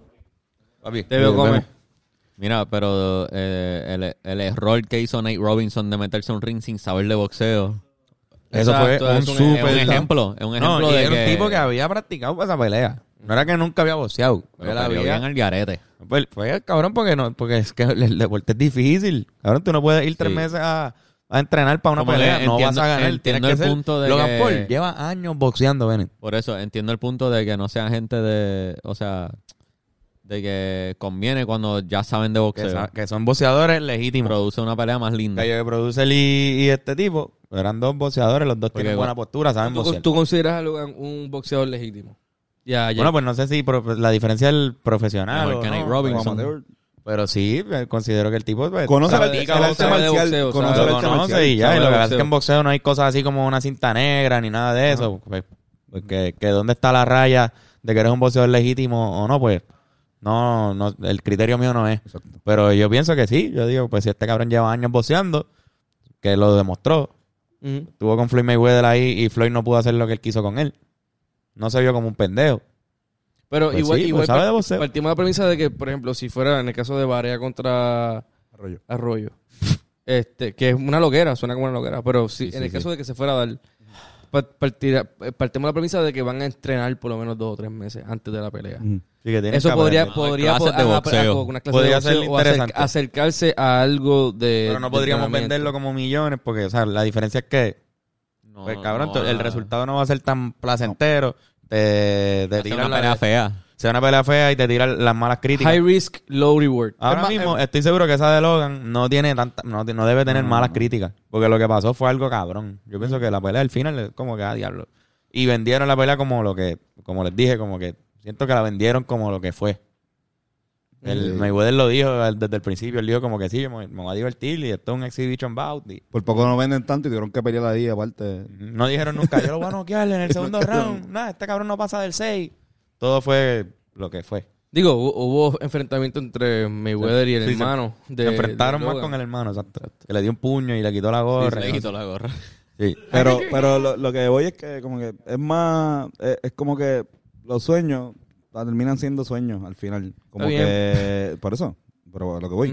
[SPEAKER 2] Papi,
[SPEAKER 5] Te veo
[SPEAKER 2] sí,
[SPEAKER 5] comer.
[SPEAKER 2] vemos.
[SPEAKER 4] Mira, pero eh, el, el error que hizo Nate Robinson de meterse a un ring sin saber de boxeo.
[SPEAKER 2] Eso
[SPEAKER 5] Exacto,
[SPEAKER 2] fue un
[SPEAKER 5] es un-
[SPEAKER 4] Es un
[SPEAKER 2] súper
[SPEAKER 4] ejemplo. Es un ejemplo
[SPEAKER 2] No, y
[SPEAKER 4] de
[SPEAKER 2] era
[SPEAKER 4] que,
[SPEAKER 2] un tipo que había practicado para esa pelea. No era que nunca había boxeado.
[SPEAKER 4] pero
[SPEAKER 2] Él
[SPEAKER 4] peleó
[SPEAKER 2] había-
[SPEAKER 4] bien al garete.
[SPEAKER 2] Pues, pues, cabrón, porque no, porque es que el deporte es difícil. Cabrón, tú no puedes ir tres
[SPEAKER 4] Sí.
[SPEAKER 2] meses a, a entrenar para una
[SPEAKER 4] Como
[SPEAKER 2] pelea.
[SPEAKER 4] que
[SPEAKER 2] no vas
[SPEAKER 4] entiendo-
[SPEAKER 2] a ganar. Tienes
[SPEAKER 4] entiendo
[SPEAKER 2] que
[SPEAKER 4] el
[SPEAKER 2] ser-
[SPEAKER 4] punto de
[SPEAKER 2] Logan
[SPEAKER 4] que-
[SPEAKER 2] Paul lleva años boxeando, Bennett.
[SPEAKER 4] Por eso entiendo el punto de que no sea gente de. O sea, de que conviene cuando ya saben de
[SPEAKER 2] Que,
[SPEAKER 4] boxeo.
[SPEAKER 2] sa- que son boxeadores legítimos.
[SPEAKER 4] Produce una pelea más linda.
[SPEAKER 2] Gallo de Producer y, y este tipo eran dos boxeadores, los dos
[SPEAKER 4] Porque
[SPEAKER 2] tienen
[SPEAKER 4] igual-
[SPEAKER 2] buena postura, saben
[SPEAKER 5] ¿Tú,
[SPEAKER 2] boxear.
[SPEAKER 5] tú consideras a Logan un boxeador legítimo? Ya, ya.
[SPEAKER 2] Bueno, pues no sé si profe- la diferencia del profesional.
[SPEAKER 4] Mejor
[SPEAKER 2] o
[SPEAKER 4] que
[SPEAKER 2] no,
[SPEAKER 4] Nate
[SPEAKER 2] pero-
[SPEAKER 4] Robinson.
[SPEAKER 1] amateur.
[SPEAKER 4] Pero,
[SPEAKER 2] Pero sí, eh, considero que el tipo... pues,
[SPEAKER 1] Conoce el,
[SPEAKER 5] Sabe-
[SPEAKER 1] el
[SPEAKER 5] sabe
[SPEAKER 1] arte marcial.
[SPEAKER 5] de boxeo,
[SPEAKER 2] lo
[SPEAKER 1] conoce
[SPEAKER 5] sabe
[SPEAKER 1] el
[SPEAKER 5] de
[SPEAKER 1] arte marcial.
[SPEAKER 2] conoce y ya.
[SPEAKER 5] sabe
[SPEAKER 2] Y lo que
[SPEAKER 5] de
[SPEAKER 2] pasa es
[SPEAKER 5] boxeo.
[SPEAKER 2] que en boxeo no hay cosas así como una cinta negra ni nada de eso. Pues, pues, que, que dónde está la raya de que eres un boxeador legítimo o no, pues... No, no, el criterio mío no es. Pero yo pienso que sí. Yo digo, pues si este cabrón lleva años boxeando, que lo demostró,
[SPEAKER 5] Ujú.
[SPEAKER 2] Tuvo con Floyd Mayweather ahí y Floyd no pudo hacer lo que él quiso con él. No se vio como un pendejo.
[SPEAKER 5] Pero
[SPEAKER 2] Pues
[SPEAKER 5] igual,
[SPEAKER 2] sí, pues
[SPEAKER 5] igual
[SPEAKER 2] sabe de
[SPEAKER 5] par-
[SPEAKER 2] boxeo.
[SPEAKER 5] partimos de la premisa de que, por ejemplo, si fuera en el caso de Barea contra
[SPEAKER 1] Arroyo.
[SPEAKER 5] Arroyo, este, que es una loquera, suena como una loquera, pero si,
[SPEAKER 4] Sí,
[SPEAKER 5] en
[SPEAKER 4] sí,
[SPEAKER 5] el caso de que se fuera a dar, par- partira- eh, partimos de la premisa de que van a entrenar por lo menos dos o tres meses antes de la pelea.
[SPEAKER 1] Mm.
[SPEAKER 2] Así que tiene
[SPEAKER 5] Eso
[SPEAKER 2] Mm. que
[SPEAKER 5] podría,
[SPEAKER 2] aprender.
[SPEAKER 5] podría
[SPEAKER 4] clases de
[SPEAKER 5] ajá,
[SPEAKER 4] boxeo.
[SPEAKER 5] con una clase
[SPEAKER 2] Podría
[SPEAKER 5] de boxeo
[SPEAKER 2] ser
[SPEAKER 5] o acer-
[SPEAKER 2] interesante.
[SPEAKER 5] acercarse a algo de.
[SPEAKER 2] Pero no
[SPEAKER 5] de
[SPEAKER 2] podríamos
[SPEAKER 5] Eh, entrenamiento.
[SPEAKER 2] venderlo como millones porque, o sea, la diferencia es que,
[SPEAKER 4] No,
[SPEAKER 2] pues, cabrón,
[SPEAKER 4] no,
[SPEAKER 2] to- el
[SPEAKER 4] ah,
[SPEAKER 2] resultado no va a ser tan placentero. Te, te
[SPEAKER 4] es
[SPEAKER 2] tiran
[SPEAKER 4] una
[SPEAKER 2] la-
[SPEAKER 4] pelea fea.
[SPEAKER 2] sea una pelea fea y te tiran las malas críticas.
[SPEAKER 5] High risk, low reward.
[SPEAKER 2] Ahora
[SPEAKER 5] Es más,
[SPEAKER 2] mismo
[SPEAKER 5] eh,
[SPEAKER 2] estoy seguro que esa de Logan no tiene tanta, no, te- no debe tener
[SPEAKER 4] Mm.
[SPEAKER 2] malas críticas. Porque lo que pasó fue algo cabrón. Yo pienso que la pelea al final es como que a diablo. Y vendieron la pelea como lo que, como les dije, como que siento que la vendieron como lo que fue. El Mayweather lo dijo desde el principio, él dijo como que sí, yo me, me voy a divertir y esto es un exhibition bout. y-
[SPEAKER 1] Por poco no venden tanto y tuvieron que pelear ahí aparte.
[SPEAKER 2] no dijeron nunca, yo lo voy a noquear en el segundo round. Nada, este cabrón no pasa del 6. Todo fue lo que fue.
[SPEAKER 5] digo, hu- hubo enfrentamiento entre Mayweather y el
[SPEAKER 2] Sí, se-
[SPEAKER 5] hermano. de-
[SPEAKER 2] Se enfrentaron
[SPEAKER 5] de
[SPEAKER 2] más
[SPEAKER 5] Logan.
[SPEAKER 2] con el hermano, exacto. Que le dio un puño y le quitó la gorra.
[SPEAKER 4] Le
[SPEAKER 2] y no
[SPEAKER 4] quitó la gorra.
[SPEAKER 2] sé. Sí.
[SPEAKER 1] Pero, pero lo, lo que voy es que como que es más, es, es como que los sueños ah, terminan siendo sueños al final. Como
[SPEAKER 5] Está
[SPEAKER 1] que, por eso, pero a lo que voy.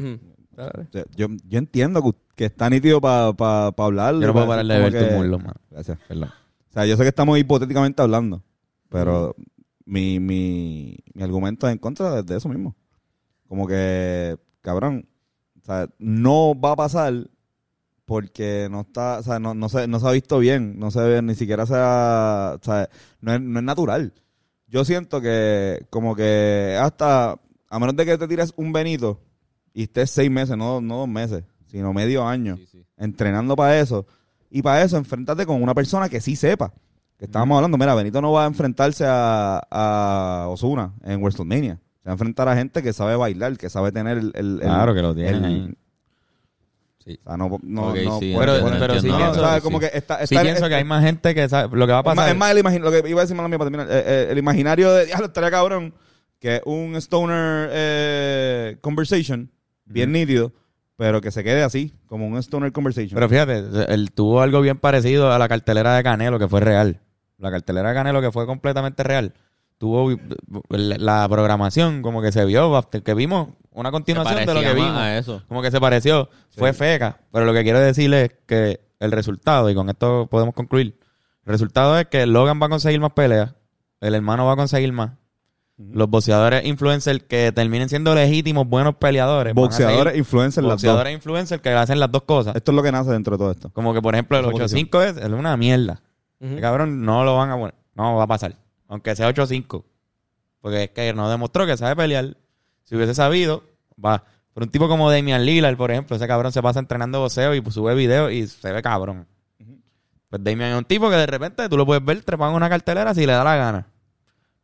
[SPEAKER 5] Ujú.
[SPEAKER 1] O sea, yo, yo entiendo que, que está nítido para pa, pa hablar.
[SPEAKER 2] Yo no puedo parar de
[SPEAKER 1] Como
[SPEAKER 2] ver tu
[SPEAKER 1] que-
[SPEAKER 2] muslo, mano.
[SPEAKER 1] Gracias, perdón. O sea, yo sé que estamos hipotéticamente hablando, pero mi, mi, mi argumento es en contra de, de eso mismo. Como que, cabrón, o sea, no va a pasar porque no está, o sea, no, no, se, no se ha visto bien, no se ve, ni siquiera se ha, o sea, no es, no es natural. Yo siento que, como que hasta, a menos de que te tires un Benito y estés seis meses, no, no dos meses, sino medio año, entrenando para eso, y para eso, enfrentarte con una persona que sí sepa. Que estábamos hablando, mira, Benito no va a enfrentarse a, a Osuna en WrestleMania. Se va a enfrentar a gente que sabe bailar, que sabe tener el. el- el-
[SPEAKER 2] Claro que lo tienen
[SPEAKER 1] el-
[SPEAKER 2] ahí.
[SPEAKER 4] Sí.
[SPEAKER 1] O sea, no. no,
[SPEAKER 4] Ok,
[SPEAKER 1] no
[SPEAKER 4] sí,
[SPEAKER 1] puede
[SPEAKER 2] pero-
[SPEAKER 1] poner-
[SPEAKER 2] pero sí
[SPEAKER 1] no,
[SPEAKER 2] pienso
[SPEAKER 1] o sea,
[SPEAKER 4] que
[SPEAKER 1] como
[SPEAKER 4] sí.
[SPEAKER 1] que está.
[SPEAKER 2] Sí
[SPEAKER 1] está-
[SPEAKER 2] pienso
[SPEAKER 1] es-
[SPEAKER 2] que hay más gente que sabe lo que va a
[SPEAKER 1] es más,
[SPEAKER 2] pasar.
[SPEAKER 1] es más el imaginario, lo que iba a decir mala mía para terminar, eh, eh, el imaginario de diablo estaría cabrón, que un stoner eh, conversation, bien nítido, pero que se quede así, como un stoner conversation.
[SPEAKER 2] Pero fíjate, él tuvo algo bien parecido a la cartelera de Canelo, que fue real. La cartelera de Canelo, que fue completamente real. Tuvo eh, la programación, como que se vio, after- que vimos una continuación de lo que
[SPEAKER 4] Parecía más
[SPEAKER 2] vimos.
[SPEAKER 4] a eso.
[SPEAKER 2] Como que se pareció, fue feca. Pero lo que quiero decirle es que el resultado, y con esto podemos concluir, el resultado es que Logan va a conseguir más peleas, el hermano va a conseguir más. Los boxeadores influencers que terminen siendo legítimos, buenos peleadores. van a seguir-
[SPEAKER 1] boxeadores, influencers, las dos.
[SPEAKER 2] boxeadores influencers que hacen las dos cosas.
[SPEAKER 1] Esto es lo que nace dentro de todo esto.
[SPEAKER 2] Como que, por ejemplo, el
[SPEAKER 1] Esa posición.
[SPEAKER 2] 8-5 es, es una mierda.
[SPEAKER 5] Ujú.
[SPEAKER 2] El cabrón no lo van a poner. No va a pasar. Aunque sea 8-5. Porque es que no demostró que sabe pelear. Si hubiese sabido, va. Pero un tipo como Damian Lillard, por ejemplo, ese cabrón se pasa entrenando boxeo y pues, sube videos y se ve cabrón. Pues Damian es un tipo que de repente tú lo puedes ver trepando en una cartelera si le da la gana.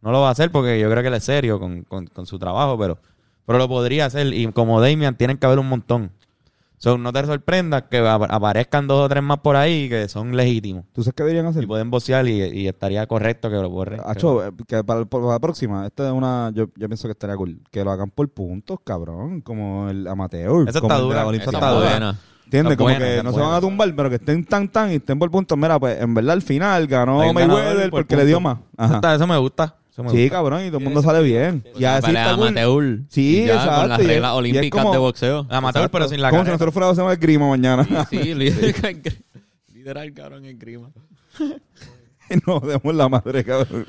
[SPEAKER 2] No lo va a hacer porque yo creo que él es serio con, con- con su trabajo, pero, pero lo podría hacer. Y como Damian, tienen que haber un montón. So, no te sorprendas que ap- aparezcan dos o tres más por ahí que son legítimos.
[SPEAKER 1] ¿Tú sabes qué deberían
[SPEAKER 2] Y
[SPEAKER 1] hacer?
[SPEAKER 2] pueden vocear y, y estaría correcto que lo borren.
[SPEAKER 1] Acho, eh, que para, el- para la próxima, esta es una, yo, yo pienso que estaría cool. Que lo hagan por puntos, cabrón, como el amateur.
[SPEAKER 2] Esa
[SPEAKER 1] como
[SPEAKER 2] está
[SPEAKER 1] el de
[SPEAKER 2] dura,
[SPEAKER 1] la
[SPEAKER 2] esa
[SPEAKER 1] Olimpiada.
[SPEAKER 2] está Mm. dura.
[SPEAKER 4] buena.
[SPEAKER 1] ¿Entiendes?
[SPEAKER 2] Está
[SPEAKER 1] Como
[SPEAKER 2] buena,
[SPEAKER 1] que
[SPEAKER 2] está
[SPEAKER 1] no se
[SPEAKER 2] buena.
[SPEAKER 1] van a tumbar, pero que estén tan tan y estén por puntos. Mira, pues en verdad al final ganó
[SPEAKER 2] Hay un
[SPEAKER 1] Mayweather
[SPEAKER 2] ganador por
[SPEAKER 1] porque le dio más.
[SPEAKER 2] punto. Eso,
[SPEAKER 1] Ajá.
[SPEAKER 2] está- eso me gusta. Eso me
[SPEAKER 1] Sí,
[SPEAKER 2] gusta.
[SPEAKER 1] cabrón, y todo el mundo sale bien. Y así
[SPEAKER 4] Pelea
[SPEAKER 1] está cool.
[SPEAKER 4] amateur.
[SPEAKER 1] Sí,
[SPEAKER 4] Y ya, Con las
[SPEAKER 1] exacto, y es-
[SPEAKER 4] reglas
[SPEAKER 1] y es
[SPEAKER 4] olímpicas
[SPEAKER 1] como-
[SPEAKER 4] de boxeo.
[SPEAKER 2] Amateur, pero sin la
[SPEAKER 1] Como si
[SPEAKER 2] cara.
[SPEAKER 1] nosotros fuéramos a hacer grima mañana.
[SPEAKER 4] Sí, literal, literal, cabrón, en grima.
[SPEAKER 1] no, demos la madre, cabrón.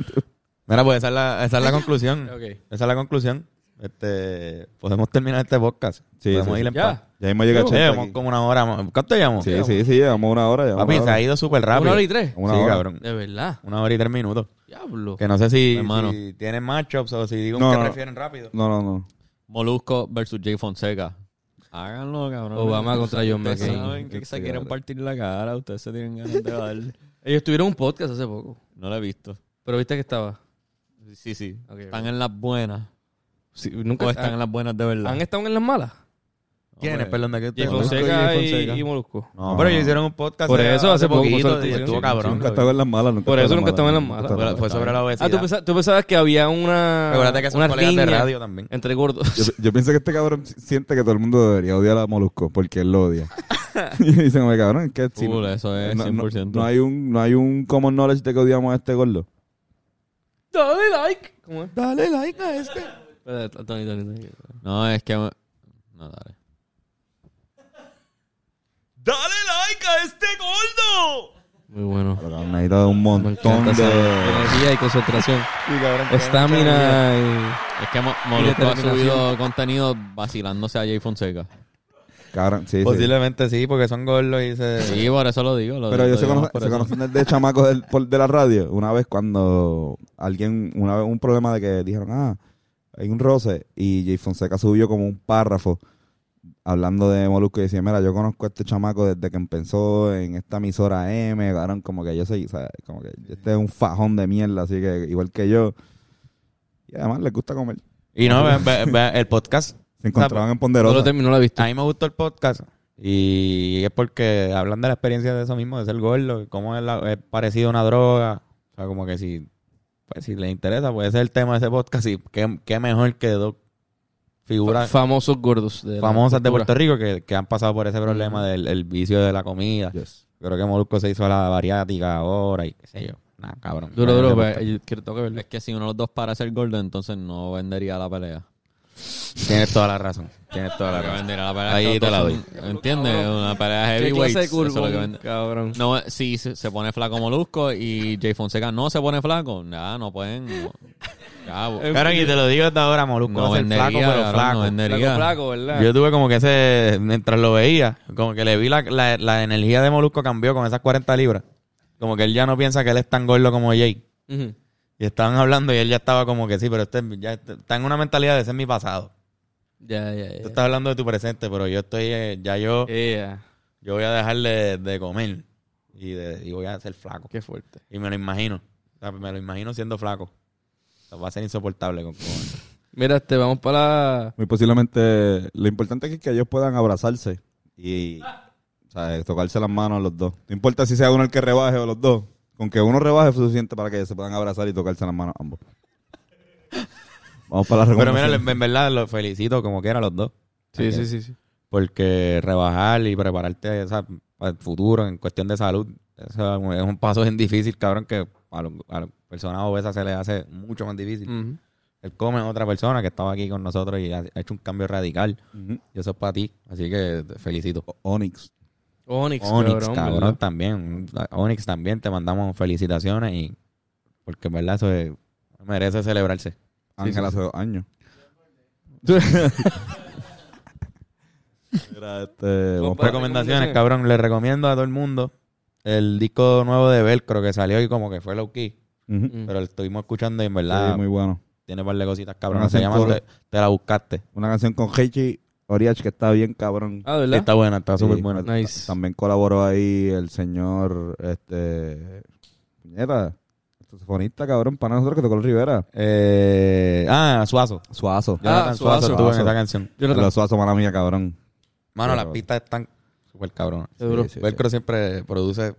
[SPEAKER 2] Mira, pues esa es la, esa es la conclusión.
[SPEAKER 5] Ok.
[SPEAKER 2] Esa es la conclusión. Este, podemos terminar este podcast.
[SPEAKER 1] Sí,
[SPEAKER 2] podemos
[SPEAKER 1] sí,
[SPEAKER 2] ir
[SPEAKER 1] sí.
[SPEAKER 2] en
[SPEAKER 5] Ya.
[SPEAKER 2] paz.
[SPEAKER 1] Ya mismo llega
[SPEAKER 2] Eh,
[SPEAKER 1] Chente
[SPEAKER 2] Llevamos
[SPEAKER 1] aquí.
[SPEAKER 2] como una hora. más. ¿Cuánto llevamos?
[SPEAKER 1] Sí, sí, sí, llevamos una hora. llevamos
[SPEAKER 2] Papi,
[SPEAKER 1] una
[SPEAKER 2] se
[SPEAKER 1] hora.
[SPEAKER 2] ha ido súper rápido.
[SPEAKER 5] Una hora y tres.
[SPEAKER 1] Una
[SPEAKER 2] sí,
[SPEAKER 1] hora.
[SPEAKER 2] cabrón.
[SPEAKER 5] De verdad.
[SPEAKER 2] Una hora y tres minutos.
[SPEAKER 5] Diablo.
[SPEAKER 2] Que no sé si,
[SPEAKER 4] Hermano.
[SPEAKER 2] si tienen matchups o si digo
[SPEAKER 1] No,
[SPEAKER 2] que
[SPEAKER 1] no.
[SPEAKER 2] prefieren rápido.
[SPEAKER 1] No, no, no.
[SPEAKER 4] Molusco versus Jay Fonseca. Háganlo, cabrón.
[SPEAKER 5] Obama contra John
[SPEAKER 4] Ustedes
[SPEAKER 5] McCain.
[SPEAKER 4] saben que se quieren partir la cara. Ustedes se tienen ganas de dar.
[SPEAKER 5] Ellos tuvieron un podcast hace poco.
[SPEAKER 4] No lo he visto.
[SPEAKER 5] Pero viste que estaba.
[SPEAKER 4] Sí, sí.
[SPEAKER 5] Ok,
[SPEAKER 4] Están en las buenas.
[SPEAKER 5] Sí, nunca,
[SPEAKER 4] O están en las buenas de
[SPEAKER 5] han,
[SPEAKER 4] verdad.
[SPEAKER 5] han estado en las malas?
[SPEAKER 2] ¿Quiénes? Perdón, de qué
[SPEAKER 5] Jay
[SPEAKER 2] te-
[SPEAKER 5] Fonseca
[SPEAKER 2] Jay
[SPEAKER 5] y,
[SPEAKER 2] Fonseca.
[SPEAKER 5] y Molusco.
[SPEAKER 1] Ah,
[SPEAKER 2] No, pero ellos hicieron un podcast
[SPEAKER 5] Por
[SPEAKER 2] eh,
[SPEAKER 5] eso hace poco, sobre-
[SPEAKER 2] y estuvo
[SPEAKER 5] sí,
[SPEAKER 2] cabrón.
[SPEAKER 1] Nunca estaba en las malas. Nunca
[SPEAKER 5] Por eso nunca
[SPEAKER 1] estaba
[SPEAKER 5] estaba en las malas.
[SPEAKER 1] nunca
[SPEAKER 2] Fue-
[SPEAKER 1] estaba
[SPEAKER 2] Fue
[SPEAKER 1] en
[SPEAKER 2] sobre
[SPEAKER 1] las
[SPEAKER 2] la
[SPEAKER 1] malas.
[SPEAKER 5] Ah,
[SPEAKER 2] obesidad.
[SPEAKER 5] ¿tú, pensabas, tú pensabas que había una.
[SPEAKER 2] Acuérdate que son
[SPEAKER 5] una
[SPEAKER 2] colegas de
[SPEAKER 5] riña
[SPEAKER 2] radio también.
[SPEAKER 5] Entre gordos.
[SPEAKER 1] Yo, yo pienso que este cabrón siente que todo el mundo debería odiar a Molusco porque él lo odia. y dicen, oye, cabrón, ¿qué es
[SPEAKER 4] Full, eh, eso es
[SPEAKER 1] No, no,
[SPEAKER 4] 100%.
[SPEAKER 1] no hay un, no hay un common knowledge de que odiamos a este gordo.
[SPEAKER 5] Dale like. ¿Cómo es?
[SPEAKER 1] Dale like a este.
[SPEAKER 5] Espérate, Tony, Tony, Tony.
[SPEAKER 4] No, es que... No, dale.
[SPEAKER 5] Muy bueno.
[SPEAKER 1] Pero cabrón, necesita un montón
[SPEAKER 5] Entonces,
[SPEAKER 1] de...
[SPEAKER 5] Energía y concentración. Estamina
[SPEAKER 4] Es que Mo- Molusco ha
[SPEAKER 5] determinación.
[SPEAKER 4] subido contenido vacilándose a Jay Fonseca.
[SPEAKER 1] Cabrón, sí,
[SPEAKER 2] Pues
[SPEAKER 1] sí.
[SPEAKER 2] Posiblemente sí, porque son gordos y se...
[SPEAKER 4] Sí, por eso lo digo. lo-
[SPEAKER 1] Pero
[SPEAKER 4] lo
[SPEAKER 1] ellos se,
[SPEAKER 4] digo
[SPEAKER 1] cono-
[SPEAKER 4] por
[SPEAKER 1] se
[SPEAKER 4] eso.
[SPEAKER 1] conocen desde chamacos del- por- de la radio. Una vez cuando alguien, una vez un problema de que dijeron, ah, hay un roce. Y Jay Fonseca subió como un párrafo hablando de Molusco y decía, mira, yo conozco a este chamaco desde que empezó en esta emisora M, cabrón, como que yo soy, ¿sabes? como que este es un fajón de mierda, así que igual que yo. Y además les gusta comer.
[SPEAKER 2] Y no, ve- ve- ve- el podcast.
[SPEAKER 1] Se encontraban en
[SPEAKER 5] y. No lo
[SPEAKER 1] Ponderosa.
[SPEAKER 5] terminó, la vista.
[SPEAKER 2] A mí me gustó el podcast. Y es porque hablan de la experiencia de eso mismo, de ser gordo, y cómo es, la- es parecido a una droga. O sea, como que si, pues, si les interesa, puede ser el tema de ese podcast. Y qué, qué mejor que dos figuras
[SPEAKER 5] Famosos gordos. de la
[SPEAKER 2] famosas de
[SPEAKER 5] cultura. Mm.
[SPEAKER 2] Puerto Rico que, que han pasado por ese problema del el vicio de la comida.
[SPEAKER 1] Yes.
[SPEAKER 2] Creo que Molusco se hizo la variática ahora y qué sé yo. Nah, cabrón.
[SPEAKER 5] Duro, duro.
[SPEAKER 2] Tiene
[SPEAKER 5] pues, yo quiero- tengo que verlo.
[SPEAKER 4] Es que si uno de los dos para ser gordo, entonces no vendería la pelea.
[SPEAKER 2] Tienes toda la razón. Tienes toda la
[SPEAKER 4] Porque
[SPEAKER 2] razón.
[SPEAKER 4] vendería la pelea.
[SPEAKER 2] Ahí
[SPEAKER 4] es que
[SPEAKER 2] te
[SPEAKER 4] los
[SPEAKER 2] la
[SPEAKER 4] dos
[SPEAKER 2] doy.
[SPEAKER 4] son- ¿Entiendes? Una pelea
[SPEAKER 5] ¿Qué
[SPEAKER 4] heavyweight.
[SPEAKER 5] clase
[SPEAKER 4] Eso
[SPEAKER 5] de
[SPEAKER 4] es lo que
[SPEAKER 5] curvo,
[SPEAKER 4] vende.
[SPEAKER 5] cabrón?
[SPEAKER 4] No, si se se pone flaco Molusco y Jay Fonseca no se pone flaco, nada, no pueden. no. Ya, bo-
[SPEAKER 2] Cabrón, y te lo digo hasta ahora, Molusco.
[SPEAKER 4] No
[SPEAKER 2] va a ser
[SPEAKER 4] vendería,
[SPEAKER 2] flaco, pero
[SPEAKER 4] cabrón,
[SPEAKER 2] flaco.
[SPEAKER 4] no vendería.
[SPEAKER 5] Flaco, flaco, ¿verdad?
[SPEAKER 2] Yo tuve como que ese, mientras lo veía, como que le vi la, la, la energía de Molusco cambió con esas 40 libras. Como que él ya no piensa que él es tan gordo como Jay.
[SPEAKER 5] Ujú.
[SPEAKER 2] Y estaban hablando y él ya estaba como que sí, pero este, ya este- está en una mentalidad de ese es mi pasado.
[SPEAKER 5] Ya, ya, ya.
[SPEAKER 2] Tú estás hablando de tu presente, pero yo estoy, eh, ya yo,
[SPEAKER 5] Yeah.
[SPEAKER 2] yo voy a dejar de, de comer y, de, y voy a ser flaco.
[SPEAKER 5] Qué fuerte.
[SPEAKER 2] Y me lo imagino. O sea, me lo imagino siendo flaco. O sea, va a ser insoportable con cojones.
[SPEAKER 5] Mira, este, vamos para la...
[SPEAKER 1] Muy posiblemente, lo importante es que ellos puedan abrazarse y ¿sabes? tocarse las manos a los dos. No importa si sea uno el que rebaje o los dos. Con que uno rebaje es suficiente para que se puedan abrazar y tocarse las manos ambos. Vamos para la
[SPEAKER 2] Pero mira,
[SPEAKER 1] recomendación.
[SPEAKER 2] en verdad los felicito como quiera a los dos.
[SPEAKER 5] Sí, sí, sí, sí.
[SPEAKER 2] porque rebajar y prepararte o sea, para el futuro en cuestión de salud eso es un paso bien difícil, cabrón, que a, los- a las personas obesas se les hace mucho más difícil.
[SPEAKER 5] Ujú.
[SPEAKER 2] El come es otra persona que estaba aquí con nosotros y ha ha hecho un cambio radical.
[SPEAKER 1] Ujú.
[SPEAKER 2] Y eso es para ti, así que te felicito.
[SPEAKER 1] Onyx.
[SPEAKER 5] Onyx,
[SPEAKER 2] Onyx,
[SPEAKER 5] cabrón.
[SPEAKER 2] cabrón,
[SPEAKER 5] ¿verdad?
[SPEAKER 2] también. Onyx también, te mandamos felicitaciones y porque en verdad eso es- merece celebrarse.
[SPEAKER 1] Ángel
[SPEAKER 2] sí,
[SPEAKER 1] hace dos años. Mira, este, vamos
[SPEAKER 5] Para-
[SPEAKER 2] recomendaciones,
[SPEAKER 5] recomendaciones.
[SPEAKER 2] cabrón. Les recomiendo a todo el mundo el disco nuevo de Velcro que salió y como que fue low key.
[SPEAKER 1] Ujú.
[SPEAKER 5] Mm.
[SPEAKER 2] Pero lo estuvimos escuchando y en
[SPEAKER 1] Sí,
[SPEAKER 2] verdad
[SPEAKER 1] muy bueno.
[SPEAKER 2] tiene un par de cositas, cabrón.
[SPEAKER 1] Una
[SPEAKER 2] Se llama
[SPEAKER 1] cintura.
[SPEAKER 2] te, Te la buscaste.
[SPEAKER 1] Una canción con Heichi Oriach que está bien cabrón.
[SPEAKER 5] Ah,
[SPEAKER 2] Sí,
[SPEAKER 5] ¿verdad?
[SPEAKER 2] está buena, está
[SPEAKER 1] Sí,
[SPEAKER 2] súper buena.
[SPEAKER 1] ta-
[SPEAKER 5] Nice.
[SPEAKER 1] También colaboró ahí el señor, este, puñeta, el saxofonista, cabrón, para nosotros que tocó el Rivera.
[SPEAKER 2] Eh, ah, Suazo.
[SPEAKER 1] Suazo.
[SPEAKER 2] Jonathan Ah, Suazo,
[SPEAKER 5] Suazo.
[SPEAKER 2] estuvo en
[SPEAKER 1] Suazo.
[SPEAKER 2] esa canción.
[SPEAKER 5] Yo lo
[SPEAKER 1] Los Suazo, mala mía, cabrón.
[SPEAKER 2] Mano, las
[SPEAKER 1] Pero-
[SPEAKER 2] pistas están súper cabronas.
[SPEAKER 5] Seguro.
[SPEAKER 1] Sí, sí,
[SPEAKER 2] Velcro siempre produce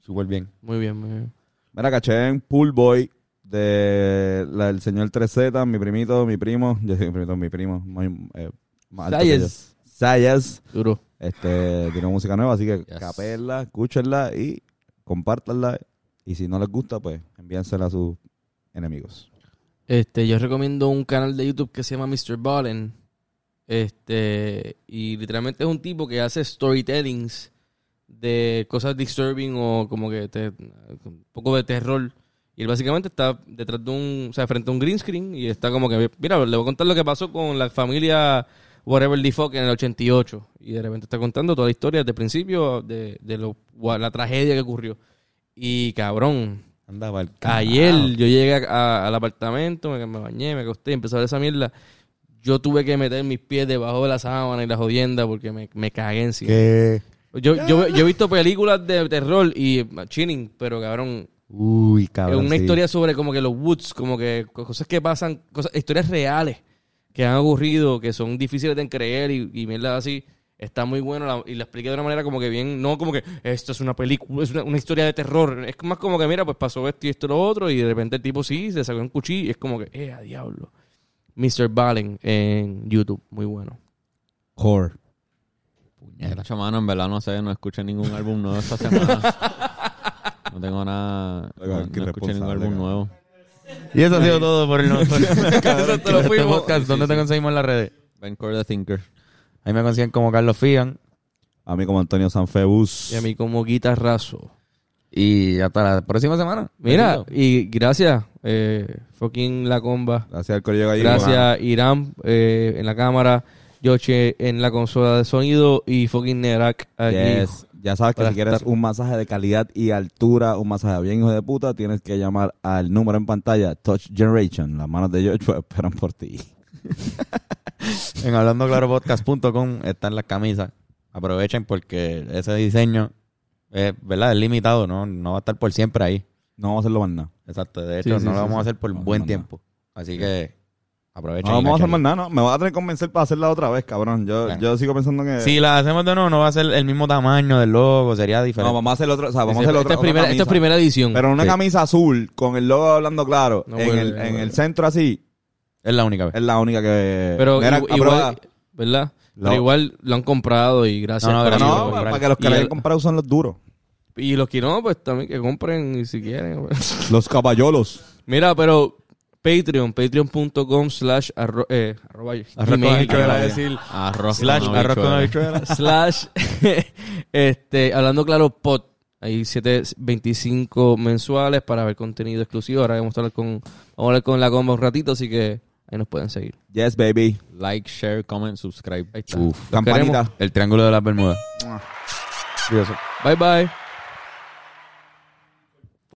[SPEAKER 2] súper bien.
[SPEAKER 5] Muy bien, muy bien.
[SPEAKER 1] Mira, caché en Pool Boy de la- el señor 3Z, mi primito, mi primo, yo soy mi primito, mi primo, muy, eh, más alto que yo.
[SPEAKER 5] Salles.
[SPEAKER 1] Sayas.
[SPEAKER 5] Duro.
[SPEAKER 1] Este, tiene música nueva, así que
[SPEAKER 4] Yes.
[SPEAKER 1] capéenla, escúchenla y compártanla. Y si no les gusta, pues envíensela a sus enemigos.
[SPEAKER 5] Este, yo recomiendo un canal de YouTube que se llama Mr. Ballen. Este, y literalmente es un tipo que hace storytellings de cosas disturbing o como que te- un poco de terror. Y él básicamente está detrás de un, o sea, frente a un green screen y está como que, mira, le voy a contar lo que pasó con la familia Whatever the Fuck en el 88. Y de repente está contando toda la historia desde el principio de, de lo- la tragedia que ocurrió. Y cabrón,
[SPEAKER 2] Anda, pa'l
[SPEAKER 5] Ayer
[SPEAKER 2] carajo.
[SPEAKER 5] yo llegué a- al apartamento, me, me bañé, me acosté, empecé a ver esa mierda. Yo tuve que meter mis pies debajo de la sábana y la jodienda porque me, me cagué encima.
[SPEAKER 2] ¿Qué?
[SPEAKER 5] Yo, yo, yo he visto películas de terror y ah, eh, chilling, pero cabrón,
[SPEAKER 2] Uy,
[SPEAKER 5] Es
[SPEAKER 2] cabrón.
[SPEAKER 5] una
[SPEAKER 2] sí.
[SPEAKER 5] historia sobre como que los Woods, como que co- cosas que pasan, cosas, historias reales que han ocurrido, que son difíciles de creer y, y mierda así. Está muy bueno la- y la expliqué de una manera como que bien, no como que esto es una película, es una, una historia de terror. Es más como que mira, pues pasó esto y esto y lo otro y de repente el tipo sí, se sacó un cuchillo y es como que, eh, a diablo. Mr. Valen en YouTube, muy bueno.
[SPEAKER 1] Core.
[SPEAKER 4] Era chamano, en verdad no sé, no escuché ningún álbum nuevo esta semana. No tengo nada.
[SPEAKER 1] Oiga,
[SPEAKER 4] No, no
[SPEAKER 1] qué
[SPEAKER 4] escuché ningún
[SPEAKER 1] responsable,
[SPEAKER 4] álbum
[SPEAKER 1] cabrón.
[SPEAKER 4] nuevo.
[SPEAKER 2] Y eso ha sido todo por el por-
[SPEAKER 5] Exacto, lo
[SPEAKER 2] este
[SPEAKER 5] fuimos.
[SPEAKER 2] podcast. ¿Dónde te conseguimos en las redes?
[SPEAKER 4] Ben Core the Thinker.
[SPEAKER 2] Ahí me consiguen como Carlos Figan.
[SPEAKER 1] A mí como Antonio Sanfebus.
[SPEAKER 5] Y a mí como guitarrazo.
[SPEAKER 2] Y hasta la próxima semana.
[SPEAKER 5] Mira,
[SPEAKER 2] Besitos.
[SPEAKER 5] y gracias, eh, fucking la comba.
[SPEAKER 1] Gracias al Corillo Gallego.
[SPEAKER 5] Gracias, Irán eh, en la cámara, Yoche en la consola de sonido y fucking Nerak aquí.
[SPEAKER 1] Yes. Ya sabes que
[SPEAKER 5] Para
[SPEAKER 1] si quieres
[SPEAKER 5] estar-
[SPEAKER 1] un masaje de calidad y altura, un masaje bien hijo de puta, tienes que llamar al número en pantalla, Touch Generation. Las manos de George esperan por ti.
[SPEAKER 2] En hablandoclaropodcast.com están las camisas. Aprovechen porque ese diseño es, ¿verdad? es limitado, ¿no? no va a estar por siempre ahí.
[SPEAKER 1] No vamos a hacerlo más nada.
[SPEAKER 2] Exacto, de
[SPEAKER 5] Sí,
[SPEAKER 2] hecho
[SPEAKER 5] sí,
[SPEAKER 2] no
[SPEAKER 5] sí,
[SPEAKER 2] lo vamos
[SPEAKER 1] sí.
[SPEAKER 2] a hacer por
[SPEAKER 1] No,
[SPEAKER 2] buen
[SPEAKER 1] no, no.
[SPEAKER 2] tiempo. Así que aprovechen.
[SPEAKER 1] No
[SPEAKER 2] y
[SPEAKER 1] vamos a hacer
[SPEAKER 2] cáchenla.
[SPEAKER 1] más nada, no. Me vas a tener que convencer para hacerla otra vez, cabrón. Yo,
[SPEAKER 2] Bueno.
[SPEAKER 1] yo sigo pensando que...
[SPEAKER 2] Si la hacemos de nuevo, no va a ser el mismo tamaño del logo, sería
[SPEAKER 1] No,
[SPEAKER 2] diferente.
[SPEAKER 1] vamos a hacer otro, o sea, vamos
[SPEAKER 5] Esta
[SPEAKER 1] a hacer
[SPEAKER 5] es
[SPEAKER 1] otra, otra
[SPEAKER 5] primera- esta es
[SPEAKER 1] camisa.
[SPEAKER 5] primera edición.
[SPEAKER 1] Pero una
[SPEAKER 2] Sí.
[SPEAKER 1] camisa azul con el logo hablando claro
[SPEAKER 5] No
[SPEAKER 1] en,
[SPEAKER 5] vuelve,
[SPEAKER 1] el,
[SPEAKER 5] no
[SPEAKER 1] en
[SPEAKER 5] vuelve.
[SPEAKER 1] el centro así
[SPEAKER 2] es la única vez.
[SPEAKER 1] es la única que
[SPEAKER 5] Pero
[SPEAKER 1] Mira,
[SPEAKER 5] igu-
[SPEAKER 1] aprobada.
[SPEAKER 5] igual, ¿verdad?
[SPEAKER 1] No.
[SPEAKER 5] Pero igual lo han comprado y gracias.
[SPEAKER 2] No, no,
[SPEAKER 5] por
[SPEAKER 2] gracias
[SPEAKER 5] eso.
[SPEAKER 1] no,
[SPEAKER 2] por
[SPEAKER 1] para,
[SPEAKER 2] comprar.
[SPEAKER 1] para que los que la
[SPEAKER 5] Y el-
[SPEAKER 1] hayan comprado son los duros
[SPEAKER 5] Y los que no, pues también que compren y si quieren. pues.
[SPEAKER 1] los caballolos
[SPEAKER 5] Mira, pero Patreon, patreon.com slash arro- eh, arroba
[SPEAKER 2] Arroz con
[SPEAKER 5] gmail,
[SPEAKER 2] habichuela,
[SPEAKER 5] iba a
[SPEAKER 2] ya.
[SPEAKER 5] decir.
[SPEAKER 4] Arroz
[SPEAKER 2] Slash
[SPEAKER 4] con
[SPEAKER 2] arroz con
[SPEAKER 4] habichuela.
[SPEAKER 2] habichuelas.
[SPEAKER 5] slash este hablando claro pod hay 725 mensuales para ver contenido exclusivo ahora vamos a hablar con vamos a hablar con la comba un ratito así que ahí nos pueden seguir
[SPEAKER 1] yes baby
[SPEAKER 4] Like, share, comment, subscribe.
[SPEAKER 5] ahí está
[SPEAKER 1] campanita
[SPEAKER 5] queremos.
[SPEAKER 2] El triángulo de las Bermudas. Dios.
[SPEAKER 5] bye bye